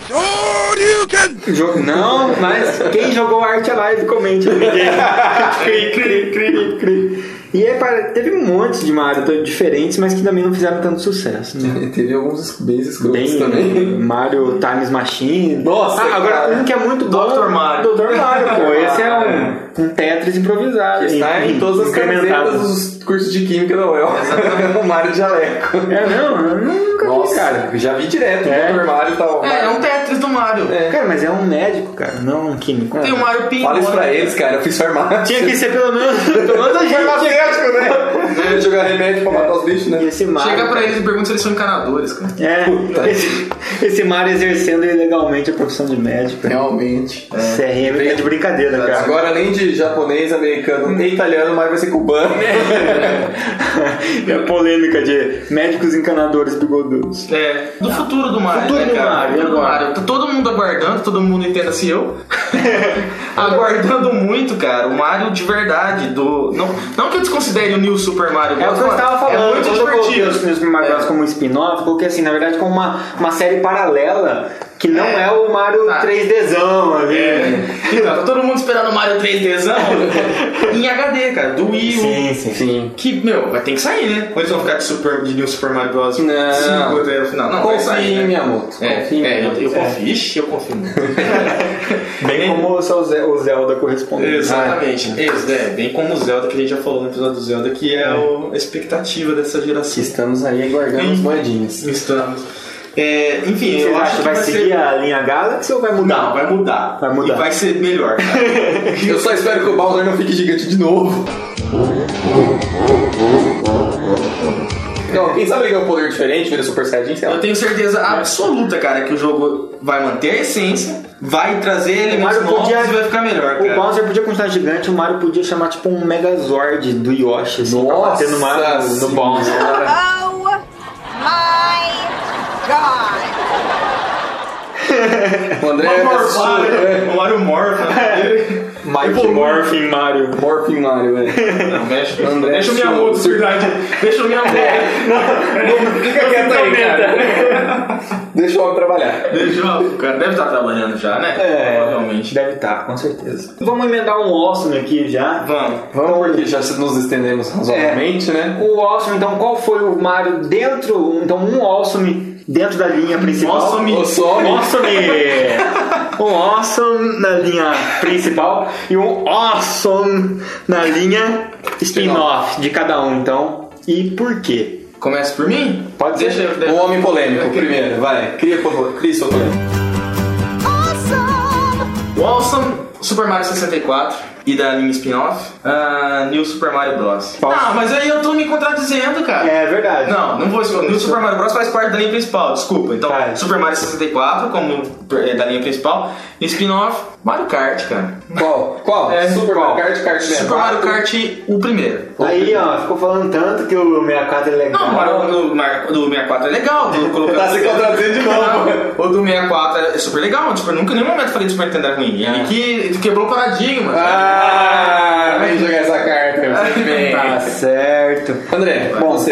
Speaker 4: Jogo- Não, mas quem jogou Art Alive, comente. cri, cri, cri, cri. E é, para- teve um monte de Mario to- diferentes, mas que também não fizeram tanto sucesso. Né?
Speaker 6: E teve alguns bem escrotos
Speaker 4: Bem,
Speaker 6: também.
Speaker 4: Mario Times Machine.
Speaker 6: Nossa,
Speaker 4: Ah, agora
Speaker 6: cara.
Speaker 4: um que é muito bom.
Speaker 2: Dr. Mario.
Speaker 4: Dr. Mario, pô. Esse é um, um Tetris improvisado.
Speaker 6: Está tá em todas as
Speaker 4: incrementado.
Speaker 6: camisetas dos cursos de química da UEL. o Mario Jaleco.
Speaker 4: É, não, eu nunca vi,
Speaker 6: Nossa,
Speaker 4: cara.
Speaker 6: cara, já vi direto.
Speaker 4: É.
Speaker 6: O Mario tá... o
Speaker 2: É, é um Tetris do Mario.
Speaker 4: Cara, mas é um médico, cara, não um químico.
Speaker 2: Tem o Mario Pinball.
Speaker 6: Fala isso pra eles, cara. Eu fiz farmácia.
Speaker 4: Tinha que ser pelo menos, pelo menos a gente.
Speaker 6: Farmacêutico, né? Deve jogar remédio pra matar os bichos, né?
Speaker 4: E Esse Mario,
Speaker 2: Chega pra eles e pergunta se eles são encanadores, cara.
Speaker 4: É, esse, esse Mario exercendo ilegalmente a profissão de médico.
Speaker 6: Realmente.
Speaker 4: CRM tá de brincadeira, cara.
Speaker 6: Agora, além de japonês, americano e italiano, mas vai ser cubano.
Speaker 4: É a polêmica de médicos encanadores bigodudos.
Speaker 2: É, do futuro do Mario.
Speaker 4: Futuro
Speaker 2: né,
Speaker 4: do
Speaker 2: cara?
Speaker 4: Mario,
Speaker 2: Futuro do
Speaker 4: agora.
Speaker 2: Mario. Tá todo mundo aguardando, todo mundo entenda-se eu. aguardando muito, cara. O Mario de verdade. Do... Não, não que eu desconsidere o New Super Mario
Speaker 4: É o
Speaker 2: Bros.
Speaker 4: que eu
Speaker 2: mano,
Speaker 4: estava falando,
Speaker 2: É muito
Speaker 4: quando eu coloquei os
Speaker 2: divertido.
Speaker 4: filmes do Mario Bros. como um spin-off, eu coloquei assim, na verdade, como uma, uma série paralela, que não é, o Mario
Speaker 2: Ah.
Speaker 4: 3Dzão ali.
Speaker 2: Então, tá todo mundo esperando o Mario 3Dzão em HD, cara. Do Wii U.
Speaker 4: sim.
Speaker 6: Sim.
Speaker 2: Que, meu, vai ter que sair, né? Ou eles vão ficar de, super, de New Super Mario Bros.
Speaker 6: Não.
Speaker 2: 5 até o final. Não, vai
Speaker 6: Confia
Speaker 2: sair,
Speaker 6: em
Speaker 2: né?
Speaker 6: mim, Miyamoto.
Speaker 2: É,
Speaker 6: Confia em
Speaker 2: é, eu,
Speaker 6: Miyamoto.
Speaker 2: eu confio. Ixi, eu confio muito.
Speaker 4: né? Bem como o seu Ze- o Zelda correspondente.
Speaker 2: Exatamente. Ex- é, bem como o Zelda, que a gente já falou no episódio do Zelda, que é, o- a expectativa dessa geração.
Speaker 6: Estamos aí aguardando as moedinhas.
Speaker 2: Estamos. É, enfim,
Speaker 4: Você
Speaker 2: eu
Speaker 4: acha
Speaker 2: acho
Speaker 4: que
Speaker 2: que
Speaker 4: vai seguir
Speaker 2: ser...
Speaker 4: a linha Galaxy ou vai mudar?
Speaker 2: Não, vai mudar.
Speaker 4: Vai mudar.
Speaker 2: E vai ser melhor. cara.
Speaker 6: Eu só espero que o Bowser não fique gigante de novo. Não, quem sabe ligar um poder diferente, vira Super Saiyajin,
Speaker 4: é?
Speaker 6: sei lá.
Speaker 2: eu tenho certeza absoluta, cara, que o jogo vai manter a essência, vai trazer elementos
Speaker 4: Mario
Speaker 2: novos
Speaker 4: podia-
Speaker 2: e vai ficar melhor,
Speaker 4: O
Speaker 2: cara.
Speaker 4: Bowser podia continuar gigante, o Mario podia chamar tipo um Megazord do Yoshi, assim, pra bater no, Mario,
Speaker 6: Nossa
Speaker 4: no Bowser.
Speaker 10: Oh my God!
Speaker 6: O André é
Speaker 2: Mario, o Mario Morph.
Speaker 6: Mike Morphin Mario. Morphin Mario, é.
Speaker 2: Não, mexe.
Speaker 6: André
Speaker 2: deixa o
Speaker 6: Silva.
Speaker 2: Miyamoto, verdade. Deixa o Miyamoto.
Speaker 6: Fica quieto aí, cara. Deixa o homem trabalhar.
Speaker 2: Deixa o cara deve estar trabalhando já, né?
Speaker 4: É.
Speaker 2: Provavelmente.
Speaker 6: Deve estar, com certeza.
Speaker 4: Vamos emendar um Awesome aqui já.
Speaker 2: Vamos.
Speaker 6: Vamos, Então, porque já nos estendemos
Speaker 2: É.
Speaker 6: razoavelmente, né?
Speaker 4: O Awesome, então, qual foi o Mario dentro, então um Awesome dentro da linha principal?
Speaker 2: Awesome.
Speaker 6: O Sonic.
Speaker 4: Awesome! Um awesome na linha principal e um awesome na linha spin-off de cada um, então. E por quê?
Speaker 2: Começa por mim?
Speaker 6: Pode ser.
Speaker 2: Deixa eu- deixa-
Speaker 6: O Um homem polêmico, primeiro, vai. Cria, por favor. Cria seu polêmico.
Speaker 2: O Awesome, Super Mario 64 e da linha spin-off, ah, New Super Mario Bros.
Speaker 4: Qual-
Speaker 2: Ah, mas aí eu tô me contradizendo, cara.
Speaker 4: É verdade.
Speaker 2: Não, não vou escolher. New Super Mario Bros. faz parte da linha principal, desculpa. Então,
Speaker 4: Tá.
Speaker 2: Super Mario 64, como é, da linha principal, e spin-off, Mario Kart, cara.
Speaker 6: Qual? Qual?
Speaker 2: É,
Speaker 6: Super
Speaker 2: qual?
Speaker 6: Mario Kart, Kart
Speaker 2: Super
Speaker 6: 64.
Speaker 2: Mario Kart, o primeiro.
Speaker 4: Aí, ó, ficou falando tanto que o 64 é legal.
Speaker 2: Não, o Mario do, Mar- do 64 é legal, do colocando. assim,
Speaker 6: Tá se contradizendo de novo.
Speaker 2: Não, o do 64 é super legal, tipo, eu nunca em nenhum momento falei do Super Nintendo é ruim. Ele que quebrou o paradigma.
Speaker 6: Ah, vem jogar essa carta. você vem.
Speaker 4: Tá certo.
Speaker 6: André, bom, você.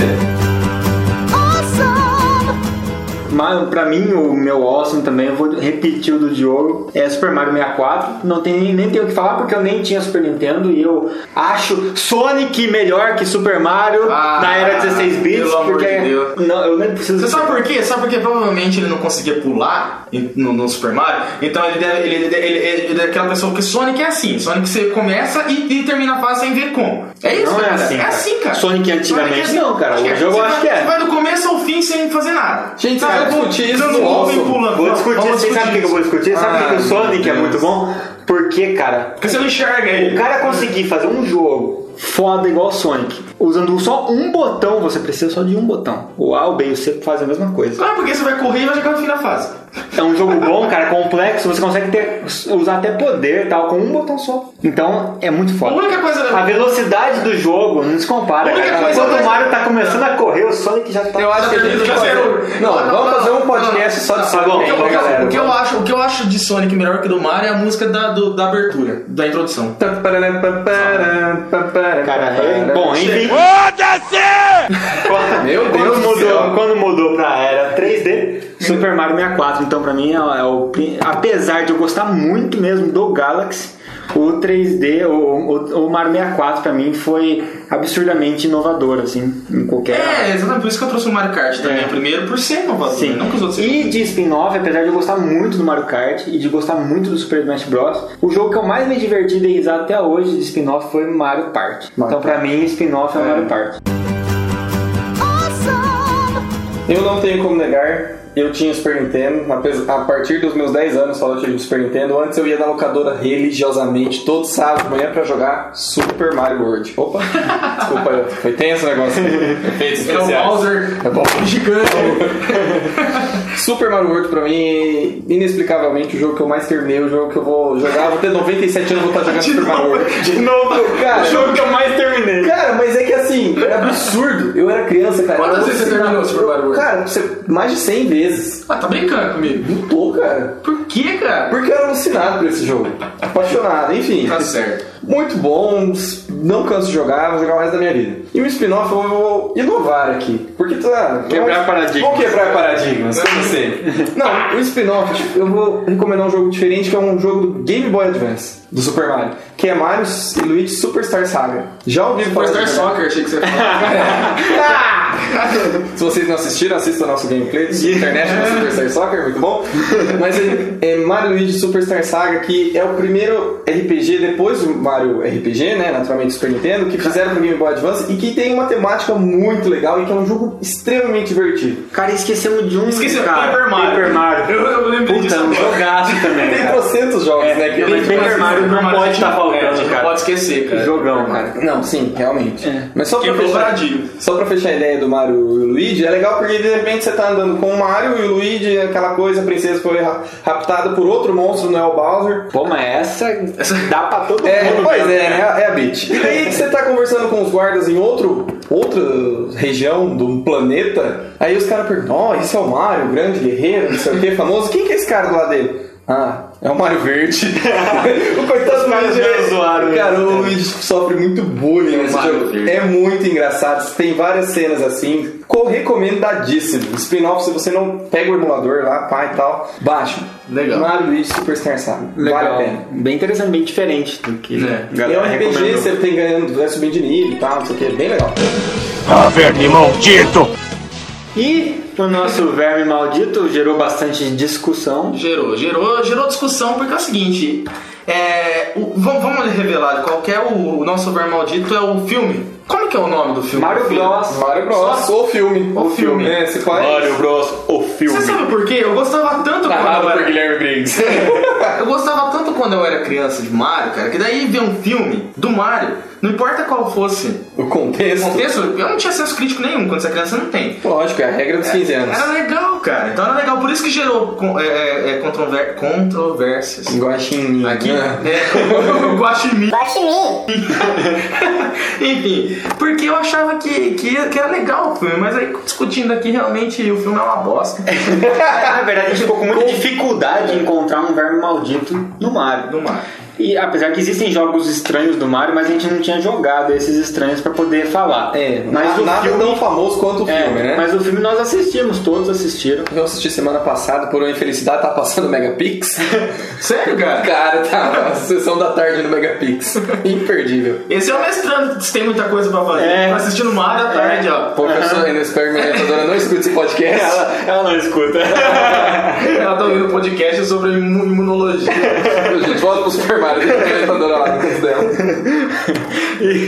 Speaker 4: Mas pra mim, o meu awesome também, eu vou repetir o do Diogo, é Super Mario 64. Não tem nem, nem tenho o que falar porque eu nem tinha Super Nintendo e eu acho Sonic melhor que Super Mario
Speaker 2: Ah,
Speaker 4: na era 16 bits.
Speaker 2: pelo amor
Speaker 4: porque
Speaker 2: de Deus.
Speaker 4: Não, eu nem preciso.
Speaker 2: Você sabe por quê? Sabe por quê? Provavelmente ele não conseguia pular em- no, no Super Mario. Então ele deve. Ele, ele, ele, ele é aquela pessoa que Sonic é assim. Sonic você começa e, e termina a fase sem ver como. É isso,
Speaker 4: Não é
Speaker 2: cara.
Speaker 4: assim,
Speaker 2: É
Speaker 4: cara.
Speaker 2: assim, cara.
Speaker 4: Sonic antigamente
Speaker 2: é assim.
Speaker 4: não, cara.
Speaker 2: Acho que
Speaker 4: Hoje eu
Speaker 2: Você
Speaker 4: acho
Speaker 2: vai-
Speaker 4: que é.
Speaker 2: Você vai do começo ao fim sem fazer nada.
Speaker 6: Gente,
Speaker 2: Sabe, eu
Speaker 6: cara,
Speaker 2: vou
Speaker 6: discutir isso
Speaker 2: dando
Speaker 6: no
Speaker 2: golpe
Speaker 6: awesome.
Speaker 2: e pulando.
Speaker 4: Vou
Speaker 2: Não,
Speaker 4: discutir,
Speaker 2: vamos
Speaker 4: você sabe o que eu vou discutir? Sabe por que
Speaker 2: Ah,
Speaker 4: o Sonic é
Speaker 2: meu
Speaker 4: muito
Speaker 2: Deus.
Speaker 4: bom? Porque, cara,
Speaker 2: Porque você não enxerga
Speaker 4: o
Speaker 2: ele.
Speaker 4: cara conseguir fazer um jogo foda igual Sonic, usando só um botão, você precisa só de um botão. O A, o B e o C fazem a mesma coisa.
Speaker 2: Claro, porque você vai correr e vai chegar no fim da fase.
Speaker 4: É um jogo bom, cara, complexo, você consegue ter, usar até poder e tal, com um botão só. Então é muito
Speaker 2: A
Speaker 4: foda.
Speaker 2: única coisa.
Speaker 4: A velocidade do jogo não se compara.
Speaker 2: A única
Speaker 4: cara.
Speaker 2: coisa-
Speaker 4: Quando o Mario tá começando a correr, o Sonic já tá.
Speaker 6: Eu acho que a gente
Speaker 2: Já
Speaker 6: pode
Speaker 2: zerou.
Speaker 6: fazer... Não, vamos fazer um podcast só de
Speaker 4: Tá bom,
Speaker 2: O que,
Speaker 6: Sonic,
Speaker 2: eu- o
Speaker 6: né,
Speaker 2: que eu-
Speaker 6: galera?
Speaker 2: o que eu acho, o que eu acho de Sonic melhor que do Mario é a música da, do- da abertura, da introdução.
Speaker 4: Cara, é bom, enfim. Quando,
Speaker 6: Meu Deus
Speaker 4: quando
Speaker 6: do
Speaker 4: mudou,
Speaker 6: céu.
Speaker 4: quando mudou pra era 3D, Super Mario 64, então pra mim é, o- é o. pri- Apesar de eu gostar muito mesmo do Galaxy, o 3D, o, o, o Mario 64 pra mim foi absurdamente inovador, assim, em qualquer.
Speaker 2: É, exatamente. Por isso que eu trouxe o Mario Kart também.
Speaker 4: É.
Speaker 2: Primeiro por ser inovador,
Speaker 4: Sim.
Speaker 2: não que os outros
Speaker 4: E de spin-off, apesar de eu gostar muito do Mario Kart e de gostar muito do Super Smash Bros, o jogo que eu mais me diverti e dei risada até hoje de spin-off foi Mario Kart. então pra mim, spin-off é, o Mario Kart.
Speaker 6: Eu não tenho como negar, eu tinha Super Nintendo, apes- a partir dos meus 10 anos só eu tive Super Nintendo, antes eu ia na locadora religiosamente, todo sábado de manhã pra jogar Super Mario World. Opa, desculpa, foi tenso o negócio. Efeitos
Speaker 2: É o Bowser.
Speaker 6: É bom.
Speaker 2: Gigante.
Speaker 6: Super Mario World pra mim, inexplicavelmente, o jogo que eu mais terminei, o jogo que eu vou jogar, vou ter 97 anos e vou estar jogando Super Mario World.
Speaker 4: De novo,
Speaker 6: cara.
Speaker 4: o jogo que eu mais terminei.
Speaker 6: Cara, mas é que assim, é absurdo. Eu era criança, cara.
Speaker 2: Quantas
Speaker 6: Eu
Speaker 2: vezes você
Speaker 6: alucinava.
Speaker 2: terminou Super Mario World?
Speaker 6: Cara, você- mais de 100 vezes.
Speaker 2: Ah, tá brincando comigo.
Speaker 6: Não tô, cara.
Speaker 2: Por que, cara?
Speaker 6: Porque eu era alucinado por esse jogo. Apaixonado, enfim.
Speaker 2: Tá certo.
Speaker 6: Muito bom, não canso de jogar, vou jogar o resto da minha vida. E o spin-off eu vou inovar aqui. Porque tá.
Speaker 4: Quebrar paradigmas.
Speaker 6: Vou quebrar paradigmas, como sempre. Não, o spin-off, tipo, eu vou recomendar um jogo diferente que é um jogo do Game Boy Advance, do Super Mario, que é Mario e Luigi Superstar Saga. Já ouvi falar
Speaker 2: Superstar
Speaker 6: desse jogo?
Speaker 2: Soccer, achei que você falava.
Speaker 4: "Ah!"
Speaker 6: Se vocês não assistiram, assistam nosso gameplay do International Superstar Soccer, muito bom. Mas é, é Mario Luigi Superstar Saga, que é o primeiro RPG depois do Mario RPG, né? Naturalmente Super Nintendo, que fizeram pro Game Boy Advance e que tem uma temática muito legal e que é um jogo extremamente divertido.
Speaker 4: Cara, esquecemos de um.
Speaker 2: Esqueci,
Speaker 4: cara.
Speaker 2: Paper Mario.
Speaker 4: Paper Mario.
Speaker 2: Eu, eu lembrei
Speaker 4: Puta,
Speaker 2: disso.
Speaker 4: um jogaço também.
Speaker 6: Tem
Speaker 4: Cara.
Speaker 6: trocentos jogos,
Speaker 4: É,
Speaker 6: né? Que
Speaker 4: mas
Speaker 6: tem-
Speaker 4: Paper Mario não pode estar
Speaker 2: É, a
Speaker 4: faltando,
Speaker 2: gente não
Speaker 4: cara.
Speaker 2: pode esquecer, cara.
Speaker 4: Jogão, cara.
Speaker 6: Não, sim, realmente. Mas só pra,
Speaker 2: Quebrou o
Speaker 6: fechar,
Speaker 2: paradigma.
Speaker 6: só pra fechar a ideia do Mario e o Luigi, é legal porque de repente você tá andando com o Mario e o Luigi, é aquela coisa, a princesa foi ra- raptada por outro monstro, não é o Bowser.
Speaker 4: Pô, mas essa dá pra todo
Speaker 6: É,
Speaker 4: mundo.
Speaker 6: pois
Speaker 4: mesmo,
Speaker 6: é,
Speaker 4: cara.
Speaker 6: né? É a bitch. E daí que você tá conversando com os guardas em outro outra região do planeta. Aí os caras perguntam: Ó, esse é o Mario, grande guerreiro, não sei o que, famoso. Quem que é esse cara do lado dele? Ah, é o Mario Verde. o coitado do
Speaker 4: Os caras
Speaker 6: Luigi,
Speaker 4: já zoaram
Speaker 6: Cara,
Speaker 4: ele.
Speaker 6: o Luigi sofre muito bullying nesse
Speaker 2: Mario
Speaker 6: jogo.
Speaker 2: Verde.
Speaker 6: É muito engraçado. Tem várias cenas assim. Co- Recomendadíssimo. Spin-off, se você não pega o emulador lá, pá e tal, baixa.
Speaker 2: Legal.
Speaker 6: Mario Luigi Superstar Saga. Vale a
Speaker 4: Legal.
Speaker 6: pena.
Speaker 4: Bem interessante, bem diferente do que
Speaker 2: É.
Speaker 4: a galera
Speaker 6: é um RPG,
Speaker 4: recomendou.
Speaker 6: você tem ganhando, vai subindo de nível e tal, não sei o que, bem legal.
Speaker 4: E o nosso verme maldito gerou bastante discussão.
Speaker 2: Gerou, gerou, gerou discussão porque é o seguinte. é, o- vamos, vamos revelar qual que é o, o nosso ver maldito é o filme. Como que é o nome do filme?
Speaker 4: Mario Bros.
Speaker 6: Mario Bros.
Speaker 2: Só-
Speaker 6: ou filme.
Speaker 2: ou filme.
Speaker 6: É, você faz.
Speaker 10: Mario Bros. O
Speaker 2: Você
Speaker 10: filme.
Speaker 2: sabe é por quê? Eu gostava tanto
Speaker 4: Tá
Speaker 2: quando
Speaker 10: Narrado
Speaker 2: eu
Speaker 10: por
Speaker 2: era...
Speaker 10: Guilherme Briggs.
Speaker 2: Eu gostava tanto quando eu era criança de Mario, cara, que daí ver um filme do Mario, não importa qual fosse
Speaker 6: O
Speaker 2: o
Speaker 6: contexto.
Speaker 2: contexto, eu não tinha senso crítico nenhum, quando você é criança não tem.
Speaker 6: Lógico, é a regra dos 15 anos.
Speaker 2: Era legal, cara. Então era legal, por isso que gerou con- é, é, é, controver- controvérsias.
Speaker 6: Guaxinim.
Speaker 2: Aqui,
Speaker 6: né?
Speaker 2: é, o Guaxinim.
Speaker 8: Guaxinim.
Speaker 2: Enfim, porque eu achava que, que, que era legal o filme, mas aí discutindo aqui, realmente o filme é uma bosta.
Speaker 4: Na verdade, a gente ficou com muita dificuldade em encontrar um verme maldito no Mario.
Speaker 2: Do mar.
Speaker 4: E apesar que existem jogos estranhos do Mario, mas a gente não tinha jogado esses estranhos pra poder falar.
Speaker 6: É,
Speaker 4: mas
Speaker 6: na-
Speaker 4: o
Speaker 6: nada
Speaker 4: filme,
Speaker 6: tão famoso quanto o
Speaker 4: é,
Speaker 6: filme, né?
Speaker 4: mas o filme nós assistimos, todos assistiram.
Speaker 6: Eu assisti semana passada, por uma infelicidade, tá passando Megapix.
Speaker 2: Sério, cara?
Speaker 6: Cara, tá na sessão da tarde no Megapix. Imperdível.
Speaker 2: Esse é o mestrando, se tem muita coisa pra fazer.
Speaker 4: É.
Speaker 2: Tá assistindo uma hora à tarde, ó.
Speaker 6: Professor Inês Experimentadora não escuta esse podcast.
Speaker 4: ela não escuta.
Speaker 2: Ela tá ouvindo podcast sobre imu- imunologia.
Speaker 6: A gente volta pro Super Mario, deixa a Experimentadora lá no canto dela.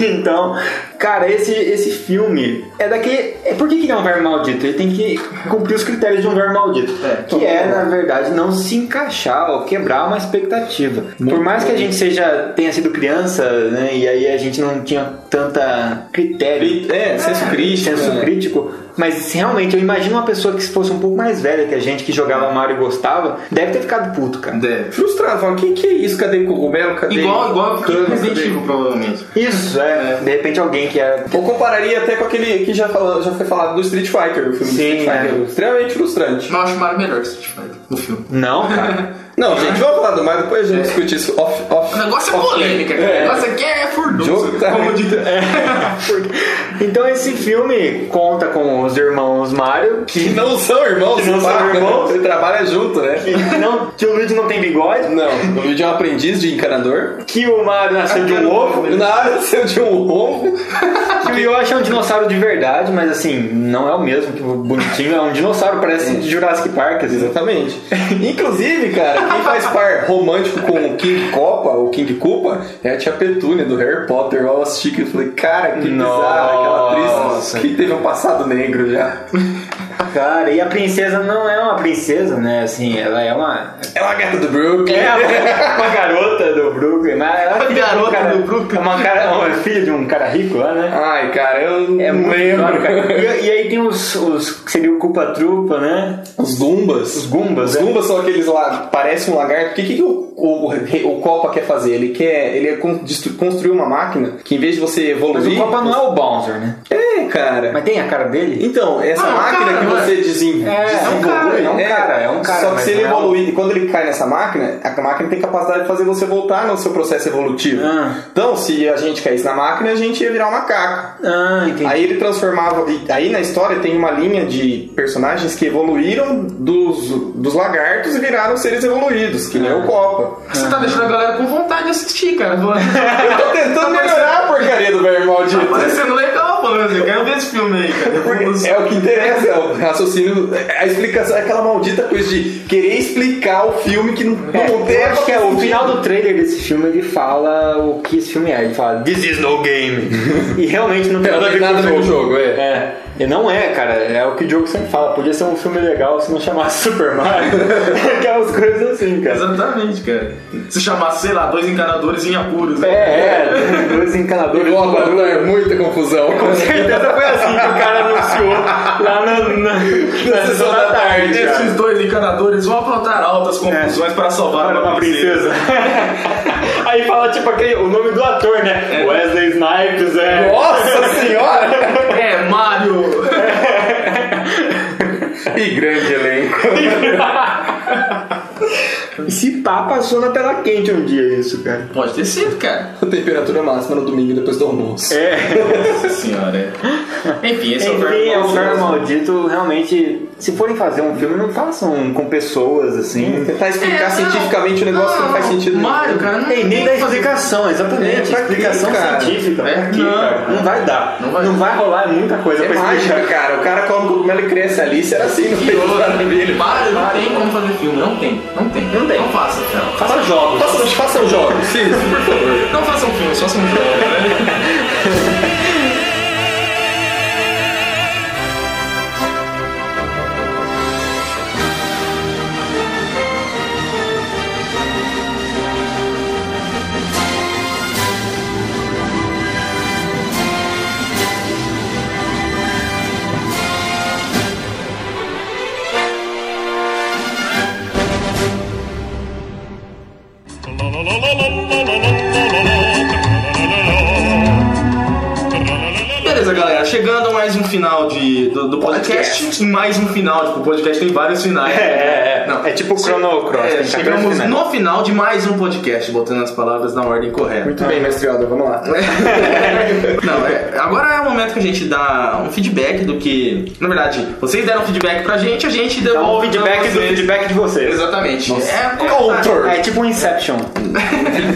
Speaker 4: então, cara, esse, esse filme é daqui. é- Por que, que ele é um verme maldito? Ele tem que cumprir os critérios de um verme maldito. que é, na verdade, não se encaixar ou quebrar uma expectativa. Por mais que a gente seja tenha sido criança, né? E aí a gente não tinha tanta critério.
Speaker 6: É, senso crítico,
Speaker 4: senso
Speaker 6: né?
Speaker 4: crítico. Mas realmente, eu imagino uma pessoa que se fosse um pouco mais velha que a gente, que jogava Mario e gostava, deve ter ficado puto, cara.
Speaker 2: Deve.
Speaker 6: Frustrado, falando, que que é isso? Cadê cogumelo? Cadê...
Speaker 2: Igual, igual que
Speaker 4: tipo,
Speaker 6: cano?
Speaker 2: Resident
Speaker 6: Cadê-
Speaker 2: Evil, provavelmente.
Speaker 4: Isso, é. De repente alguém que era
Speaker 6: Ou compararia até com aquele que já, falou- já foi falado do Street Fighter, o filme do
Speaker 4: Sim,
Speaker 6: Street Fighter.
Speaker 4: é.
Speaker 6: Extremamente frustrante.
Speaker 2: Mas eu acho o Mario melhor que Street Fighter no filme.
Speaker 4: Não, cara.
Speaker 6: Não, gente, vamos falar do Mario, depois a
Speaker 4: É.
Speaker 6: gente discute isso off, off.
Speaker 2: O negócio é
Speaker 6: off-
Speaker 2: polêmica, cara. O negócio aqui é furdoso.
Speaker 6: Jogo tá-
Speaker 2: Como dito.
Speaker 4: é. então esse filme conta com os irmãos Mario,
Speaker 6: Que
Speaker 4: que,
Speaker 6: não são irmãos,
Speaker 4: Que não são
Speaker 6: pá,
Speaker 4: irmãos.
Speaker 6: Você trabalha junto, né?
Speaker 4: que não, que o Luigi não tem bigode,
Speaker 6: Não, o vídeo é um aprendiz de encanador.
Speaker 4: que o Mario nasceu de um ovo,
Speaker 6: Na área seu de é um ovo.
Speaker 4: que o Yoshi é um dinossauro de verdade, mas assim, não é o mesmo que o bonitinho, é um dinossauro, parece de Jurassic Park, assim.
Speaker 6: Exatamente. Inclusive, cara, quem faz par romântico com o King Copa, o King Koopa, é a tia Petúnia do Harry Potter. Eu assisti que eu falei, cara, que bizarro aquela atriz
Speaker 4: Nossa.
Speaker 6: que teve um passado negro já.
Speaker 4: Cara, e a princesa não é uma princesa, né? Assim, ela é uma.
Speaker 6: É uma gata do Brook.
Speaker 4: É uma, uma garota do Brooklyn, mas ela é filha de um
Speaker 2: garota
Speaker 4: cara-
Speaker 2: do Brooklyn.
Speaker 4: É uma, cara, uma filha de um cara rico lá, né?
Speaker 6: Ai, cara, eu não
Speaker 4: É muito
Speaker 6: lembro.
Speaker 4: claro, cara. E, e aí tem os, os que seria o Culpa Trupa, né?
Speaker 6: Os Gumbas. Os
Speaker 4: Gumbas,
Speaker 6: Os
Speaker 4: é.
Speaker 6: Gumbas são aqueles lá, parece um lagarto. O que, que que o, o, o Copa quer fazer? Ele quer ele quer con- destru- construir uma máquina que em vez de você
Speaker 4: Mas o
Speaker 6: evoluir...
Speaker 4: Copa não é o Bowser, né?
Speaker 6: É, cara.
Speaker 4: Mas tem a cara dele?
Speaker 6: Então, essa
Speaker 2: Ah, é um
Speaker 6: máquina
Speaker 2: cara,
Speaker 6: que
Speaker 2: não é?
Speaker 6: você desen-
Speaker 4: É, é um cara,
Speaker 6: desenvolve,
Speaker 4: é um cara, é um cara,
Speaker 6: Só que
Speaker 4: mas
Speaker 6: se ele
Speaker 4: não é um-
Speaker 6: evoluir, e quando ele cai nessa máquina, a máquina tem capacidade de fazer você voltar no seu processo evolutivo.
Speaker 4: Ah.
Speaker 6: Então, se a gente caísse na máquina, a gente ia virar um macaco.
Speaker 4: Ah, entendi.
Speaker 6: Aí ele transformava. e Aí na história tem uma linha de personagens que evoluíram dos, dos lagartos e viraram seres evoluídos, que nem
Speaker 4: Ah.
Speaker 6: o Copa.
Speaker 2: Você tá deixando a galera com vontade de assistir, cara. Tá
Speaker 6: Eu tô tentando melhorar a porcaria do meu maldito.
Speaker 2: parecendo legal, falando assim. Eu quero ver esse filme aí, cara. Eu vou-
Speaker 6: Porque é o que interessa, é o raciocínio, a explicação, é aquela maldita coisa de querer explicar o filme que não, não tem um.
Speaker 4: Eu acho que é, o
Speaker 6: sentido.
Speaker 4: final do trailer desse filme ele fala o que esse filme é. Ele fala This is no game. e realmente não tem
Speaker 6: Não
Speaker 4: nada a ver
Speaker 6: tem
Speaker 4: com
Speaker 6: nada a ver com
Speaker 4: o
Speaker 6: o jogo, é.
Speaker 4: É. E não é, cara. É o que o jogo sempre fala. Podia ser um filme legal se não chamasse Super Mario. Aquelas coisas assim, cara.
Speaker 2: Exatamente, cara. Se chamasse, sei lá, dois encanadores em apuros.
Speaker 4: É,
Speaker 2: né?
Speaker 4: é. Dois encanadores.
Speaker 6: Igual a Lula, é muita confusão.
Speaker 4: Com certeza foi assim que o cara anunciou lá na, na, na sessão da tarde. cara.
Speaker 2: Esses dois encanadores vão aprontar altas confusões para salvar
Speaker 4: Para uma princesa. Aí fala tipo aquele, o nome do ator, né? Wesley Snipes, é.
Speaker 6: Nossa senhora!
Speaker 2: É, Mario!
Speaker 6: E grande elenco.
Speaker 4: Se pá, passou na tela quente um dia isso, cara.
Speaker 2: Pode ter sido, cara.
Speaker 6: Temperatura máxima no domingo depois do almoço.
Speaker 2: Nossa senhora. é. Enfim, esse é o
Speaker 4: Enfim,
Speaker 2: verbo
Speaker 4: é um lugar
Speaker 2: maldito.
Speaker 4: maldito, realmente. Se forem fazer um filme, não façam com pessoas assim.
Speaker 6: Tentar explicar
Speaker 2: É, não.
Speaker 6: cientificamente o negócio não, faz sentido nenhum.
Speaker 2: Mario, cara, não
Speaker 4: E nem
Speaker 2: tem
Speaker 4: da
Speaker 2: que fazer-
Speaker 4: explicação, exatamente.
Speaker 6: É, pra quê,
Speaker 4: explicação
Speaker 6: cara?
Speaker 4: científica.
Speaker 2: É,
Speaker 4: pra quê,
Speaker 2: não.
Speaker 4: cara? não vai dar.
Speaker 2: Não vai.
Speaker 4: rolar muita coisa
Speaker 6: É
Speaker 4: pra
Speaker 6: mágica,
Speaker 4: explicar.
Speaker 6: cara. O cara come cogumelo e cresce ali. Será assim? Não
Speaker 2: E
Speaker 6: fez nada
Speaker 2: outra,
Speaker 6: dele.
Speaker 2: Mario não tem como fazer filme, não tem. Não tem.
Speaker 4: Não tem.
Speaker 2: Não faça, cara.
Speaker 4: Faça jogos.
Speaker 6: Façam, façam jogos. Sim, por favor.
Speaker 2: Não um façam filmes, façam jogos, né? Beleza, galera. Chegando a mais um final de, do, do podcast. Mais um final. Tipo, o podcast tem vários finais.
Speaker 4: É, é, é.
Speaker 2: Não.
Speaker 4: É tipo o Chrono Cross.
Speaker 2: É,
Speaker 4: tem
Speaker 6: tá
Speaker 4: 14
Speaker 2: chegamos
Speaker 4: finais.
Speaker 2: no final de mais um podcast, botando as palavras na ordem correta.
Speaker 6: Muito bem, mestre Aldo, vamos lá.
Speaker 2: Não, é, agora é o momento que a gente dá um feedback do que. Na verdade, vocês deram feedback pra gente, a gente deu
Speaker 4: Dá o feedback do feedback de vocês.
Speaker 2: Exatamente. É,
Speaker 4: É,
Speaker 2: como
Speaker 4: autor. é tipo um Inception.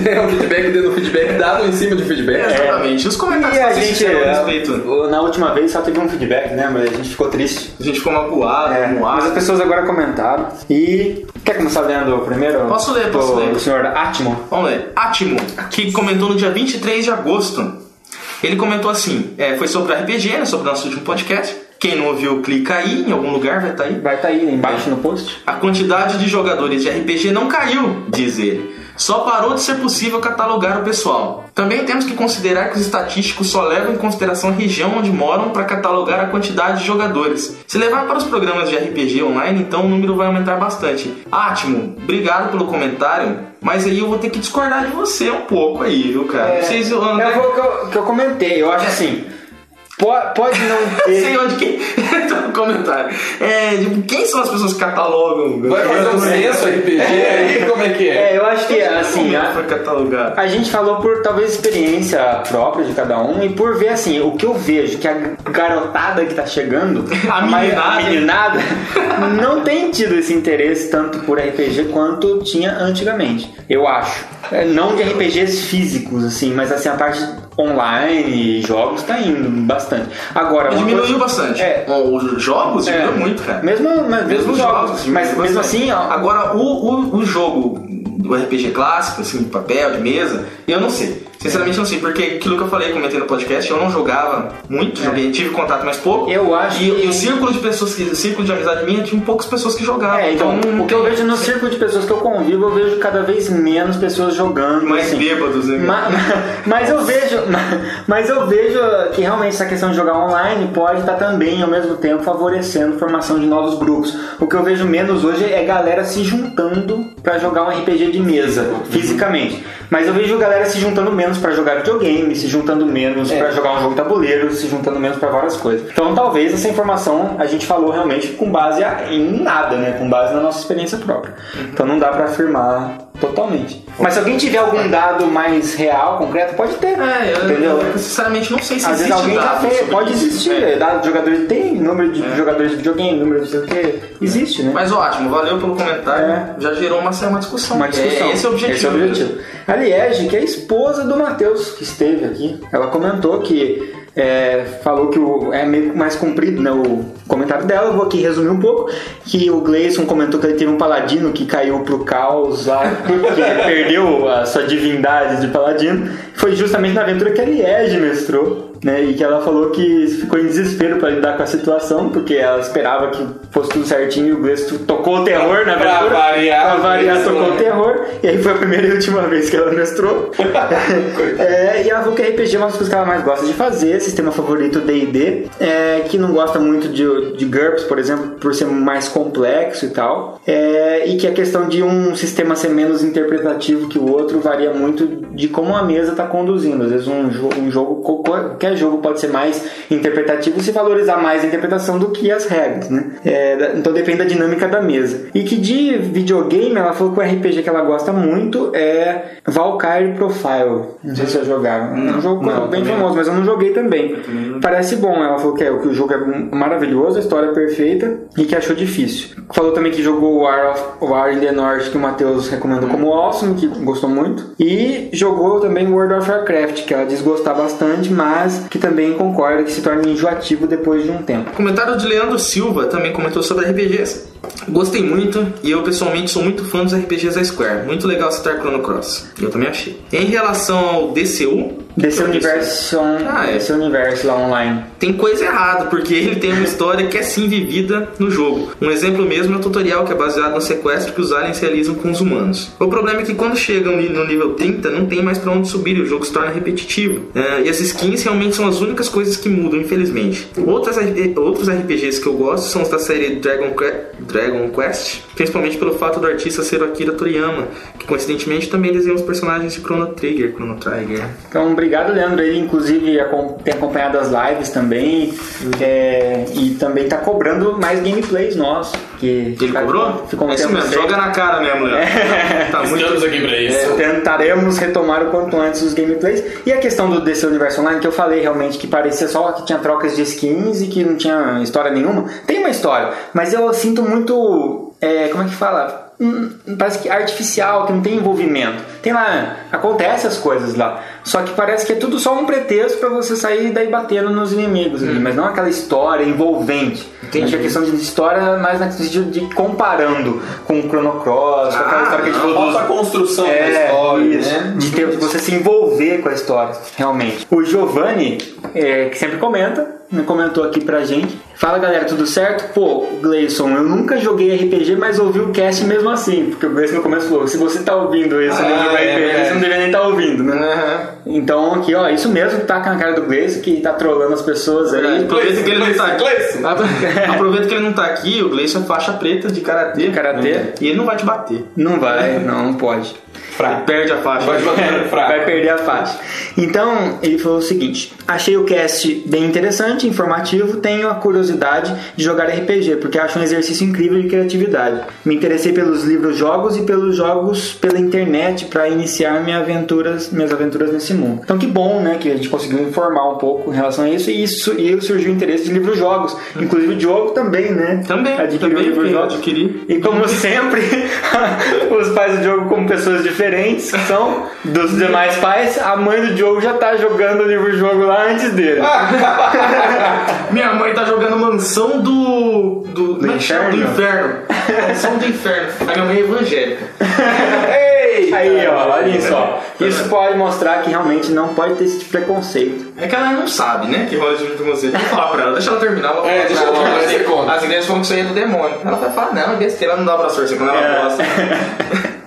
Speaker 6: É o feedback dentro do feedback, dado em cima de feedback.
Speaker 2: Exatamente. Os comentários
Speaker 4: É. E a
Speaker 2: que vocês
Speaker 4: gente,
Speaker 2: fizeram a
Speaker 4: é,
Speaker 2: respeito.
Speaker 4: na última vez só teve um feedback, né? Mas a gente ficou triste.
Speaker 2: A gente ficou magoado,
Speaker 4: É, mas as
Speaker 2: magoado.
Speaker 4: pessoas agora comentaram. E quer começar lendo primeiro?
Speaker 2: Posso ler, posso
Speaker 4: o,
Speaker 2: ler.
Speaker 4: O senhor Atmo.
Speaker 2: Vamos ver. Atimo, que comentou no dia 23 de agosto. Ele comentou assim: é, foi sobre RPG, né, sobre o nosso último podcast. Quem não ouviu, clica aí, em algum lugar vai estar aí.
Speaker 4: Vai estar aí né, embaixo no post.
Speaker 2: A quantidade de jogadores de RPG não caiu, diz ele. Só parou de ser possível catalogar o pessoal. Também temos que considerar que os estatísticos só levam em consideração a região onde moram para catalogar a quantidade de jogadores. Se levar para os programas de RPG online, então o número vai aumentar bastante. Ótimo, obrigado pelo comentário, mas aí eu vou ter que discordar de você um pouco aí, viu, cara? Vocês, né? eu,
Speaker 4: É o que eu, que eu comentei, eu acho assim. po- Pode não
Speaker 2: não
Speaker 4: ter.
Speaker 2: sei onde que entra no comentário. É, tipo, quem são as pessoas que catalogam?
Speaker 6: Vai fazer um censo RPG aí? Como é que é?
Speaker 4: É, eu acho que
Speaker 2: né? Como
Speaker 4: assim,
Speaker 2: é que
Speaker 4: a,
Speaker 2: foi catalogar.
Speaker 4: a gente falou por talvez experiência própria de cada um e por ver assim, o que eu vejo que a garotada que tá chegando,
Speaker 2: A
Speaker 4: mai-
Speaker 2: meninada.
Speaker 4: a meninada, não tem tido esse interesse tanto por RPG quanto tinha antigamente, eu acho. É, Não de RPGs físicos, assim, mas assim, a parte online, jogos, tá indo bastante. Agora, uma
Speaker 2: Diminuiu
Speaker 4: coisa-
Speaker 2: bastante.
Speaker 4: É.
Speaker 2: Bom, os jogos
Speaker 4: É.
Speaker 2: diminuiu muito, cara.
Speaker 4: Mesmo, mas, mesmo
Speaker 2: os
Speaker 4: jogos, mas
Speaker 2: diminuiu
Speaker 4: mesmo
Speaker 2: bastante.
Speaker 4: assim, ó,
Speaker 2: Agora, o, o, o jogo do RPG clássico, assim, de papel, de mesa, eu não sei. Sinceramente, eu não sei, porque aquilo que eu falei, comentei no podcast, eu não jogava muito, joguei, tive contato mais pouco.
Speaker 4: É. Eu acho
Speaker 2: E,
Speaker 4: que-
Speaker 2: e o círculo de pessoas, que, o círculo de amizade minha, tinha poucas pessoas que jogavam.
Speaker 4: É, então,
Speaker 2: não
Speaker 4: o que eu
Speaker 2: tem-
Speaker 4: vejo no círculo de pessoas que eu convivo, eu vejo cada vez menos pessoas jogando.
Speaker 2: Mais
Speaker 4: assim.
Speaker 2: bêbados, né?
Speaker 4: Ma- Mas, eu vejo, mas eu vejo que realmente essa questão de jogar online pode estar também ao mesmo tempo favorecendo a formação de novos grupos. O que eu vejo menos hoje é galera se juntando pra jogar um RPG de mesa, fisicamente. Mas eu vejo galera se juntando menos pra jogar videogame, se juntando menos pra jogar um jogo de tabuleiro, se juntando menos pra várias coisas. Então talvez essa informação a gente falou realmente com base a- em nada, né? Com base na nossa experiência própria. Então não dá pra afirmar totalmente. Mas se alguém tiver algum dado mais real, concreto, pode ter.
Speaker 2: É, eu,
Speaker 4: entendeu?
Speaker 2: eu sinceramente não sei se
Speaker 4: Às vezes
Speaker 2: existe
Speaker 4: alguém já
Speaker 2: dado
Speaker 4: fez,
Speaker 2: sobre
Speaker 4: pode
Speaker 2: isso.
Speaker 4: existir.
Speaker 2: É.
Speaker 4: Dado de jogadores tem, número de jogadores de videogame, número de não sei o
Speaker 2: É.
Speaker 4: que. Existe, né?
Speaker 2: Mas ótimo, valeu pelo comentário.
Speaker 4: É.
Speaker 2: Já gerou uma, uma discussão.
Speaker 4: Uma discussão.
Speaker 2: É, esse é o objetivo.
Speaker 4: Esse é o objetivo. A Liege, que é a esposa do Matheus, que esteve aqui, ela comentou que é, falou que o, é meio mais comprido né, o comentário dela. Eu vou aqui resumir um pouco. Que o Gleison comentou que ele teve um paladino que caiu pro caos lá, porque perdeu a sua divindade de paladino. Foi justamente na aventura que a Liege mestrou. né? E que ela falou que ficou em desespero pra lidar com a situação, porque ela esperava que fosse tudo certinho e o Gus tocou o terror né, na
Speaker 6: Pra
Speaker 4: abertura.
Speaker 6: variar,
Speaker 4: Pra variar,
Speaker 6: isso,
Speaker 4: tocou
Speaker 6: né?
Speaker 4: o terror. E aí foi a primeira e última vez que ela mestrou. É, e ela falou que RPG é uma das coisas que ela mais gosta de fazer, sistema favorito D&D, é, que não gosta muito de, de GURPS, por exemplo, por ser mais complexo e tal, É, e que a questão de um sistema ser menos interpretativo que o outro varia muito de como a mesa está conduzindo. Às vezes um, jo- um jogo, co- qualquer jogo pode ser mais interpretativo se valorizar mais a interpretação do que as regras, né? É, da- então depende da dinâmica da mesa. E que de videogame, ela falou que o RPG que ela gosta muito é Valkyrie Profile. Não sei se eu jogava. É um jogo
Speaker 2: não,
Speaker 4: bem
Speaker 2: também
Speaker 4: famoso, mas eu não joguei também. Parece bom. Ela falou que, é, que o jogo é maravilhoso, a história é perfeita e que achou difícil. Falou também que jogou War, of, War in the North, que o Matheus recomendou como awesome, que gostou muito. E jogou também World of Warcraft, que ela diz gostar bastante, mas que também concorda que se torna enjoativo depois de um tempo.
Speaker 2: Comentário de Leandro Silva também comentou sobre RPGs. Gostei muito e eu pessoalmente sou muito fã dos RPGs da Square. Muito legal citar Chrono Cross. Eu também achei. Em relação ao DCU,
Speaker 4: Desse
Speaker 2: eu disse,
Speaker 4: universo,
Speaker 2: Ah, é.
Speaker 4: desse universo lá online.
Speaker 2: tem coisa errada, porque ele tem uma história que é sim vivida no jogo. Um exemplo mesmo é o tutorial que é baseado no sequestro que os aliens realizam com os humanos. O problema é que quando chegam ni- no nível 30, não tem mais pra onde subir e o jogo se torna repetitivo. É, e as skins realmente são as únicas coisas que mudam, infelizmente. Outras, R- outros RPGs que eu gosto são os da série Dragon, Cre- Dragon Quest, principalmente pelo fato do artista ser o Akira Toriyama, que coincidentemente também desenha os personagens de Chrono Trigger. Chrono Trigger.
Speaker 4: Então, obrigado, Leandro. Ele, inclusive, acom- tem acompanhado as lives também.
Speaker 2: Uhum.
Speaker 4: é, e também tá cobrando mais gameplays nós. Que
Speaker 2: Ele
Speaker 4: tá-
Speaker 2: cobrou?
Speaker 4: Ficou um
Speaker 2: é isso
Speaker 4: tempo
Speaker 2: mesmo,
Speaker 4: sem.
Speaker 2: joga na cara mesmo, Léo. tá muito
Speaker 10: Estamos aqui pra isso.
Speaker 4: É, tentaremos retomar o quanto antes os gameplays. E a questão do DC Universo Online, que eu falei realmente que parecia só que tinha trocas de skins e que não tinha história nenhuma. Tem uma história, mas eu sinto muito. é, como é que fala? Hum, parece que artificial, que não tem envolvimento. Tem lá, acontece as coisas lá. Só que parece que é tudo só um pretexto pra você sair daí batendo nos inimigos, ali, mas não aquela história envolvente. Acho que a questão de história é mais na questão de comparando com o Chrono Cross, com aquela
Speaker 2: Ah,
Speaker 4: história que a gente falou dos,
Speaker 6: Falta a construção
Speaker 4: é,
Speaker 6: da história,
Speaker 4: isso.
Speaker 6: né?
Speaker 4: De, ter, de você se envolver com a história, realmente. O Giovanni, é, que sempre comenta, comentou aqui pra gente. Fala galera, tudo certo? Pô, Gleison, eu nunca joguei RPG, mas ouvi o cast mesmo assim. Porque o Gleison no começo falou: se você tá ouvindo isso,
Speaker 6: Ah,
Speaker 4: não jogar
Speaker 6: é,
Speaker 4: RPG,
Speaker 6: é.
Speaker 4: você não deveria nem estar ouvindo, né? Então aqui, ó, isso mesmo que tá com a cara do Gleison, que tá trolando as pessoas aí.
Speaker 2: Aproveita que ele não tá aqui.
Speaker 6: Gleison,
Speaker 2: Aproveita que ele não tá aqui, o Gleison é faixa preta de karatê.
Speaker 4: De karatê.
Speaker 2: É. E ele não vai te bater.
Speaker 4: Não vai, não, não pode.
Speaker 2: Ele perde a faixa.
Speaker 6: Vai jogar fraco.
Speaker 4: Vai perder a faixa. Então, ele falou o seguinte: achei o cast bem interessante, informativo, tenho a curiosidade de jogar RPG, porque acho um exercício incrível de criatividade. Me interessei pelos livros jogos e pelos jogos pela internet para iniciar minha aventuras, minhas aventuras nesse mundo. Então que bom, né, que a gente conseguiu informar um pouco em relação a isso e isso e surgiu o interesse de livros jogos. Inclusive o Diogo também, né?
Speaker 2: Uhum. Também,
Speaker 4: adquiriu
Speaker 2: também
Speaker 4: livros jogos.
Speaker 2: adquiri.
Speaker 4: E como sempre, os pais do Diogo como pessoas diferentes que são dos demais pais, a mãe do Diogo já tá jogando o livro-jogo lá antes dele.
Speaker 2: Minha mãe tá jogando mansão do. do. como é que chama? do
Speaker 4: inferno?
Speaker 2: inferno. Mansão do inferno. A minha mãe é evangélica.
Speaker 4: Aí, ó, olhem só. Isso pode mostrar que realmente não pode ter esse tipo preconceito.
Speaker 2: É que ela não sabe, né? Que rola junto com você. Deixa eu falar pra ela, deixa ela terminar. ela vai
Speaker 10: É,
Speaker 2: falar
Speaker 10: deixa
Speaker 2: pra
Speaker 10: ela terminar,
Speaker 2: As
Speaker 10: você
Speaker 2: igrejas-
Speaker 10: conta.
Speaker 2: As igrejas falam que isso aí é do demônio. Ela vai falar, não, é besteira, ela não dá pra sorte quando ela
Speaker 4: É.
Speaker 2: gosta.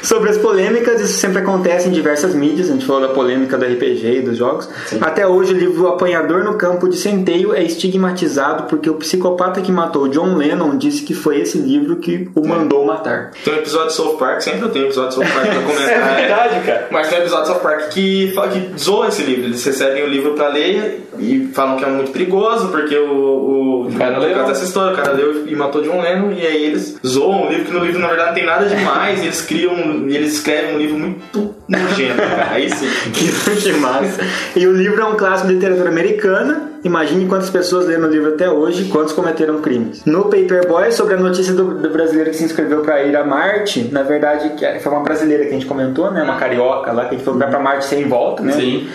Speaker 4: Sobre as polêmicas, isso sempre acontece em diversas mídias. A gente falou da polêmica do RPG e dos jogos. Até hoje, o livro O Apanhador no Campo de Centeio é estigmatizado porque o psicopata que matou John Lennon disse que foi esse livro que o mandou matar.
Speaker 2: Tem um episódio de South Park, sempre eu tenho um episódio de South Park pra comentar.
Speaker 4: cara.
Speaker 2: Mas tem um episódio de South Park que, fala- que zoa esse livro. Eles recebem o livro pra ler e falam que é muito perigoso, porque o, o,
Speaker 10: cara
Speaker 2: por
Speaker 10: leu.
Speaker 2: causa dessa história, o cara leu e matou John Lennon, e aí eles zoam o livro, que no livro na verdade não tem nada demais, e eles criam, e eles escrevem um livro muito nojento, cara. Aí sim.
Speaker 4: Que, que massa. E o livro é um clássico de literatura americana Imagine quantas pessoas leram o livro até hoje e quantos cometeram crimes. No Paperboy, sobre a notícia do, do brasileiro que se inscreveu pra ir a Marte, na verdade que é, foi uma brasileira que a gente comentou, né? Uma carioca lá que foi pra Marte sem volta, né?
Speaker 6: Sim.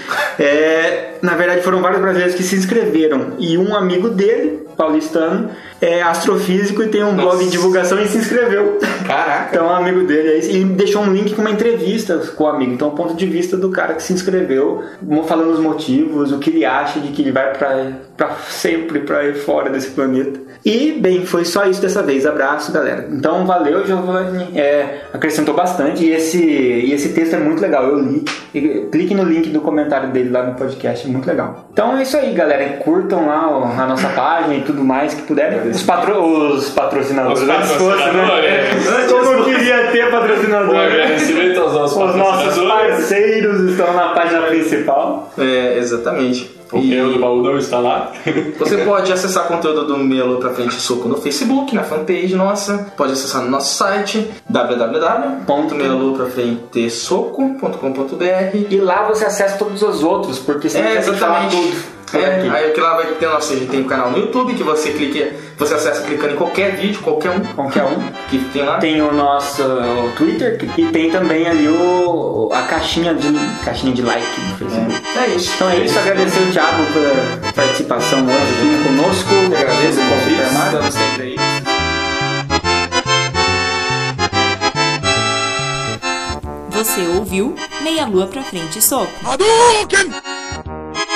Speaker 4: É, na verdade, foram vários brasileiros que se inscreveram. E um amigo dele, paulistano, é astrofísico e tem um blog de divulgação e se inscreveu.
Speaker 6: Caraca.
Speaker 4: Então, é um amigo dele é isso. e deixou um link com uma entrevista com o amigo. Então, o ponto de vista do cara que se inscreveu, falando os motivos, o que ele acha de que ele vai pra, pra sempre pra ir fora desse planeta. E, bem, foi só isso dessa vez. Abraço, galera. Então, valeu, Giovanni. É, acrescentou bastante. E esse, e esse texto é muito legal. Eu li. E Clique no link do comentário dele lá no podcast. é Muito legal. Então, é isso aí, galera. Curtam lá o- a nossa página e tudo mais que puderem. Os, patro, os patrocinadores.
Speaker 10: Os
Speaker 4: Antes fosse,
Speaker 10: patrocinadores.
Speaker 4: Antes Como queria ter
Speaker 10: Um
Speaker 4: patrocinador.
Speaker 10: agradecimento aos nossos
Speaker 4: Os nossos
Speaker 10: patrocinadores.
Speaker 4: parceiros estão na página principal.
Speaker 2: É, exatamente.
Speaker 10: O pneu do baú não está lá.
Speaker 2: Você pode acessar conteúdo do Melo pra Frente Soco no Facebook, na fanpage nossa. Pode acessar no nosso site www.meloprafrentesoco.com.br
Speaker 4: E lá você acessa todos os outros, porque você
Speaker 2: É,
Speaker 4: não consegue falar
Speaker 2: exatamente.
Speaker 4: tudo.
Speaker 2: É,
Speaker 4: aqui.
Speaker 2: aí que lá vai ter nosso, tem um canal no YouTube que você clica, você acessa clicando em qualquer vídeo, qualquer um
Speaker 4: Qualquer um.
Speaker 2: que tem lá.
Speaker 4: Tem o nosso Twitter e tem também ali o, a caixinha de, caixinha de like no Facebook.
Speaker 2: É isso.
Speaker 4: Então é isso, agradecer o Thiago pela participação hoje aqui conosco.
Speaker 2: Agradeço
Speaker 4: é
Speaker 2: o convite,
Speaker 4: Super Mario.
Speaker 2: estamos sempre aí.
Speaker 1: Você ouviu Meia Lua pra Frente e Soco.
Speaker 5: Hadouken!